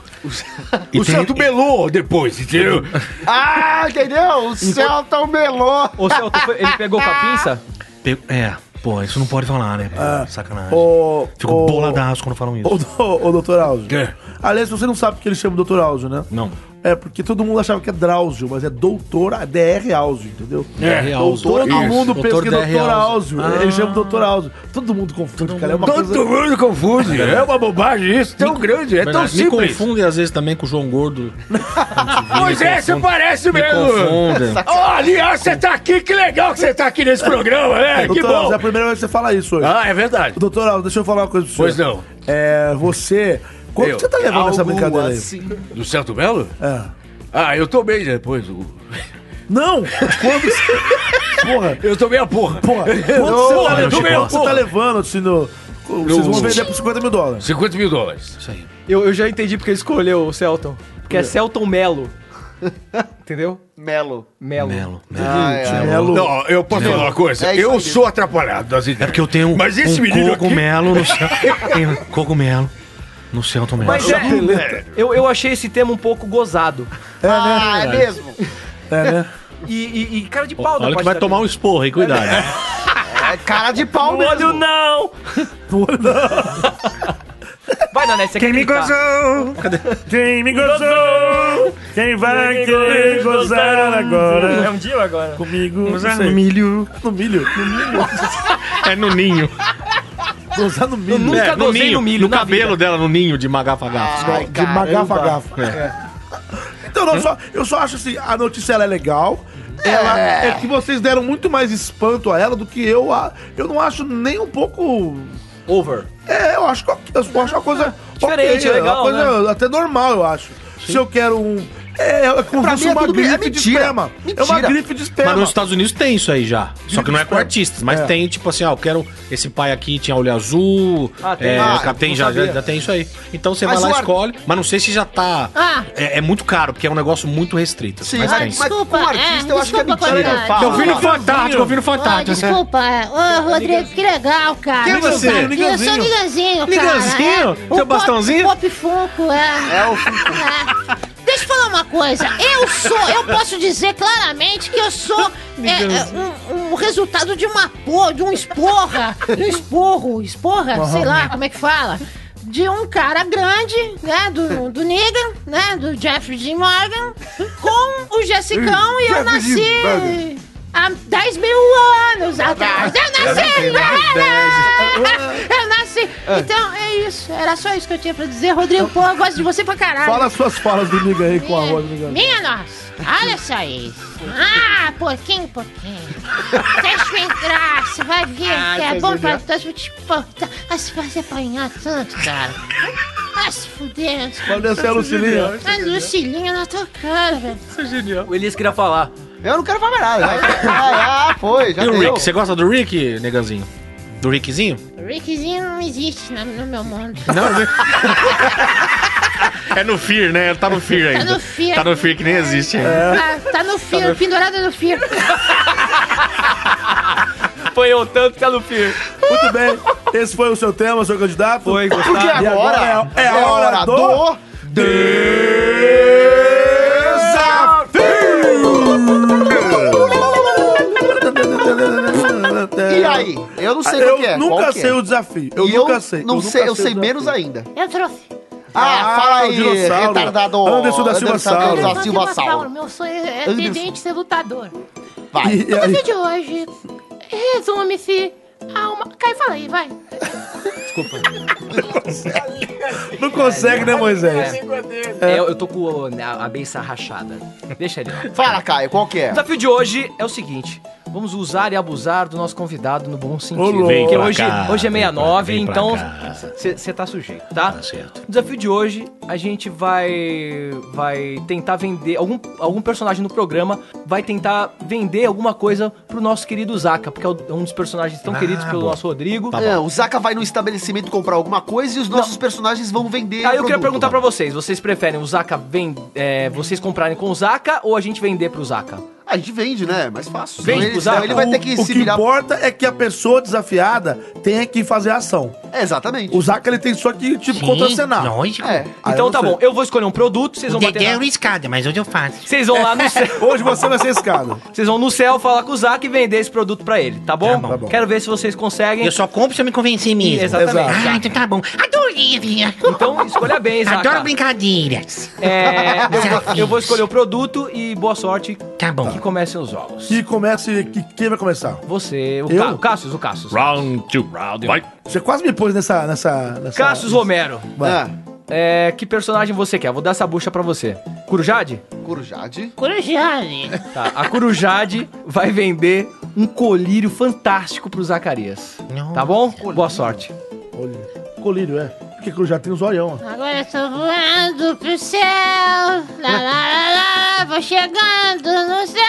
G: E
E: O
G: tem-
E: Celso melou depois, [laughs] entendeu?
D: Ah, entendeu? O Celta o melô.
C: O Celta, foi- ele pegou com a pinça?
G: Pe- É, pô, isso não pode falar, né? pô, Sacanagem.
B: Ô,
G: Fico
B: ô-
G: boladaço quando falam isso.
B: Ô, do- ô, doutor Áuzio.
E: É.
B: Aliás, você não sabe porque ele chama doutor Áuzio, né?
G: Não.
B: É porque todo mundo achava que é Drauzio, mas é doutor A- DR Áuzio, entendeu?
G: É, Áuzio.
B: Doutor, todo
G: Isso.
B: mundo pensa
G: Doutor
B: que é
G: DR
B: doutor Áuzio.
G: Áuzio.
E: Ah.
B: Ele chama doutor Áuzio. Todo mundo confunde, cara. É uma
E: Todo
B: coisa...
E: mundo confunde. É uma bobagem isso, tão grande, é tão
G: Verdade, Me
E: simples.
G: confundem às vezes também com o João Gordo.
E: Pois é, você parece
G: Me
E: mesmo.
G: confundem.
E: Ó, aliás, você tá aqui, que legal que você tá aqui nesse programa, né? Que
B: Doutor Alves, é a
E: bom.
B: primeira vez que você fala isso hoje.
E: Ah, é verdade.
B: Doutor Alves, deixa eu falar uma coisa pra você.
E: Pois não.
B: É, você. Quanto
E: Eu.
B: você tá levando essa
E: Algo
B: brincadeira aí? É.
E: assim. Do Celto Belo? Ah, eu tomei depois o...
B: Não! Quando você. Porra!
E: Eu tomei a porra.
B: Porra! Quanto
E: Não,
B: você, tá
E: eu
B: levando,
E: tomei a
B: quanto você tá
E: porra.
B: levando, assim, no. Vocês vão vender por 50 mil dólares.
E: 50 mil dólares.
G: Isso aí.
C: Eu, eu já entendi porque ele escolheu o Celton. Porque é
D: Por quê?
C: Celton Melo. Entendeu?
D: Melo.
C: Melo.
G: Melo.
D: Ah, é.
B: Melo.
E: Não, eu posso falar uma coisa?
D: É isso
E: eu
D: aí.
E: sou atrapalhado das ideias.
G: É porque eu tenho um,
E: Mas esse
G: um
E: menino aqui-
G: cogumelo no céu. Tem um cogumelo no céu também.
C: Mas é, eu, eu achei esse tema um pouco gozado.
B: É,
D: Ah, é mesmo?
B: É, né?
C: E, e- e cara de pau da
G: Olha que
C: parte
G: vai
C: da
G: tomar um esporro, hein? Cuidado.
D: É cara de pau
C: vida. Olho
D: mesmo.
C: não! [laughs] Vai, Nané, você
I: Quem
C: quer
I: me
C: brincar.
I: gozou? Quem me gozou? Quem vai querer gozar
C: É
I: agora?
C: um dia agora.
I: Comigo,
G: Gozar
I: não sei.
G: no milho.
B: No milho? No milho.
G: É no ninho.
B: Gozar no milho.
C: Eu nunca
G: é,
C: gozei Um no milho,
G: No
C: na
G: cabelo
C: vida. Ah,
G: dela, no ninho de magafagafa.
D: Ai,
B: De
D: cara.
B: magafa gafa. É. Então, não, só, eu só acho assim, a notícia ela é legal. Ela é. que vocês deram muito mais espanto a ela do que eu. A, eu não acho nem um pouco.
C: Over.
B: É, eu acho que eu acho uma coisa.
C: Diferente,
B: ok,
C: legal,
B: Uma coisa até normal, eu acho. Se eu quero um. É, é como
D: Pra
B: se fosse
D: mim é
B: uma
D: tudo- é
B: grife de
D: mentira.
B: esperma. É uma
D: Mentira.
B: grife de
G: Mas
B: esperma.
G: nos Estados Unidos tem isso aí já. Só que não é com artistas. Mas
B: É.
G: tem, tipo assim, ah, eu quero. Esse pai aqui tinha olho azul.
C: Ah, tem.
G: é,
C: Ah,
G: cap- tem,
C: não
G: já,
C: sabia.
G: já, já tem isso aí. Então você
D: Mas
G: vai lá,
D: o ar-
G: escolhe. Mas não sei se já tá.
M: Ah.
G: É, é muito caro, porque é um negócio muito restrito.
D: Sim,
G: mas
D: mas-
G: tem.
D: mas com um
M: Desculpa,
D: artista eu
M: é,
D: acho que
M: desculpa,
D: é mentira.
M: qualidade.
D: Fala.
G: Eu vi no Fantástico, eu vi no
M: Ah,
G: Fantástico. né?
M: desculpa. Ô, Rodrigo, que legal, cara.
G: Quem é você?
M: Eu sou
G: Niganzinho.
M: Niganzinho, cara.
G: Niganzinho?
M: é.
G: Seu
M: O pop-
G: bastãozinho?
M: Pop Funko, é.
D: É o Funko.
M: É. Deixa eu falar uma coisa. Eu sou, eu posso dizer claramente que eu sou é, é, um, um resultado de uma porra, de um esporra, de um esporro, esporra, sei
G: né?
M: lá como é que fala. De um cara grande, né? Do, do Negan, né? Do Jeffrey Dean Morgan, com o Jessicão e eu nasci. Há 10 mil anos atrás! Eu nasci! Eu nasci! Então, é, é isso. Era só isso que eu tinha pra dizer. Rodrigo, pô, eu gosto de você pra caralho.
B: Fala as suas falas do Niga aí
M: É.
B: com a voz do Niga.
M: Minha nossa, olha só isso. Ah, porquinho, porquinho. Vocês têm graça, vai ver
P: Ai,
M: que é
P: tá
M: bom pra
P: genial.
M: todos. Vou te botar. Ah, se vai se apanhar tanto, cara. Ah, se fuder.
B: Olha só a Lucilinha.
M: A Lucilinha na tua cara, velho.
C: Isso é genial. O Elias queria falar.
D: Eu não quero falar [laughs] nada. Ah, foi, já
G: E o
D: deu.
G: um Rick, você gosta do Rick, negãozinho? Do Rickzinho?
M: Rickzinho não existe na- no meu mundo.
G: É no Fear, né? Ele tá no Fear
M: Tá
C: [laughs]
G: ainda.
M: no Fear.
G: Tá no Fear que nem existe
C: É.
G: ainda.
M: Tá, tá no fio, pendurado no fio.
C: Apanhou tanto que tá no fio.
B: Muito bem. Esse foi o seu tema, seu candidato. Foi,
D: gostaram? Porque agora
B: é, é a
D: é
B: hora,
D: hora
B: do...
D: E aí? Eu não sei qual que é.
B: Ah, Eu nunca
D: qual que
B: sei
D: é.
B: o desafio. Eu
D: E
B: nunca sei.
D: Não
B: Eu
D: sei,
B: nunca
D: eu
B: sei
D: sei
B: o
D: menos
B: desafio. é
D: ainda.
M: Eu trouxe.
D: Ah, fala
B: o
D: aí,
B: dinossauro.
D: retardado.
B: Anderson da Silva Saulo.
D: da É Silva Saulo.
M: Meu sonho é
D: Anderson.
M: ter dente ser lutador.
D: Vai.
M: O vídeo de hoje resume-se a uma. Cai, fala aí, vai.
B: Não consegue, né, Moisés?
D: então
C: É, eu eu tô com o- a, a benção rachada. Deixa ele lá.
D: Fala, Caio, qual que
C: O
D: é?
C: desafio de hoje é o seguinte. Vamos usar e abusar do nosso convidado no bom
D: Ô,
C: sentido.
D: louco. Vem
C: Porque
D: pra
C: hoje,
D: cá,
C: hoje é
D: vem
C: 69,
D: pra- vem
C: então
D: pra
C: você tá sujeito, tá? O desafio de hoje, a gente vai vai tentar vender... Algum, algum personagem no programa vai tentar vender alguma coisa pro nosso querido Zaka, porque é o- é um dos personagens tão
D: Ah,
C: queridos pelo
D: boa.
C: nosso Rodrigo.
D: É, o Zaka vai no estabelecimento comprar alguma coisa e os nossos personagens vão vender.
C: Aí Ah, eu queria
D: produto.
C: perguntar pra vocês, vocês preferem o Zaka vend... é, vocês comprarem com o Zaka ou a gente vender pro Zaka?
D: A gente vende, né? É mais fácil.
C: Vende
D: Então
C: pro
D: ele,
C: Zaka?
D: então ele vai ter que
B: O
D: se
B: que
D: virar.
B: importa é que a pessoa desafiada tenha que fazer a ação.
D: É, Exatamente.
B: O Zaca, ele tem só que, tipo, contracenar.
C: lógico.
B: É.
C: Então tá bom, eu vou escolher um produto, vocês
B: O
C: vão
B: Dedé
C: bater
B: é
C: na...
B: uma
C: escada, mas hoje eu faço. Vocês vão [laughs] lá no céu.
B: Hoje você vai ser escada.
C: Vocês vão no céu falar com o Zaca e vender esse produto pra ele, tá bom? Quero ver se vocês conseguem. Eu só compro se eu me convencer
K: mesmo.
C: Exatamente.
K: Ah, então tá bom. Adorei,
C: Então, escolha bem, Zaca.
K: Adoro brincadeiras.
C: É, eu,
K: Desafios.
C: eu vou escolher o produto e boa sorte. Tá bom. Que comecem os jogos.
B: Que comece. Que, quem vai começar?
C: Você, o,
B: Eu?
C: Ca... o Cassius, o Cassius.
B: Round
G: two, round.
B: Vai. Você quase me pôs nessa. nessa, nessa
C: Cassius Romero.
B: Vai.
D: Ah.
C: É, que personagem você quer? Vou dar essa bucha pra você. Corujade?
D: Corujade?
M: Corujade.
C: Tá, a Corujade vai vender um colírio fantástico pro Zacarias. Tá bom? Boa sorte.
B: Colírio, é. Porque já tem os olhão, ó.
M: Agora eu tô voando pro céu. Lá, lá, lá, lá, lá, vou chegando no céu.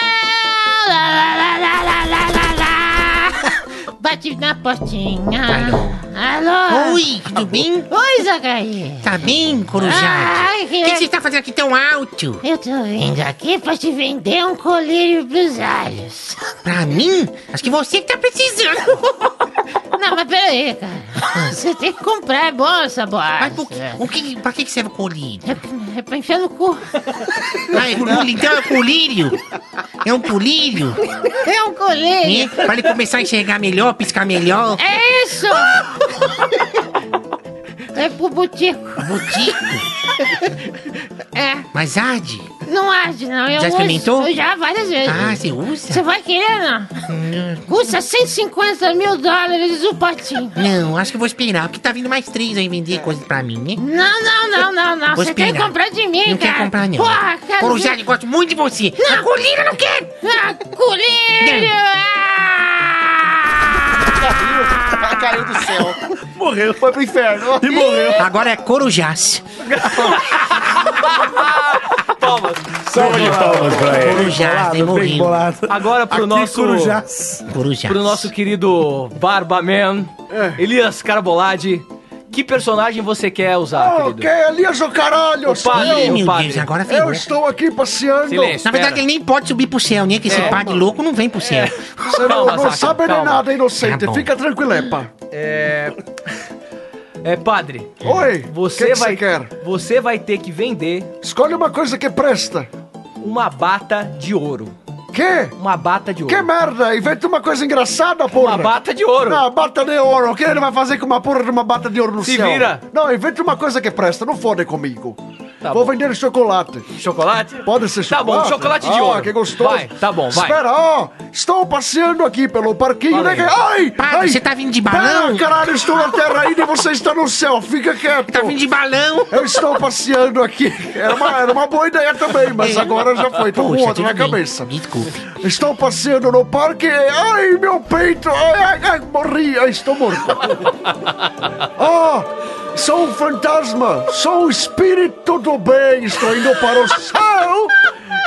M: Lá, lá, lá, lá, lá, lá, lá, lá. Bate na portinha. Alô?
K: Oi, tudo bem?
M: Oi, Zacarias.
K: Tá bem, Corujade?
M: Ai,
K: O que, que
M: que-
K: você tá fazendo aqui tão alto?
M: Eu tô vindo aqui pra te vender um colírio pros alhos.
K: Pra mim? Acho que você que tá precisando.
M: Não, mas peraí, cara. Você tem que comprar, é bom essa bosta. Mas por
G: é.
K: O que, pra que, que serve o colírio?
M: É pra enfiar no cu.
K: Ah, é colírio,
C: [laughs]
K: então é colírio? É um colírio?
M: É um colírio.
K: Né? Pra ele começar a enxergar melhor, piscar melhor.
M: É isso! é pro botico. Botico? É,
K: Mas arde?
M: não arde não. Eu
K: Já
M: uso-
K: experimentou?
M: eu já várias vezes.
K: Ah, você usa?
M: Você vai querer, não? Custa 150 mil dólares o potinho.
K: Não, acho que eu vou esperar, porque tá vindo mais três aí vender coisa pra mim, hein?
M: Não, não, não, não, não.
K: Vou
M: Você tem que
K: esperar.
M: comprar de mim, cara.
K: Não quero comprar, não.
M: Porra, cara.
K: Corujade, gosto muito de você.
M: Não.
K: A colírio eu não quero.
M: Ah, colírio!
G: Ah.
D: Ah, Caiu do céu.
B: Morreu.
D: Foi pro inferno.
B: E morreu.
K: Agora é corujás.
C: palmas.
K: Salva de palmas
L: É,
K: pra ele. Corujás, né, tem
C: Bolado, bem
K: morrido.
B: bolado.
C: Agora pro
B: Aqui,
C: nosso.
B: Corujás.
K: Corujás.
C: Pro nosso querido Barba Man,
L: É.
C: Elias Carbolade. Que personagem você quer usar,
L: Ah,
C: querido?
L: Ok, Elias, o caralho!
C: O padre,
L: eu,
C: o padre.
K: né?
L: É, eu estou aqui passeando.
K: Na verdade, ele nem pode subir pro céu, né? Que esse
L: É.
K: padre louco não vem pro céu.
L: Você não- não, sabe nem nada, inocente.
K: Tá bom.
L: Fica tranquilepa.
C: É. É, padre.
L: Oi,
C: Você
L: que que
C: vai.
L: você quer?
C: Você vai ter que vender.
L: Escolhe uma coisa que presta.
C: Uma bata de ouro.
L: Que?
C: Uma bata de ouro.
L: Que merda! Inventa uma coisa engraçada, porra!
C: Uma bata de ouro.
L: Não, bata de ouro! O que ele vai fazer com uma porra de uma bata de ouro no
C: Se
L: céu?
C: vira.
L: Não, inventa uma coisa que presta, não fode comigo!
C: Tá
L: Vou
C: bom.
L: vender chocolate.
C: Chocolate?
L: Pode ser
C: Tá
L: chocolate.
C: bom, chocolate de
L: Ah,
C: ouro.
L: que gostoso.
C: Vai, tá bom, vai.
L: Espera, ó. Estou passeando aqui pelo parquinho,
C: Fala
L: né?
C: aí.
L: que- Ai!
K: Padre,
L: ai,
K: você tá vindo de balão?
L: Pera, caralho, eu estou na terra
K: [laughs]
L: ainda e você está no céu. Fica quieto. Tá
K: vindo de balão?
L: Eu estou passeando aqui. Era uma, era uma boa ideia também, mas agora já foi. Tô com
K: Poxa,
L: outro na
K: tudo bem.
L: cabeça.
K: Desculpe.
L: Estou passeando no parque. Ai, meu peito. Ai, ai, ai, morri. Ai, estou
B: [laughs]
L: morto. Ah, sou um fantasma, sou um espírito do bem, estou indo para o céu.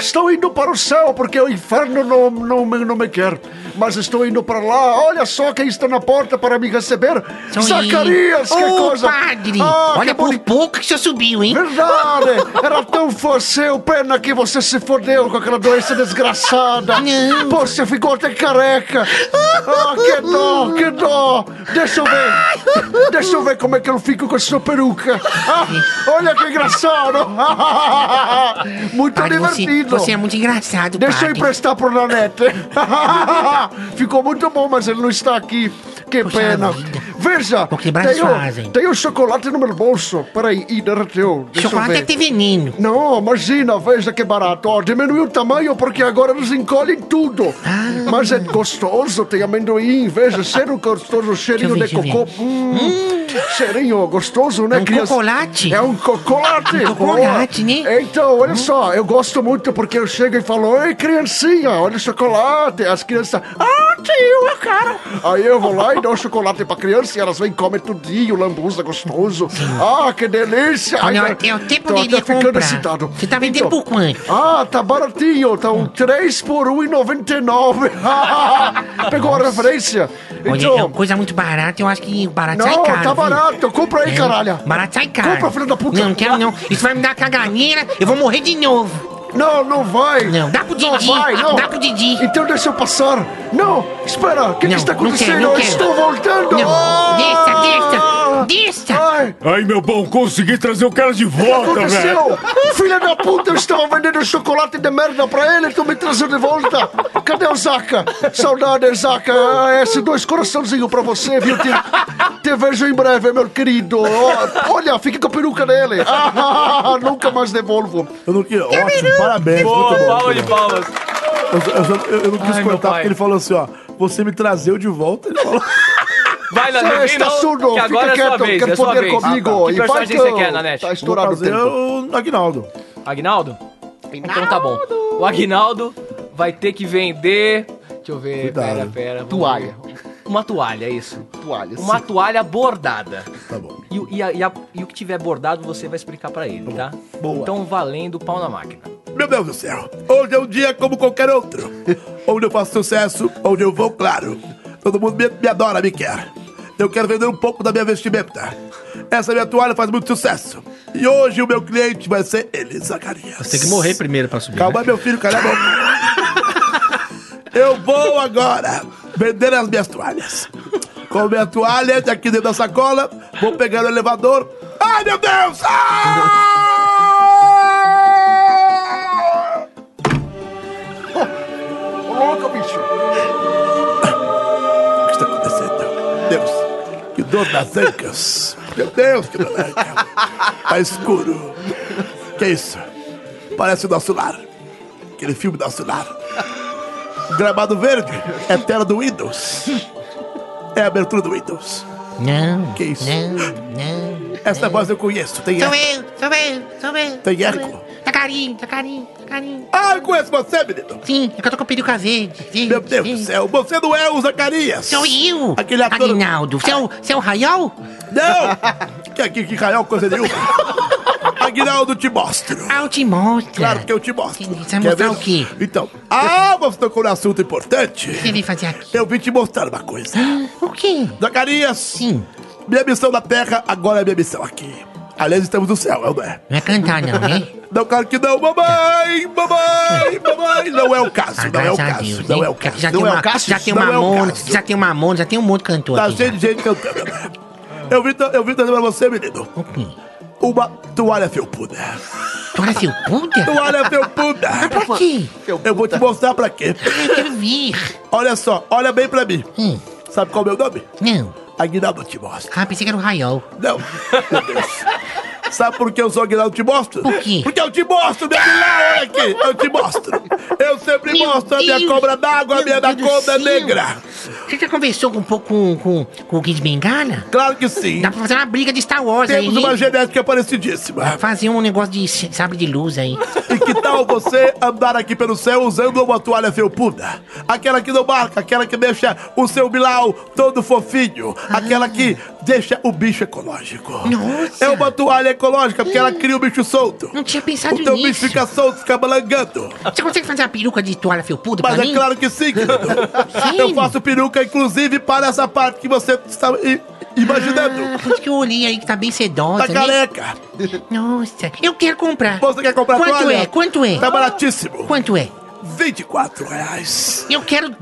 L: Estou indo para o céu porque é o inferno não, não, me, não me quer. Mas estou indo para lá. Olha só quem está na porta para me receber.
K: Sou
L: Zacarias,
K: eu.
L: que
K: Ô,
L: coisa. Ah,
K: padre, olha por
L: boni-
K: pouco que o senhor subiu, hein?
L: Verdade! Era tão fácil, pena que você se fodeu com aquela doença desgraçada! Não. Pô, você ficou até careca! Ah, que dó, que dó! Deixa eu ver! Deixa eu ver como é que eu fico com essa peruca! Ah, olha que engraçado! [laughs] Muito
K: Padre, você-
L: tá divertido!
K: você é muito engraçado,
L: Deixa eu
K: padre.
L: emprestar pro Nanete! [laughs] ficou muito bom, mas ele não está aqui! Que pena! Veja! Porque
K: braços
L: tenho,
K: fazem?
L: tenho chocolate no meu bolso! Peraí, e derreteu! Deixa eu
K: Chocolate
L: ver.
K: até tem veneno.
L: Não, imagina, veja que barato. Ó, diminuiu o tamanho porque agora eles encolhem tudo.
K: Ah.
L: Mas é gostoso, tem amendoim, veja, cheiro gostoso, cheirinho
K: Deixa
L: de
K: eu ver, deixa eu
L: cocô. Hum, Cheirinho gostoso, né,
K: É um
L: criança?
K: cocolate.
L: É um cocolate.
K: Um cocolate,
L: né? Então, olha só, eu gosto muito porque eu chego e falo, ei, criancinha, olha o chocolate. As crianças, ah, tio, eu quero. Aí eu vou lá e dou chocolate pra criança e elas vêm e comem tudinho, lambuza gostoso. Ah, que delícia.
K: Olha, é
L: Ai,
K: eu até
L: tô
K: poderia
L: ficando
K: comprar.
L: excitado.
K: Você tá vendendo por quanto?
L: Ah, tá baratinho, tá um 3
K: [laughs]
L: por 1,99. Pegou a referência? Então,
K: Olha, é uma coisa muito barata, eu acho que o barato sai
L: Não,
K: caro.
L: tá
K: viu?
L: barato, compra aí,
K: É,
L: caralho.
K: Barato sai caro.
L: Compra, filho da puta.
K: Não, não quero não. Isso vai me dar caganeira, eu vou morrer de novo.
L: Não, não vai.
K: Não, dá pro Didi.
L: Não vai, não.
K: Dá pro Didi.
L: Então deixa eu passar. Não, espera, o que, que
K: Não,
L: está
K: não quero,
L: acontecendo?
K: não
L: eu
K: quero.
L: estou voltando.
K: Não,
L: Ah!
K: deixa, deixa,
B: Ah!
K: deixa.
L: Ai,
I: Aí, meu bom, consegui trazer o cara de
L: O que
I: volta, velho.
L: aconteceu? Filha da puta, eu estava vendendo chocolate de merda pra ele, tu me trazendo de volta. Cadê o Zaca? Saudade, Zaca. Ah, S2, coraçãozinho pra você, viu? Te, te vejo em breve, meu querido. Ó, olha, fica com a peruca dele. [laughs] Ah, nunca mais devolvo.
B: Eu não queria. Ótimo, parabéns.
C: Boa,
B: muito bom,
C: palma
B: muito
C: de
B: bom.
C: palmas.
B: Eu, só- eu só- eu- eu não quis
C: Ai, meu
B: cortar
C: pai.
B: porque ele falou assim, ó. Você me trazeu de volta. Ele falou.
C: Vai,
L: Você
C: Nanete,
L: está surdo,
C: que agora
L: fica
C: é sua
L: quieto,
C: vez,
L: quer
C: é sua
L: foder
C: vez.
L: comigo,
C: Que
L: e vai
C: personagem
L: que
C: você
L: eu-
C: quer, Nanete?
L: tá
B: Vou
L: estourado o
B: fazer
C: um
L: tempo.
B: o Agnaldo.
C: Agnaldo? Então tá bom. O Agnaldo vai ter que vender. Deixa eu ver,
B: Cuidado.
C: pera, pera. vamos
D: Toalha.
C: ver. Uma toalha, é isso.
D: Toalhas.
C: Uma toalha bordada.
B: Tá bom.
C: E, o- e a- e a- e o que tiver bordado você vai explicar pra ele, tá?
B: Boa.
C: Então valendo pau na máquina.
B: Meu Deus do céu, hoje é um dia como qualquer outro. Onde eu faço sucesso, onde eu vou, claro. Todo mundo me, me adora, me quer. Eu quero vender um pouco da minha vestimenta. Essa minha toalha faz muito sucesso. E hoje o meu cliente vai ser ele, Zacarias.
G: Você tem que morrer primeiro pra subir.
B: Calma, aí, meu filho, cala a boca. Eu vou agora vender as minhas toalhas. Com minha toalha aqui dentro da sacola, vou pegar o elevador. Ai, meu Deus! Ah!
L: Ô, louco, bicho.
B: O que está acontecendo? Meu Deus, que dor nas ancas. Meu Deus, que dor nas ancas. Tá escuro. Que isso? Parece o nosso lar. Aquele filme nosso lar. Gramado verde é tela do Windows. É a abertura do Windows.
G: né?
K: Não,
B: Que isso?
K: não, não.
B: Essa voz eu conheço. Tem
K: Sou
B: eco.
K: eu, sou eu, sou eu.
B: Tem
K: sou
B: eco.
K: eu. Tá carinho, tá carinho, tá carinho.
B: Ah, eu conheço você, menino.
K: Sim, é que eu tô com peruca verde. verde,
B: Meu Deus do
K: verde.
B: céu. Você não é o Zacarias.
K: Sou eu!
B: Aquele ator...
K: Aguinaldo, você é o, você é o Raiol?
B: Não! Que, que, que raiol
K: [laughs]
B: coisa nenhuma. Aguinaldo, te mostro.
K: Ah, eu te mostro.
B: Claro que eu te mostro.
K: Entendi, você vai mostrar o quê?
B: Então, ah, você tocou num assunto importante.
K: O que ele fazia aqui?
B: Eu vim te mostrar uma coisa.
K: O quê?
B: Zacarias.
K: Sim.
B: Minha missão na Terra, agora é minha missão aqui. Aliás, estamos no céu, não é?
K: Não é cantar não, né?
B: Não, claro que não.
K: [laughs]
B: Mamãe, mamãe, mamãe. Não é o caso,
K: Ah,
B: não é o
K: graças a
B: caso.
K: Deus,
B: Não
K: hein?
B: é o caso.
K: Já
B: Não
K: tem
B: é
K: uma,
B: o caso.
K: já tem
B: não
K: uma
B: é o
K: mona,
B: caso.
K: já tem uma mona, já tem um monte de cantor
B: Tá
K: aqui.
B: cheio de gente cantando. né? Eu vim, tra- eu vim trazer pra você, menino,
K: O quê?
B: uma toalha felpuda.
K: Toalha felpuda?
B: Toalha felpuda.
K: é? [laughs] Pra quê?
B: Eu vou te mostrar pra quê.
K: Eu quero vir.
B: Olha só, olha bem pra mim.
K: Hum,
B: Sabe qual é o meu nome?
K: não.
B: Aguinaldo te mostra.
K: Ah, pensei que era o Raiol.
B: Não, meu Deus. Sabe por que eu sou o Aguinaldo te mostro?
N: Por quê?
B: Porque eu te mostro, meu Aguinaldo, olha aqui. Eu te mostro. Eu sempre
K: Meu
B: mostro a minha
K: Deus.
B: cobra d'água, a
K: Meu
B: minha da
K: Deus do
B: cobra
K: céu.
B: negra.
K: Você já conversou com um pouco com, com, com o Kid Bengala?
B: Claro que sim.
K: Dá pra fazer uma briga de Star Wars aí.
B: Temos
K: hein?
B: uma genética parecidíssima.
K: Fazer um negócio de s- sabre de luz aí.
B: E que tal você andar aqui pelo céu usando uma toalha felpuda? Aquela que não marca, aquela que deixa o seu bilau todo fofinho,
K: Ah.
B: aquela que deixa o bicho ecológico. É uma toalha ecológica porque ela cria o bicho solto.
K: Hum. Não tinha pensado
B: O teu
K: nisso.
B: bicho Então fica solto, fica balangando.
K: Você consegue fazer uma peruca de toalha felpuda
B: Mas
K: Ah, pra
B: é
K: mim?
B: claro que sim, querido. Eu
K: Sério?
B: faço peruca, inclusive, para essa parte que você está i- imaginando.
K: Ah, por isso que eu olhei aí que tá bem sedosa,
B: Tá careca.
K: Nossa, eu quero comprar.
B: Você quer comprar
K: Quanto
B: toalha?
K: é? Quanto é?
B: Tá baratíssimo.
K: Quanto é?
B: 24 reais.
K: Eu quero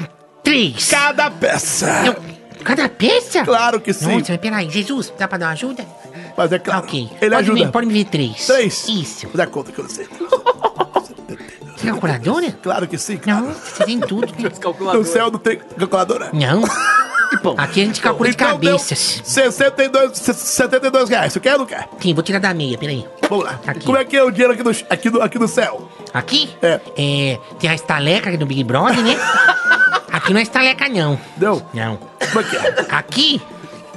K: três.
B: Cada peça.
K: Eu- Cada peça?
B: Claro que sim.
K: Nossa, mas peraí. Jesus, dá pra dar uma ajuda?
B: Mas é claro.
K: tá Ok.
B: Ele
K: pode
B: ajuda.
K: Me, pode me ver três.
B: Três.
K: Isso.
B: Dá conta que eu não sei.
K: Tem calculadora?
B: Claro que sim.
K: Não, você tem
B: [laughs]
K: tudo.
B: No céu não tem calculadora.
K: Não. Aqui a gente calcula de
B: Então deu
K: cabeças.
B: 62, 72 reais. Você quer ou não quer?
K: Sim, vou tirar da meia, peraí.
B: Vamos lá. Como é que é o dinheiro aqui no, aqui no, aqui no céu?
K: Aqui?
B: É.
K: Tem a estaleca aqui do Big Brother, né? aqui não é estaleca, não.
B: Não?
K: Não.
B: é
K: Aqui,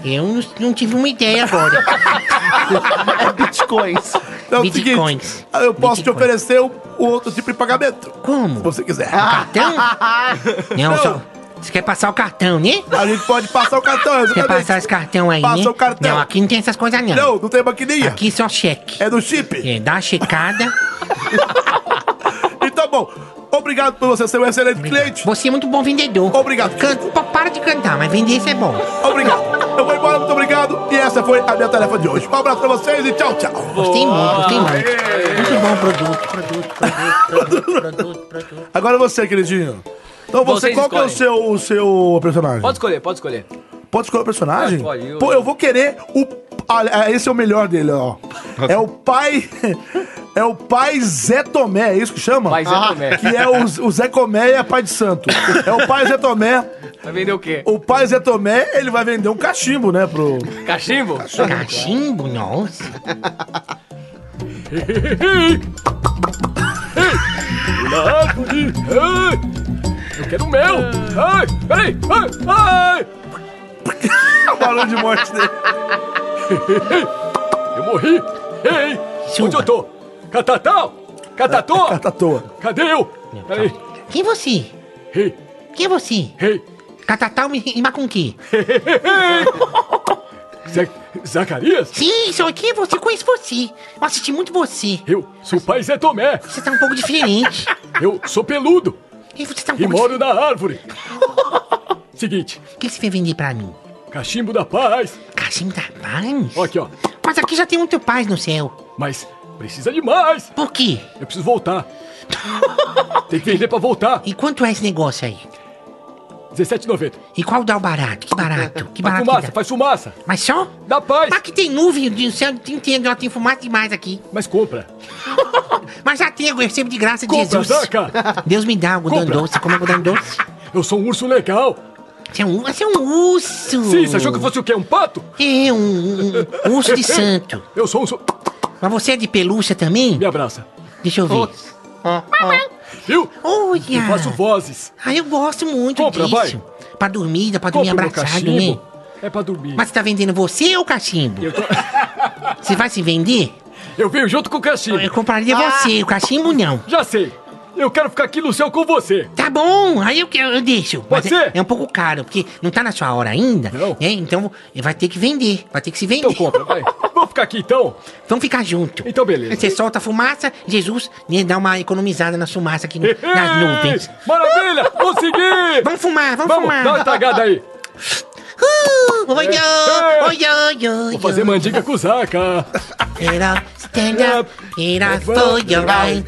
K: eu não, não tive uma ideia agora.
B: [laughs]
D: Bitcoins.
B: Não, é o
K: Bitcoins.
B: seguinte, eu posso te oferecer um, um outro tipo de pagamento.
K: Como? Se
B: você quiser.
K: Cartão? Não, só. Você quer passar o cartão, né?
B: [laughs] A gente pode passar o cartão,
K: Quer
B: exatamente.
K: passar esse cartão aí,
B: Passa
K: né?
B: o cartão.
K: Não, aqui não tem essas coisas, não.
B: Não, não tem maquininha.
K: Aqui só cheque.
B: É do chip.
K: É, dá uma checada.
B: Então, bom, obrigado por você ser um excelente cliente.
K: Você é muito bom vendedor.
B: Obrigado.
K: Canta, pa- para de cantar, mas vender isso é bom.
B: Obrigado. Eu vou embora, muito obrigado. E essa foi a minha tarefa de hoje. Um abraço pra vocês e tchau, tchau.
K: Gostei muito,
B: Ah,
K: gostei muito. Muito bom o produto, produto, produto, produto, produto.
B: Agora você, queridinho. Então você,
C: Vocês
B: qual que é o seu, o seu personagem?
C: Pode escolher, pode escolher.
B: Pode escolher o personagem?
C: Ah, Pode, eu-
B: Pô, eu vou querer o. Ah, ah, esse é o melhor dele, ó. É o pai. [laughs] É o pai Zé Tomé, é isso que chama?
C: Pai Zé Tomé.
B: Que é o, o Zé Comé e a pai de santo. É o pai Zé Tomé.
C: Vai vender o quê?
B: O pai Zé Tomé, ele vai vender um cachimbo, né, pro...
C: Cachimbo?
K: Cachimbo, nossa.
C: Pula, guri. Ai, Eu quero o meu! Ai, peraí! Ai, ai!
B: o barulho de morte dele.
C: Eu morri! Ei! Onde eu tô? Catatão! Catatô!
B: Catatô!
C: Cadê eu? Peraí!
K: Quem é você?
C: Ei!
K: Quem é você?
C: Ei!
K: Catatal e e Macunqui.
C: Zé- Zacarias?
K: Sim, sou aqui, você conhece você. Eu assisti muito você.
C: Eu sou o pai Zé Tomé!
K: Você tá um pouco
B: [laughs]
K: diferente.
C: Eu sou peludo!
K: E você tá um
C: E
K: pouco
C: moro na árvore! Seguinte,
K: O que você vai vender pra mim?
C: cachimbo da paz!
K: Cachimbo da paz?
C: Ó aqui, ó.
K: Mas aqui já tem muito paz no céu.
C: Mas precisa de mais!
K: Por quê?
C: Eu preciso voltar! Tem que vender pra voltar!
K: E quanto é esse negócio aí?
C: 17,90.
K: E qual dá o barato? Que barato? Que
C: Faz
K: barato que
C: fumaça,
K: dá?
C: faz fumaça!
K: Mas só?
C: Dá paz!
K: Aqui tem nuvem, o céu entende, ó, tem fumaça demais aqui.
C: Mas compra!
K: Mas já tem, eu recebo de graça de
C: Compra,
K: Jesus.
C: Zaca!
K: Deus me dá algodão
C: Compra.
K: doce, como é algodão doce.
C: Eu sou um urso legal!
K: Você é um, você é um urso.
C: Sim, você achou que eu fosse o quê? Um pato?
K: É, um, um- um urso de santo.
C: Eu sou um urso.
K: Mas você é de pelúcia também?
C: Me abraça.
K: Deixa eu ver.
C: Viu? Eu
K: Olha!
C: faço vozes.
K: Ah, eu gosto muito
C: Compra,
K: disso.
C: vai.
K: Pra dormir, dá pra dormir
C: Compra meu
K: abraçado, né?
C: cachimbo. É pra dormir.
K: Mas você tá vendendo você ou o cachimbo?
C: Eu, tô...
K: [laughs] Você vai se vender?
C: eu venho junto com o cachimbo.
K: Eu compraria
C: Ah!
K: você, o cachimbo não.
C: Já sei. Eu quero ficar aqui no céu com você.
K: Tá bom, aí eu, que- eu deixo. Mas
C: Pode
K: é,
C: ser?
K: é um pouco caro, porque não tá na sua hora ainda. Não. então vai ter que vender, vai ter que se vender. Então
C: compra, vai. Vamos ficar aqui então?
K: [laughs] Vamos ficar junto.
C: Então beleza.
K: Você solta a fumaça, Jesus né, dá uma economizada na fumaça aqui no- nas nuvens.
C: Maravilha! Consegui!
K: Vamos fumar, vamos,
C: Vamos,
K: fumar.
C: dá uma tagada aí.
K: Uh, oi,
C: É.
K: oi, oi, oi,
C: Vou fazer mandiga com o Zaca.
K: Get up, stand up, get up for your right.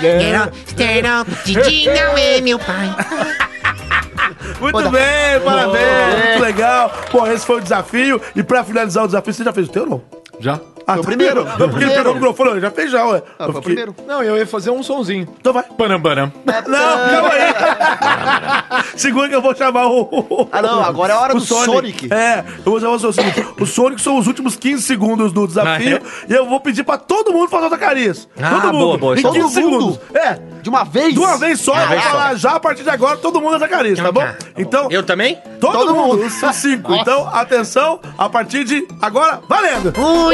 K: Get up, stand up, Didi não é meu pai.
B: Muito bem, parabéns, muito legal. Bom, esse foi o desafio. E pra finalizar o desafio, você já fez o teu, não?
E: Já?
B: Ah,
D: o primeiro.
B: Não, porque ele pegou o microfone, eu já fez já, ué. Ah,
D: foi o primeiro.
B: Não, eu ia fazer um sonzinho. Então vai.
E: Panambaram.
B: Não, calma aí. Segura que eu vou chamar o.
D: Ah, não, agora é a hora
B: o
D: do Sonic.
B: É, eu vou chamar o Sonic. O Sonic são os últimos 15 segundos do desafio. E eu vou pedir pra todo mundo fazer outra cariz.
D: Ah,
B: todo mundo.
D: boa, boa.
B: Em
D: Todo
B: 15
D: mundo?
B: segundos. É.
D: De uma vez?
B: De uma vez só,
D: Uma
B: eu vou
D: vez só.
B: falar já a partir de agora, todo mundo essa cariz, tá bom? Então. Eu
Q: também?
B: Todo, mundo. São cinco. Então, atenção, a partir de agora, valendo!
K: Ui,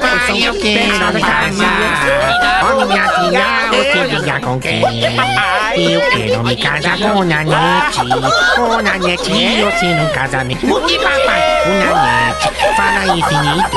P: Papai, eu quero casar. Com minha filha,
K: Você briga com quem? Eu quero me casar com Nanete. Com Nanete, eu sei num casamento. O que, papai? Com Nanete. Fala infinito.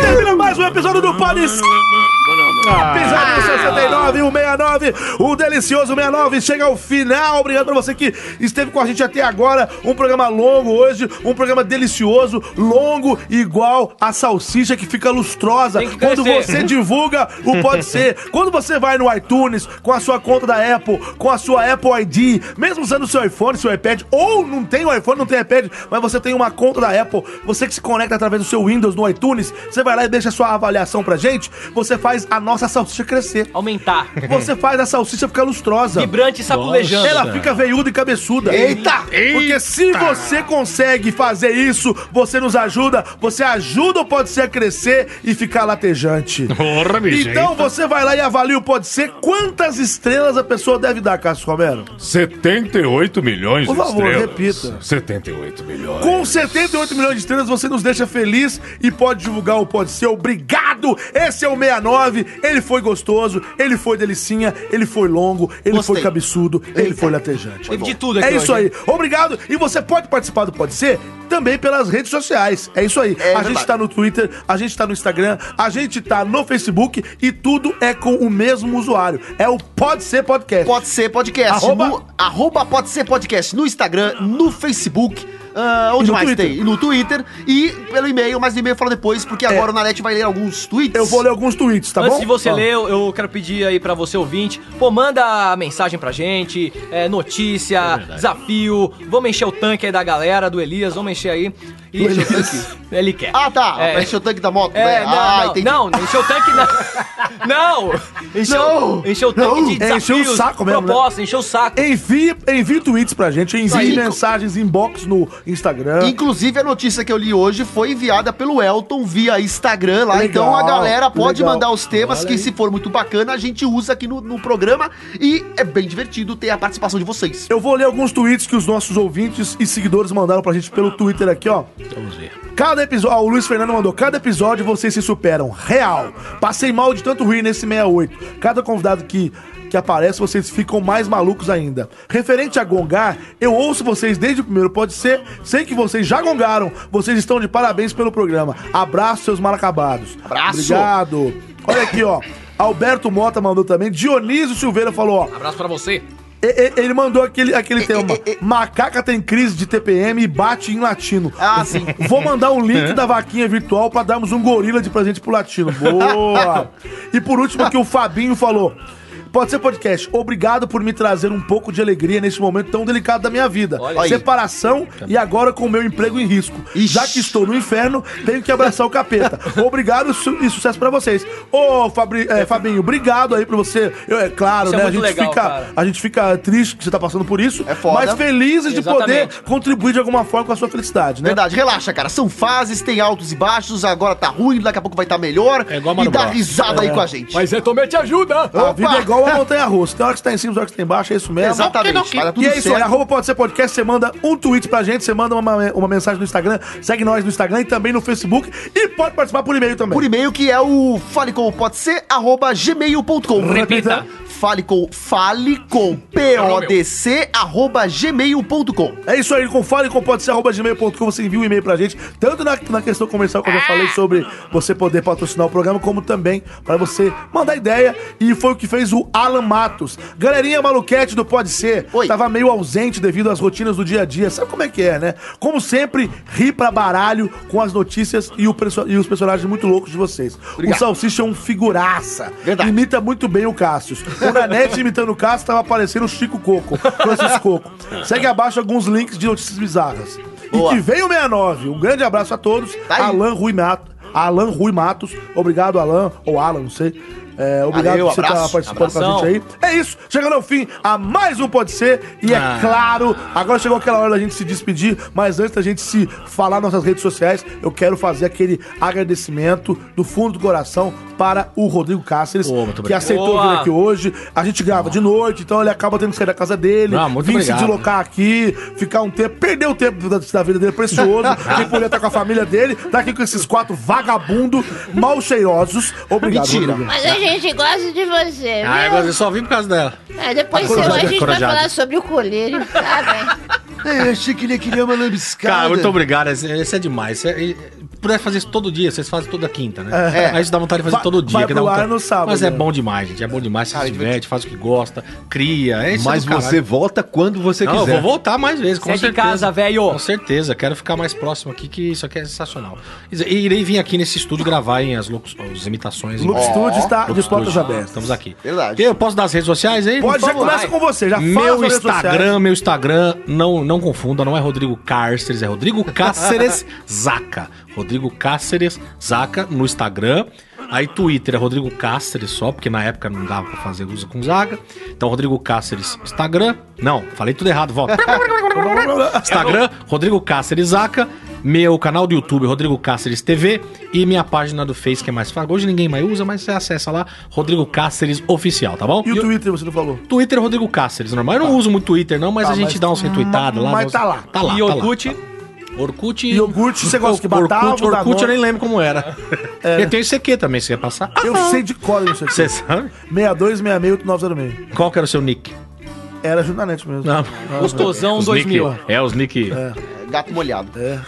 B: termina mais um episódio do Pode Episódio
O: Ah.
B: 69, o 69, o um delicioso 69 chega ao final. Obrigado pra você que esteve com a gente até agora. Um programa longo hoje, um programa delicioso, longo, igual a salsicha que fica lustrosa.
O: Tem que
B: Quando
O: crescer.
B: você [laughs] divulga o Pode Ser, quando você vai no iTunes com a sua conta da Apple, com a sua Apple ID, mesmo usando o seu iPhone, seu iPad, ou não tem o iPhone, não tem iPad, mas você tem uma conta da Apple, você que se conecta através do seu Windows no iTunes, você vai lá e deixa a sua avaliação pra gente, você faz a nossa salsicha crescer.
C: Aumentar.
B: Você faz a salsicha ficar lustrosa.
C: Vibrante e sapulejando.
B: Ela fica veiuda e cabeçuda.
C: Eita!
B: Porque se você consegue fazer isso, você nos ajuda, você ajuda o Pode Ser a crescer e ficar latejante.
E: bicho,
B: então
E: eita.
B: você vai lá e avalia o Pode Ser. Quantas estrelas a pessoa deve dar, Cássio Romero?
E: 78 milhões
B: Por
E: de
B: favor,
E: estrelas.
B: repita.
E: 78 milhões.
B: Com 78 milhões de estrelas, você nos deixa feliz e pode divulgar o Pode Ser. Obrigado! Esse é o 69. Ele foi gostoso, ele foi delicinha, ele foi longo, ele foi cabeçudo, ele foi latejante.
C: Teve de tudo aqui
B: É isso
C: hoje,
B: aí. Obrigado! E você pode participar do Pode Ser também pelas redes sociais. É isso aí. a gente tá no Twitter, a gente tá no Instagram, a gente tá no Facebook e tudo é com o mesmo usuário. É o Pode Ser Podcast.
D: Pode ser podcast.
B: Arroba-
D: No, arroba pode ser podcast no Instagram, no Facebook. ah, onde
B: E no
D: mais
B: Twitter.
D: tem? E No Twitter e pelo e-mail, mas o e-mail eu falo depois, porque
C: É.
D: agora o Nanete vai ler alguns tweets. Eu vou
B: ler alguns tweets,
D: tá
C: Antes
D: bom?
C: de você
D: Tá.
C: ler, eu, eu quero pedir aí pra você ouvinte, pô, manda mensagem pra gente, é, notícia, desafio, vamos encher o tanque aí da galera, do Elias, vamos encher aí. E...
D: Do Elias?
C: Ele quer.
D: Ah, tá.
C: É.
D: Vai encher o tanque da moto, né?
C: É, não,
D: ah,
C: não, não, não, encheu o tanque não. Não! Encheu,
B: Não,
C: encheu o tanque de
B: É,
C: desafios,
B: encheu o saco mesmo.
C: propostas, encheu o saco.
B: Envie, envie tweets pra gente, envie
D: Aí,
B: mensagens inbox no Instagram.
D: Inclusive, a notícia que eu li hoje foi enviada pelo Elton via Instagram lá.
B: Legal,
D: então a galera pode
B: legal.
D: mandar os temas
B: Olha
D: que,
B: aí.
D: se for muito bacana, a gente usa aqui no, no programa e é bem divertido ter a participação de vocês.
B: Eu vou ler alguns tweets que os nossos ouvintes e seguidores mandaram pra gente pelo Twitter aqui, ó.
Q: Vamos ver.
B: Cada episódio, o Luiz Fernando mandou, cada episódio vocês se superam. Real. Passei mal de tanto rir nesse 68. Cada convidado que, que aparece, vocês ficam mais malucos ainda. Referente a gongar, eu ouço vocês desde o primeiro, pode ser. Sei que vocês já gongaram. Vocês estão de parabéns pelo programa. Abraço, seus malacabados.
D: Abraço.
B: Obrigado. Olha aqui, ó. Alberto Mota mandou também. Dionísio Silveira falou, ó.
C: Abraço pra você.
B: E- e- Ele mandou aquele, aquele tema. Macaca tem crise de TPM e bate em latino.
D: Ah, sim.
B: Vou mandar um link da vaquinha virtual pra darmos um gorila de presente pro latino. Boa! e por último, aqui o Fabinho falou. Pode ser podcast. Obrigado por me trazer um pouco de alegria neste momento tão delicado da minha vida.
D: Olha aí.
B: Separação e agora com o meu emprego em risco. Já que estou no inferno, tenho que abraçar
O: [laughs]
B: o capeta. Obrigado su- e sucesso pra vocês. Ô, Fabri- eh, Fabinho, obrigado aí pra você. Eu- é claro,
O: É. Isso é
B: né? a
O: muito
B: gente
O: legal,
B: fica
O: cara.
B: a gente fica triste que você tá passando por isso,
D: É foda.
B: mas felizes de poder
D: Exatamente.
B: contribuir de alguma forma com a sua felicidade, né?
D: Verdade, relaxa, cara. São fases, tem altos e baixos, agora tá ruim, daqui a pouco vai estar tá melhor. É igual E dá risada aí com a gente.
C: Mas é também te ajuda.
B: A vida é igual a montanha russa. Tem hora que você tá em cima, tem hora que você tá embaixo, é isso mesmo.
D: Exatamente, Não, porque não- vai dar tá tudo
B: e é isso aí.
D: certo.
B: Arroba pode ser podcast, você manda um tweet pra gente, você manda uma, uma mensagem no Instagram, segue nós no Instagram e também no Facebook. E pode participar por e-mail também.
D: Por e-mail que é o falecomopodc.gmail.com.
B: Repita.
D: fale com fale com podc arroba gmail.com.
B: É isso aí, com fale com pode ser arroba gmail.com, você envia um e-mail pra gente, tanto na, na questão comercial que eu já falei sobre você poder patrocinar o programa, como também pra você mandar ideia, e foi o que fez o Alan Matos. Galerinha maluquete do Pode Ser, tá tava meio ausente devido às rotinas do dia a dia, sabe como é que é, né? Como sempre, ri pra baralho com as notícias e, o perso- e os personagens muito loucos de vocês. O Salsicha é um figuraça, imita muito bem o Cassius. O Nanete [laughs] imitando o Cassius tava parecendo o Chico Coco, Francisco Coco. Segue abaixo alguns links de notícias bizarras. E que vem o 69. Um grande abraço a todos.
D: Tá
B: Alan Rui Matos. Alan Rui Matos. Obrigado, Alan. Ou Alan, não sei. É, obrigado
D: Valeu,
B: por você estar
D: abraço.
B: participando
D: Abração.
B: com a gente aí. É isso. Chegando ao fim, a mais um Pode Ser. E
D: Ah.
B: é claro, agora chegou aquela hora da gente se despedir. Mas antes da gente se falar nas nossas redes sociais, eu quero fazer aquele agradecimento do fundo do coração para o Rodrigo Cáceres, que
Q: obrigado.
B: aceitou
Q: Boa.
B: vir aqui hoje. A gente grava de noite, então ele acaba tendo que sair da casa dele,
Q: Ah, muito
B: vir
Q: obrigado.
B: se deslocar aqui, ficar um tempo, perdeu o tempo da, da vida dele,
Q: [laughs]
B: é precioso, que poderia estar com a família dele, tá aqui com esses quatro vagabundos mal cheirosos. Obrigado,
Q: Mentira.
B: Rodrigo.
M: Mas a gente gosta de você,
G: Ah,
M: viu?
G: agora eu só vim por causa dela.
M: É, depois
G: Tá
M: você, a
G: corajado,
M: gente vai
G: corajado.
M: falar sobre o colírio, tá bem?
D: É, Eu achei que ele queria uma lambiscada.
G: Cara, muito obrigado. Esse, esse é demais. Esse é- e- Pudesse fazer isso todo dia, vocês fazem toda quinta, né?
Q: É.
G: Aí isso dá vontade de fazer
Q: Vai-
G: todo dia.
Q: vai
G: que dá
Q: pro ar
G: vontade.
Q: no sábado,
G: Mas é
Q: né?
G: bom demais, gente. É bom demais. Se diverte, faz o que gosta, cria. É isso
Q: Mas
G: do caralho.
Q: você volta quando você
G: Não,
Q: quiser.
G: eu vou voltar mais vezes, com
Q: Sai de
G: certeza.
Q: casa,
G: velho. Com certeza, quero ficar mais próximo aqui, que isso aqui é sensacional. E irei vir aqui nesse estúdio gravar hein, as, locu- as imitações.
B: Look
G: Ó.
B: Studio está Tá, de
G: Look
B: portas
G: Studio.
B: abertas.
G: Estamos aqui.
D: Verdade.
G: Eu posso dar as redes sociais aí?
B: Pode,
G: Por
B: já
G: favor.
B: começa com você, já fala
G: Meu
B: nas redes
G: Instagram,
B: sociais.
G: meu Instagram, não, não confunda, não é Rodrigo Cáceres, é
B: [laughs]
G: Rodrigo Cáceres Zaca. Rodrigo Cáceres Zaca no Instagram. Aí Twitter é Rodrigo Cáceres só, porque na época não dava pra fazer uso com Zaga. Então Rodrigo Cáceres Instagram. Não, falei tudo errado, volta. Instagram, Rodrigo Cáceres Zaca. Meu canal do YouTube, Rodrigo Cáceres TV. E minha página do Face, que é mais fácil. Hoje ninguém mais usa, mas você acessa lá, Rodrigo Cáceres Oficial, tá bom?
B: E o Twitter, você não falou?
G: Twitter Rodrigo Cáceres, normal. Eu não uso muito Twitter, não, mas
B: Tá,
G: a gente
B: mas-
G: dá uns retuitados lá.
B: mas
G: dá uns-
B: tá lá.
G: Tá lá.
B: E
G: tá lá,
B: Orkut?
G: tá lá. Orkut.
B: Iogurte, você gosta que batava?
G: Orkut,
B: dava
G: Orkut, eu
B: nome?
G: nem lembro como
B: [laughs]
G: era.
B: É.
G: Eu tenho esse aqui também, você ia passar. Ah,
B: Eu sei de cor isso aqui.
G: Você sabe?
B: 62668906.
G: Qual que era o seu nick?
B: Era Junanete mesmo.
G: Não.
B: Gostosão
G: Os
B: 2000.
G: nick- É, os nick.
D: Gato molhado.
B: É.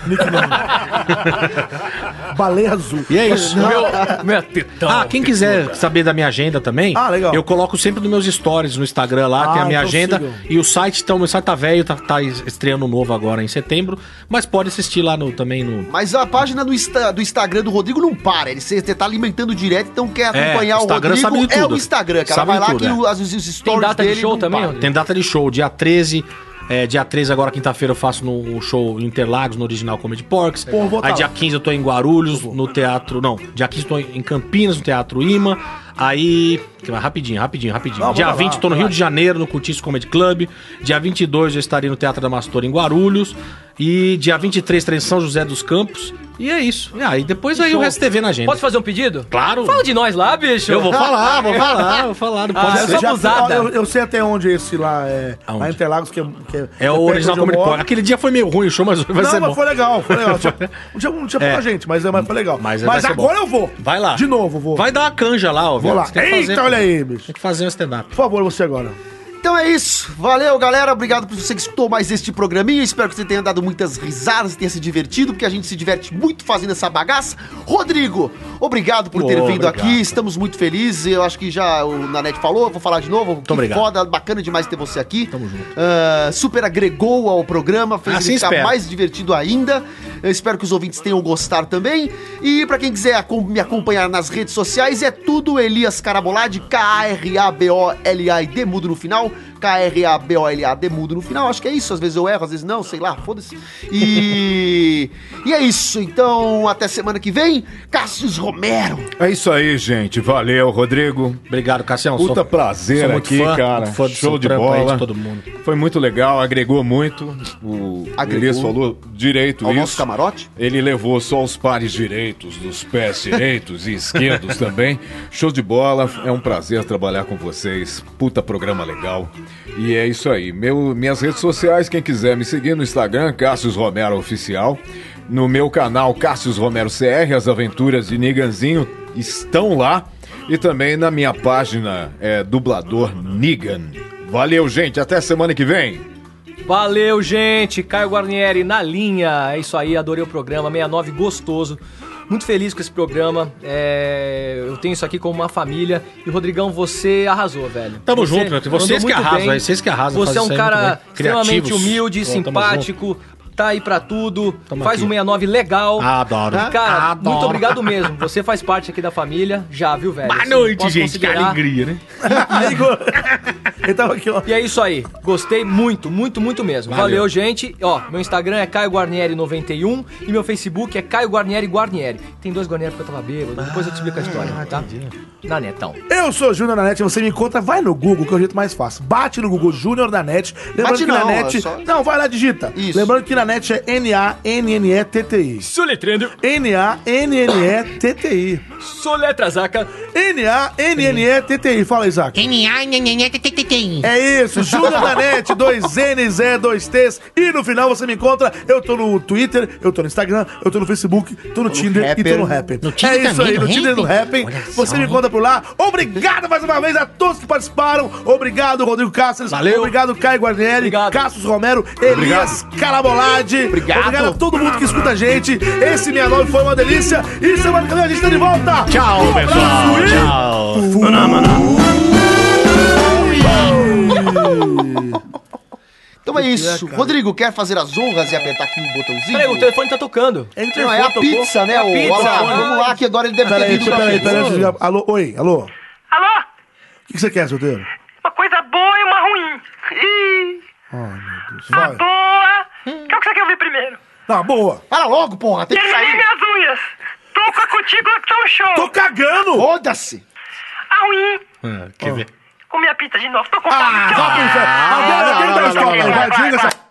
B: Baleia azul.
G: E é isso.
B: Meu,
G: meu tetão, ah, quem quiser saber da minha agenda também,
B: Ah, legal.
G: eu coloco sempre nos meus stories no Instagram lá,
B: Ah,
G: tem a minha
B: então
G: agenda.
B: sigam.
G: E o site, então, meu site tá velho, tá, tá estreando novo agora em setembro, mas pode assistir lá no, também no,
D: Mas a página do, Insta- do Instagram do Rodrigo não para. Ele você tá alimentando direto, então quer
G: É,
D: acompanhar o
G: Instagram
D: Rodrigo.
G: sabe de
D: É
G: tudo.
D: o Instagram, cara.
G: Sabe
D: Vai
G: de
D: lá
G: tudo,
D: que
G: é.
D: o- as, os stories dele não param.
G: Tem data de show, dia 13. é, dia 13, agora quinta-feira, eu faço no um show em Interlagos, no original Comedy Porks.
B: Pô, vou tá
G: Aí
B: lá.
G: dia 15 eu tô em Guarulhos, no teatro. Não, dia 15 eu tô em Campinas, no Teatro Ima. Aí. que mais? Rapidinho, rapidinho, rapidinho.
Q: Não,
G: dia
Q: vou tá
G: 20
Q: lá,
G: eu tô no
Q: vai.
G: Rio de Janeiro, no Curtiço Comedy Club. Dia 22 eu estarei no Teatro da Mastora, em Guarulhos. E dia 23 estarei em São José dos Campos. E é isso. E aí, depois aí o
C: Show.
G: resto TV na agenda.
C: Posso fazer um pedido?
G: Claro.
C: Fala de nós lá, bicho. Ah,
G: Eu vou falar, vou falar, vou falar. Não
B: Ah,
G: pode
B: eu,
G: ser.
B: já- eu, eu sei até onde esse lá é. Lá em Interlagos, que é. que
G: É
B: que
G: o
B: perto
G: original
B: onde eu
G: Comedy
B: moro.
G: Pork. Aquele dia foi meio ruim o show, mas vai
B: não,
G: ser
B: mas
G: bom.
B: foi legal, foi
G: [laughs]
B: legal. Tinha- Não tinha, não tinha
G: É.
B: pouca gente, mas, mas foi legal. Mas,
G: vai ser bom.
B: agora eu vou.
G: Vai lá.
B: De novo, eu vou.
G: Vai dar uma canja lá, ó.
B: Vou
G: viu?
B: lá.
G: Você tem que fazer,
B: Eita,
G: pô.
B: olha aí, bicho.
G: Tem que fazer um stand-up.
B: Por favor, você agora.
D: Então é isso. Valeu, galera. Obrigado por você que escutou mais este programinha. Espero que você tenha dado muitas risadas, tenha se divertido, porque a gente se diverte muito fazendo essa bagaça. Rodrigo, obrigado por ter
G: Ô,
D: vindo
G: obrigado.
D: aqui. Estamos muito felizes. Eu acho que já o Nanete falou, vou falar de novo. Muito
G: obrigado.
D: foda, bacana demais ter você aqui. Tamo junto. super agregou ao programa, fez
G: Assim
D: ele ficar
G: espero.
D: mais divertido ainda. Eu espero que os ouvintes tenham gostado também. E pra quem quiser acom- me acompanhar nas redes sociais, é tudo Elias Carabolade, K-A-R-A-B-O-L-A-D, mudo no final. K-R-A-B-O-L-A-D, mudo no final. Acho que é isso. Às vezes eu erro, às vezes não, sei lá, foda-se. E... [laughs] e é isso. Então, até semana que vem. Cassius Romero.
E: É isso aí, gente. Valeu, Rodrigo.
G: Obrigado, Cassião.
E: Puta
G: Sou-
E: prazer
G: sou muito
E: aqui,
G: fã,
E: cara.
G: muito fã do
E: Show
G: seu
E: de
G: trampo aí,
E: bola.
G: de todo mundo.
E: Foi muito legal, agregou muito. O
D: Agregou.
E: Elias falou direito
D: Ao
E: isso.
D: nosso camarote?
E: Ele levou só os pares direitos dos pés direitos e esquerdos também. Show de bola. É um prazer trabalhar com vocês. Puta programa legal. E é isso aí. Meu, minhas redes sociais, quem quiser me seguir no Instagram, Cassius Romero Oficial. No meu canal Cassius Romero CR, as aventuras de Niganzinho estão lá. E também na minha página é dublador Nigan. Valeu, gente. Até semana que vem.
C: Valeu, gente. Caio Guarnieri na linha. É isso aí, adorei o programa. 69 gostoso. Muito feliz com esse programa. É, Eu tenho isso aqui como uma família. E, Rodrigão, você arrasou, velho.
G: Tamo
C: Você
G: junto, meu. Vocês
C: mandou
G: que
C: muito
G: arrasam,
C: bem.
G: aí, vocês que arrasam,
C: Você é
G: fazem
C: um
G: isso aí muito
C: cara
G: bem.
C: extremamente
G: Criativos.
C: humilde,
G: Pô, tamo
C: simpático. Tá aí pra tudo. faz
G: aqui.
C: um 69 legal.
G: Adoro.
C: Cara,
G: Adoro.
C: muito obrigado mesmo. Você faz parte aqui da família. Já, viu, velho?
G: Boa
C: Assim,
G: noite,
C: posso
G: gente. Que
C: considerar-
G: alegria, né? [laughs]
B: [laughs]
C: e é isso aí. Gostei muito, muito, muito mesmo. Valeu,
G: Valeu.
C: gente. Ó, meu Instagram é Caio Guarnieri91 e meu Facebook é Caio Guarnieri Guarnieri. Tem dois Guarnieri porque eu tava bêbado. Depois eu te explico a história, tá? Na netão.
B: Eu sou o Júnior da NET, você me encontra, vai no Google, que é o jeito mais fácil. Bate no Google Júnior da NET. Lembrando
D: Bate
B: que na
D: não,
B: NET.
D: é só-
B: Não, vai lá, digita. Lembrando que na NET é N-A-N-N-E-T-T-I.
C: Soletrando.
B: N-A-N-N-E-T-T-I.
C: Soletra, Zaca.
B: N-A-N-N-E-T-T-I. Fala aí, Zaca. É isso, Júnior da NET, dois N's, é, dois T's. E no final você me encontra. Eu tô no Twitter, eu tô no Instagram, eu tô no Facebook, tô no Tinder e tô no Rapper.
L: No Tinder
B: é isso
L: também,
B: aí,
L: no
B: no Tinder e no Rapper. Você me encontra por lá. Obrigado mais uma vez a todos que participaram. Obrigado, Rodrigo Cáceres. Valeu. Obrigado, Caio Guarnieri. Cassius Romero, Elias Carabolade. Obrigado. Obrigado a todo mundo que escuta a gente. Esse 69 foi uma delícia. E semana que vem a gente tá de volta. Tchau,
I: pessoal. Tchau.
D: Então é isso. Rodrigo, quer fazer as honras e apertar aqui o botãozinho?
C: Peraí, o telefone tá tocando.
D: Não, é a pizza, né?
B: É a
D: o
B: pizza.
D: Alan? Vamos lá, que agora ele deve ter
B: Peraí,
D: vindo
B: peraí,
D: pra
B: peraí.
D: pizza.
B: deixa eu- Alô, oi, alô. Alô? O que, que você quer, solteiro?
P: Uma coisa boa e uma ruim. Ih,
B: Ai, meu Deus.
P: a
B: Vai.
P: boa. Qual que você quer ouvir primeiro?
B: Tá, boa.
D: Para logo, porra, tem que
P: Terminei
D: sair.
P: minhas unhas. Tô com a cutícula que tá um show.
B: Tô cagando!
D: Foda-se!
P: A ruim.
G: Ah, quer ver?
P: Comi a pizza de novo. Tô com fome.
B: Ah,
P: tchau.
B: Alguém- alguém dá
P: não,
B: um stop,
P: Ah, não,
B: vai,
P: não,
B: desliga
P: vai,
B: essa-